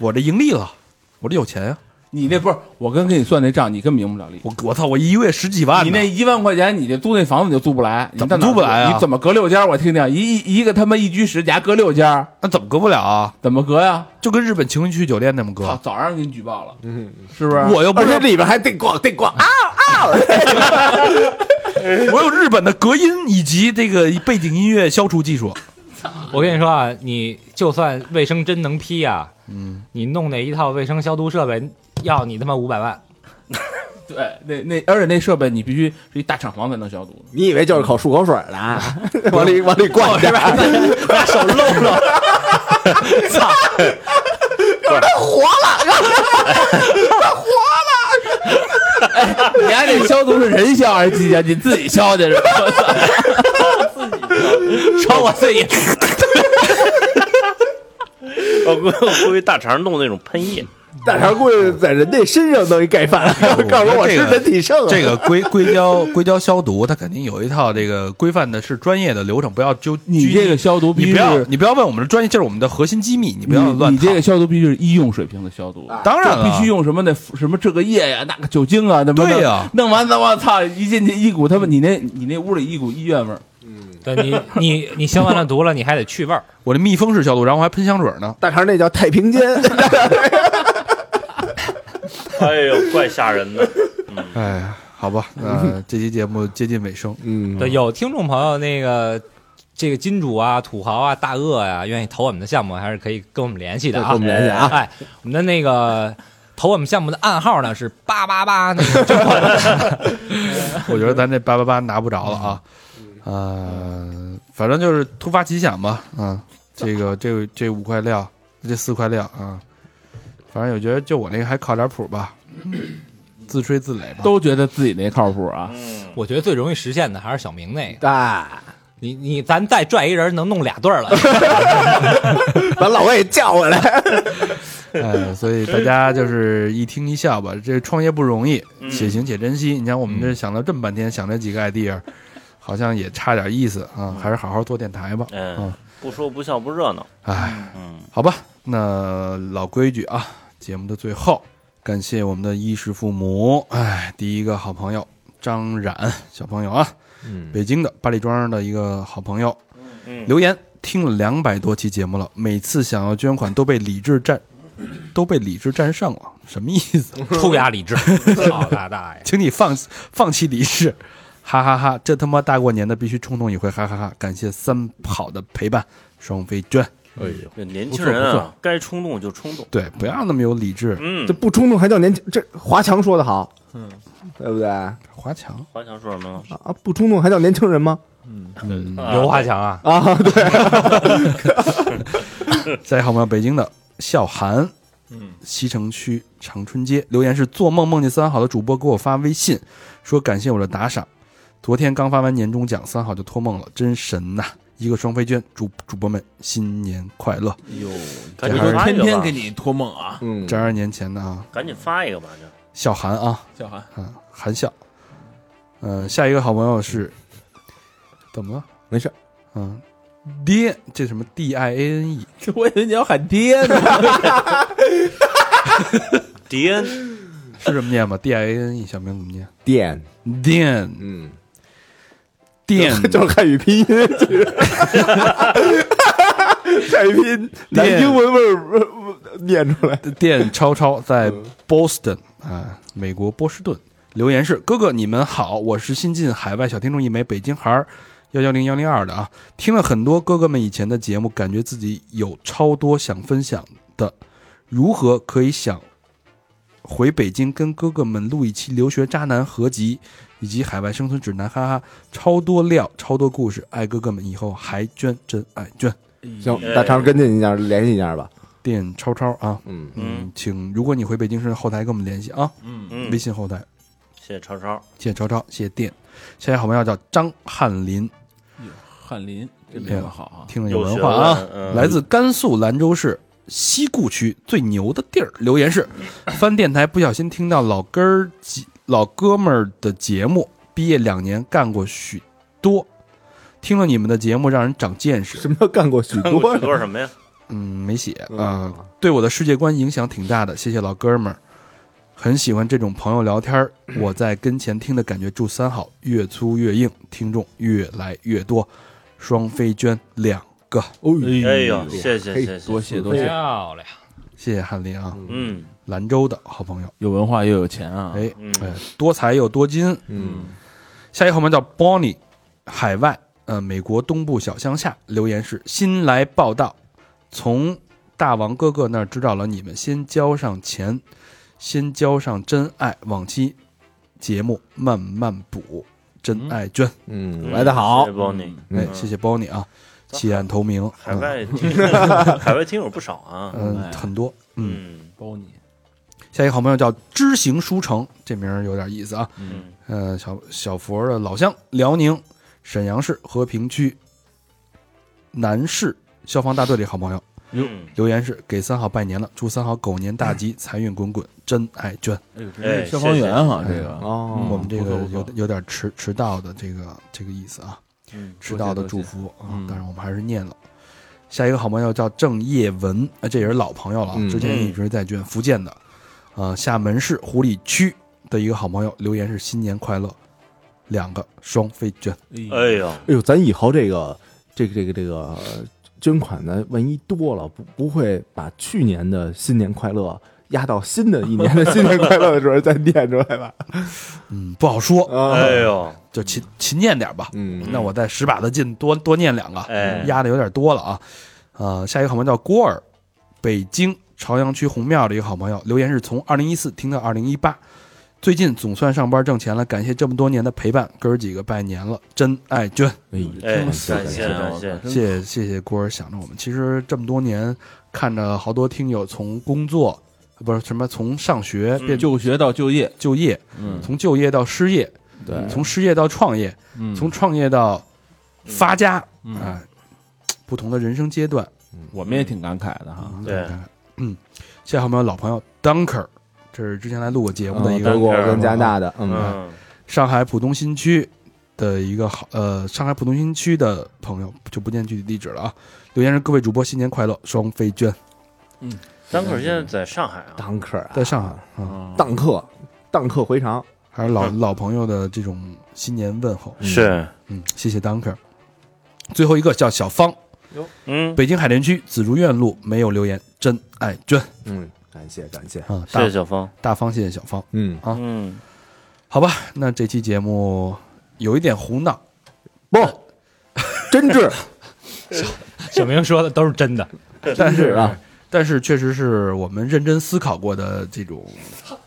S1: 我这盈利了，我这有钱呀，
S4: 你那不是我跟给你算那账，你根本明不了利。
S1: 我我操，我一个月十几万呢，
S4: 你那一万块钱，你这租那房子你就租不来，你
S1: 怎么
S4: 到哪儿
S1: 租不来啊
S4: 你怎么隔六间儿？我听听，一一一个他妈一居室，你还隔六间儿，
S1: 那怎么隔不了啊？
S4: 怎么隔呀？
S1: 就跟日本情侣去酒店那么
S4: 早
S1: 隔，
S4: 早让给你举报了，是不是？
S1: 嗯我又哎不
S2: 而
S1: 是
S2: 且里边还得逛得逛啊！
S1: 我有日本的隔音以及这个背景音乐消除技 术，
S8: 我跟你说啊，你就算卫生真能批啊，嗯，你弄那一套卫生消毒设备，要你他妈五百万。
S4: 对那那而且那设备你必须是一大厂房才能消毒的。
S2: 你以为就是口漱口水的啊，往里往里灌一下， 把手露露。
S8: 操！
S4: 你还得消毒是人消还是机消？你自己消去是吧？
S8: 说我自己，
S3: 我估我估计大肠弄那种喷液，
S2: 大长贵在人家身上弄一盖饭，
S1: 哎
S2: 告诉我是人体盛啊。
S1: 这个硅硅 胶硅胶消毒，它肯定有一套这个规范的是专业的流程，不要就
S4: 你这个消毒必
S1: 你
S4: 须
S1: 不要
S4: 是
S1: 你不要问我们的专业，这是我们的核心机密，你不要
S4: 你
S1: 乱
S4: 你这
S1: 套啊
S4: 个消毒必须是医用水平的消毒，
S1: 当然
S4: 就
S1: 了，
S4: 必须用什么那什么这个液呀、那个酒精啊，那么
S1: 对
S4: 弄
S1: 呀
S4: 弄完了我操，一进去一股他们你那你那屋里一股医院味儿，
S8: 对你你你消完了毒了，你还得去味儿。
S1: 我这密封式消毒，然后还喷香水呢。
S2: 大肠那叫太平间，
S3: 哎呦，怪吓人的。
S1: 哎呀，好吧，那 这期节目接近尾声，
S2: 嗯，
S8: 对，有听众朋友那个这个金主啊、土豪啊、大鳄呀、愿意投我们的项目，还是可以跟我们联系的
S2: 对
S8: 啊。
S2: 跟我们联系啊
S8: 哎，我们的那个投我们项目的暗号呢是八八八，那个 正好
S1: 我觉得咱这八八八拿不着了啊。呃，反正就是突发奇想吧，啊，这个这这五块料，这四块料啊，反正我觉得就我那个还靠点谱吧，自吹自擂吧。
S4: 都觉得自己那靠谱啊。
S3: 嗯，
S8: 我觉得最容易实现的还是小明那个。
S2: 啊，
S8: 你你咱再拽一人能弄俩对儿 了。
S2: 把老魏叫过来。
S1: 哎，所以大家就是一听一笑吧。这创业不容易，且行且珍惜。你像我们这想了这么半天，想这几个 idea，好像也差点意思啊，还是好好做电台吧。
S3: 嗯，不说不笑不热闹。
S1: 哎，
S3: 嗯，
S1: 好吧，那老规矩啊，节目的最后，感谢我们的衣食父母，哎，第一个好朋友张冉小朋友啊，
S8: 嗯，
S1: 北京的八里庄的一个好朋友，
S3: 嗯
S1: 留言听了两百多期节目了，每次想要捐款都被理智占，都被理智占上了，什么意思？
S8: 抽压理 智，操他大爷！
S1: 请你放放弃理智，哈哈哈这他妈大过年的必须冲动一回，哈哈哈！感谢三好的陪伴，双飞娟，
S2: 哎呦，
S3: 这年轻人
S1: 不错
S3: 啊，该冲动就冲动。
S1: 对，不要那么有理智。
S3: 嗯
S2: 这，不冲动还叫年轻？这华强说的好，
S4: 嗯，
S2: 对不对？啊，
S1: 华强，
S3: 华强说什么？
S2: 不冲动还叫年轻人吗？
S1: 嗯，
S8: 刘华强啊，
S2: 啊，对，
S1: 再好朋友北京的笑涵，
S4: 嗯，
S1: 西城区长春街留言是做梦梦见三好的主播给我发微信，说感谢我的打赏，昨天刚发完年终奖，三好就托梦了，真神呐、一个双飞娟，主主播们新年快乐！
S4: 哎呦，
S3: 赶
S1: 这
S3: 紧
S1: 还是
S3: 发一
S4: 天
S3: 个
S4: 天
S3: 吧
S4: 给，你托梦啊，
S2: 嗯
S1: 这，二年前的啊，
S3: 赶紧发一个吧，这
S1: 笑涵啊，
S4: 小韩，
S1: 啊，含笑。嗯、下一个好朋友是怎么了？
S2: 没事，
S1: 嗯，爹，这什么 D I A N E
S4: 我以为你要喊爹呢，
S3: 迪恩
S1: 是这么念吗？D I A N E 小明怎么念
S2: 电，
S1: ？Dian
S2: 嗯， 就
S1: Dian
S2: 是汉语拼音，其实汉语拼音拿
S1: 电
S2: 英文味儿呃念出来。
S1: Dian 超超在 Boston 啊，美国波士顿留言是：哥哥你们好，我是新进海外小听众一枚，北京孩儿。幺幺零幺零二的啊，听了很多哥哥们以前的节目，感觉自己有超多想分享的，如何可以想回北京跟哥哥们录一期留学渣男合集，以及海外生存指南，哈哈，超多料，超多故事，爱哥哥们，以后还捐真爱捐。
S2: 行，大肠跟进一下，联系一下吧。
S1: 店超超啊，
S2: 嗯，
S3: 嗯，
S1: 请如果你回北京市后台跟我们联系啊，
S3: 嗯
S1: 微，信后台。
S3: 谢谢超超，
S1: 谢谢超超，谢谢店。下一个好朋友叫张汉林，
S4: 翰林，这名字好啊，
S1: 听着有文化啊
S3: 有学，问嗯
S1: 来自甘肃兰州市西固区最牛的地儿。留言是：
S3: 嗯
S1: 翻电台不小心听到老根儿几老哥们儿的节目，毕业两年干过许多，听了你们的节目让人长见识。
S2: 什么叫干过许
S3: 我
S2: 多
S3: 许？多什么呀？
S1: 嗯，没写啊、
S2: 嗯
S1: 对我的世界观影响挺大的，谢谢老哥们儿。很喜欢这种朋友聊天儿，
S3: 嗯
S1: 我在跟前听的感觉。祝三好越粗越硬，听众越来越多，双飞娟两个，
S2: 哦
S3: 哎呦，哎谢谢谢谢，
S4: 多谢多谢，
S8: 漂亮，
S1: 谢谢翰林啊，
S3: 嗯，
S1: 兰州的好朋友，
S4: 有文化又有钱啊，
S1: 哎
S3: 嗯
S1: 哎，多才又多金。
S2: 嗯，
S1: 下一个好朋友叫 Bonnie，海外呃美国东部小乡下，留言是新来报道，从大王哥哥那儿知道了你们，先交上钱，先交上真爱，往期节目慢慢补，真爱捐。
S2: 嗯，
S3: 嗯
S2: 来的好
S3: 谢，谢 Bonnie，
S1: 哎，谢谢 Bonnie 啊，弃暗投明，
S3: 嗯海
S1: 嗯
S3: 外听海外听友不少啊，
S1: 嗯很多，嗯。
S3: 嗯
S4: 包你，
S1: 下一个好朋友叫知行书城，这名儿有点意思啊。
S3: 嗯，
S1: 呃，小小佛的老乡，辽宁沈阳市和平区南市消防大队里好朋友，
S3: 嗯，
S1: 留言是给三好拜年了，祝三好狗年大吉，财运滚滚，真爱娟。
S9: 哎呦，这
S3: 哎
S9: 是消防员哈，
S1: 谢谢
S9: 这个
S2: 哦
S9: 嗯
S1: 我们这
S9: 不错
S1: 个
S9: 不错
S1: 有有点迟迟到的这个这个意思啊，
S3: 嗯
S1: 迟到
S9: 多
S1: 的
S9: 谢
S1: 祝
S9: 多谢
S1: 福啊
S9: 嗯，
S1: 但是我们还是念了。下一个好朋友叫郑叶文，啊，这也是老朋友了啊，
S2: 嗯
S1: 之前一直在卷福建的，呃，厦门市湖里区的一个好朋友留言是新年快乐，两个双飞卷，
S3: 哎呦，
S2: 哎呦，咱以后这个这个这个这个呃捐款呢，万一多了，不不会把去年的新年快乐压到新的一年的新年快乐的时候再念出来吧？
S1: 嗯，不好说，
S2: 啊，
S3: 哎呦，
S1: 就勤勤念点吧，
S2: 嗯，
S1: 那我再使把子劲多多念两个，
S3: 哎
S1: 压的有点多了啊。呃，下一个好朋友叫郭儿，北京朝阳区红庙的一个好朋友，留言是从二零一四听到二零一八，最近总算上班挣钱了，感谢这么多年的陪伴，哥儿几个拜年了，真爱娟，
S2: 哎呦，
S3: 哎
S2: 真是
S3: 感谢感谢
S1: 谢谢谢谢郭儿想着我们。其实这么多年，看着好多听友从工作，不是什么从上学变
S9: 就学到就业，
S1: 就业，
S9: 嗯，
S1: 从就业到失业，
S2: 对，
S1: 从失业到创业，
S9: 嗯
S1: 从创业到发家，啊、
S9: 嗯
S1: 不同的人生阶段。
S9: 我们也挺感慨的哈，
S3: 对，
S1: 嗯，现在还有没有老朋友 Dunker？这是之前来录过节目的一个、
S2: 德国
S3: 人
S2: 跟加拿大的，嗯，
S3: 嗯，
S1: 上海浦东新区的一个好呃，上海浦东新区的朋友就不念具体地址了啊。留言是各位主播新年快乐，双飞娟
S3: 单口现在在上海啊，
S2: 当克啊，
S1: 在上海啊、嗯
S9: 嗯
S2: 当克，当克回肠，
S1: 还是老老朋友的这种新年问候，
S3: 是，
S1: 嗯，谢谢 Dunker。最后一个叫小芳，
S3: 嗯，
S1: 北京海淀区紫竹院路没有留言，真爱娟
S2: 嗯，感谢感谢，
S1: 啊，
S3: 谢
S1: 大
S3: 谢小峰，
S1: 大方谢谢小芳。
S2: 嗯，
S3: 嗯，
S1: 好吧，那这期节目有一点胡闹，
S2: 不，真挚，
S8: 小明说的都是真的。
S1: 但
S2: 真
S1: 是
S2: 挚啊，
S1: 但是确实是我们认真思考过的这种，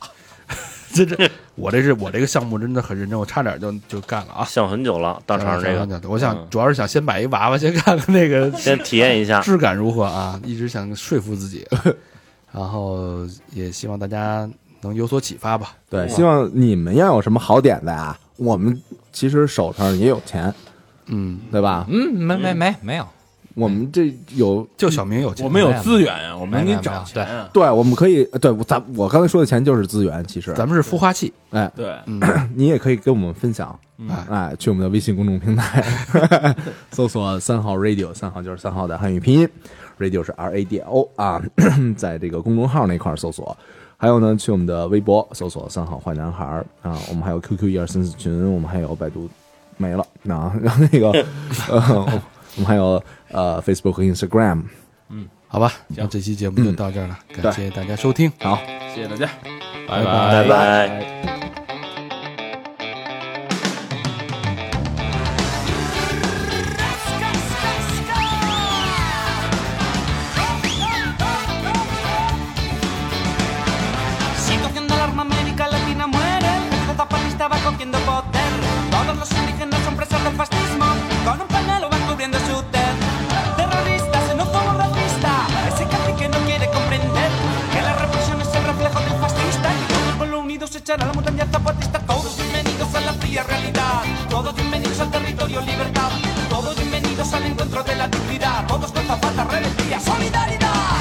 S1: 这这，我这是我这个项目真的很认真，我差点就就干了啊。
S3: 想很久了，大肠这个，
S1: 我想
S3: 嗯
S1: 主要是想先买一娃娃，先看看那个
S3: 先体验一下，
S1: 质感如何啊，一直想说服自己， 然后也希望大家能有所启发吧。
S2: 对，希望你们要有什么好点子啊，我们其实手上也有钱，
S1: 嗯，
S2: 对吧？
S8: 嗯，没没没没有，
S2: 我们这有
S1: 就小明有钱，
S9: 我们有资源呀，我们给你找钱啊，
S2: 对，我们可以对我咱我刚才说的钱就是资源，其实
S1: 咱们是孵化器，
S2: 哎，
S9: 对，
S2: 你也可以跟我们分享，哎，去我们的微信公众平台搜索“三号 radio”，三号就是三号的汉语拼音，radio 是 R A D O 啊， 在这个公众号那块儿搜索。还有呢，去我们的微博搜索“三好坏男孩儿”啊，我们还有 QQ 一二三四群，我们还有百度没了，那、然后那个呃，我们还有呃 Facebook 和 Instagram，
S1: 好吧？那这期节目就到这儿了，感谢大家收听。
S2: 好。
S9: 谢谢大家。
S8: 拜拜
S3: 拜拜。
S4: Si cociendo el arma médica latina muere, el jefe zapatista va cogiendo poder. Todos los indígenas son presos del fascismo, con un pañuelo van cubriendo su tez. Terroristas, xenófobo, racista, ese cacique no quiere comprender que la represión es el reflejo del fascista y todo el pueblo unido se echará a la montaña zapatista. Todos bienvenidos a la fría realidad, todos bienvenidos al territorio libertad, todos bienvenidos al encuentro de la dignidad, todos con zapatas, rebeldía, solidaridad.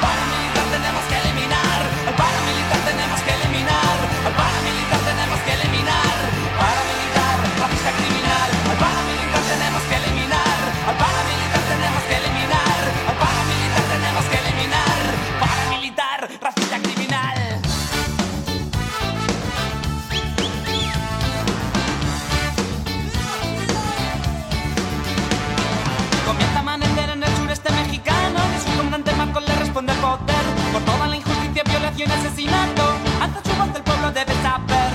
S4: paramilitar tenemos que eliminar, al paramilitar tenemos que eliminar, al paramilitar tenemos que eliminar, paramilitar, racista criminal, al paramilitar tenemos que eliminar, al paramilitar tenemos que eliminar, al paramilitar tenemos que eliminar, paramilitar, racista criminal. Comienza a amanecer en el sureste mexicano y su comandante Marcos le responde al poder por toda la injusticia, violación y asesinato. Ante su voz el pueblo debe saber.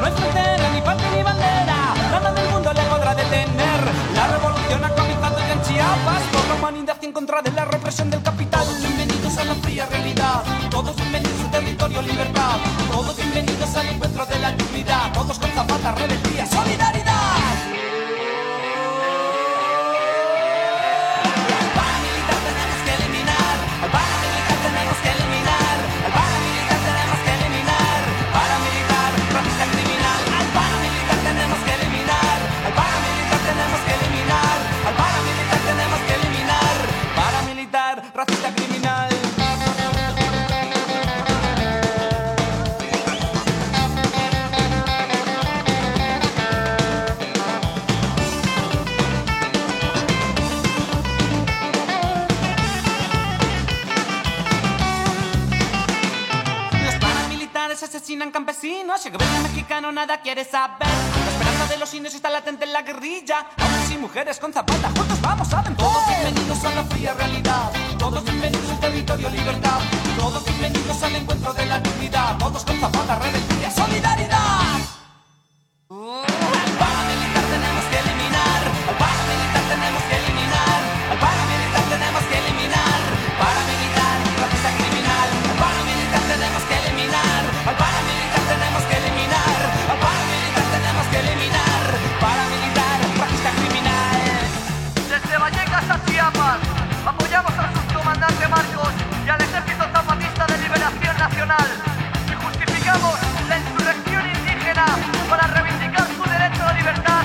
S4: No hay frontera, ni patria ni bandera, nada del mundo le podrá detener. La revolución ha comenzado ya en Chiapas por la humanidad y en contra de la represión del capital. Bienvenidos a la fría realidad, todos bienvenidos al territorio libertad, todos bienvenidos al encuentro de la dignidad, todos con zapatas, rebeldía, solidaridad. Al paramilitar tenemos que eliminar, al paramilitar tenemos
S5: asesinan campesinos, el gobierno mexicano nada quiere saber. La esperanza de los indios está latente en la guerrilla. Hombres y mujeres con zapata, juntos vamos a aventurar. Todos bienvenidos a la fría realidad, todos bienvenidos al territorio libertad, todos bienvenidos al encuentro de la dignidad, todos con zapata, rebeldía, solidaridad. Al paramilitar tenemos que eliminar, al paramilitar tenemos que eliminar, al paramilitar tenemos que eliminar, paramilitar, racista criminal, al paramilitar tenemos que eliminar, al paramilitar tenemos que eliminar, al paramilitar tenemos que eliminar, paramilitar, racista criminal. Desde Vallecas a Chiapas, apoyamos a su comandante Marcos y al Ejército Zapatista de Liberación Nacional y justificamos la insurrección indígena para reivindicar su derecho a libertad.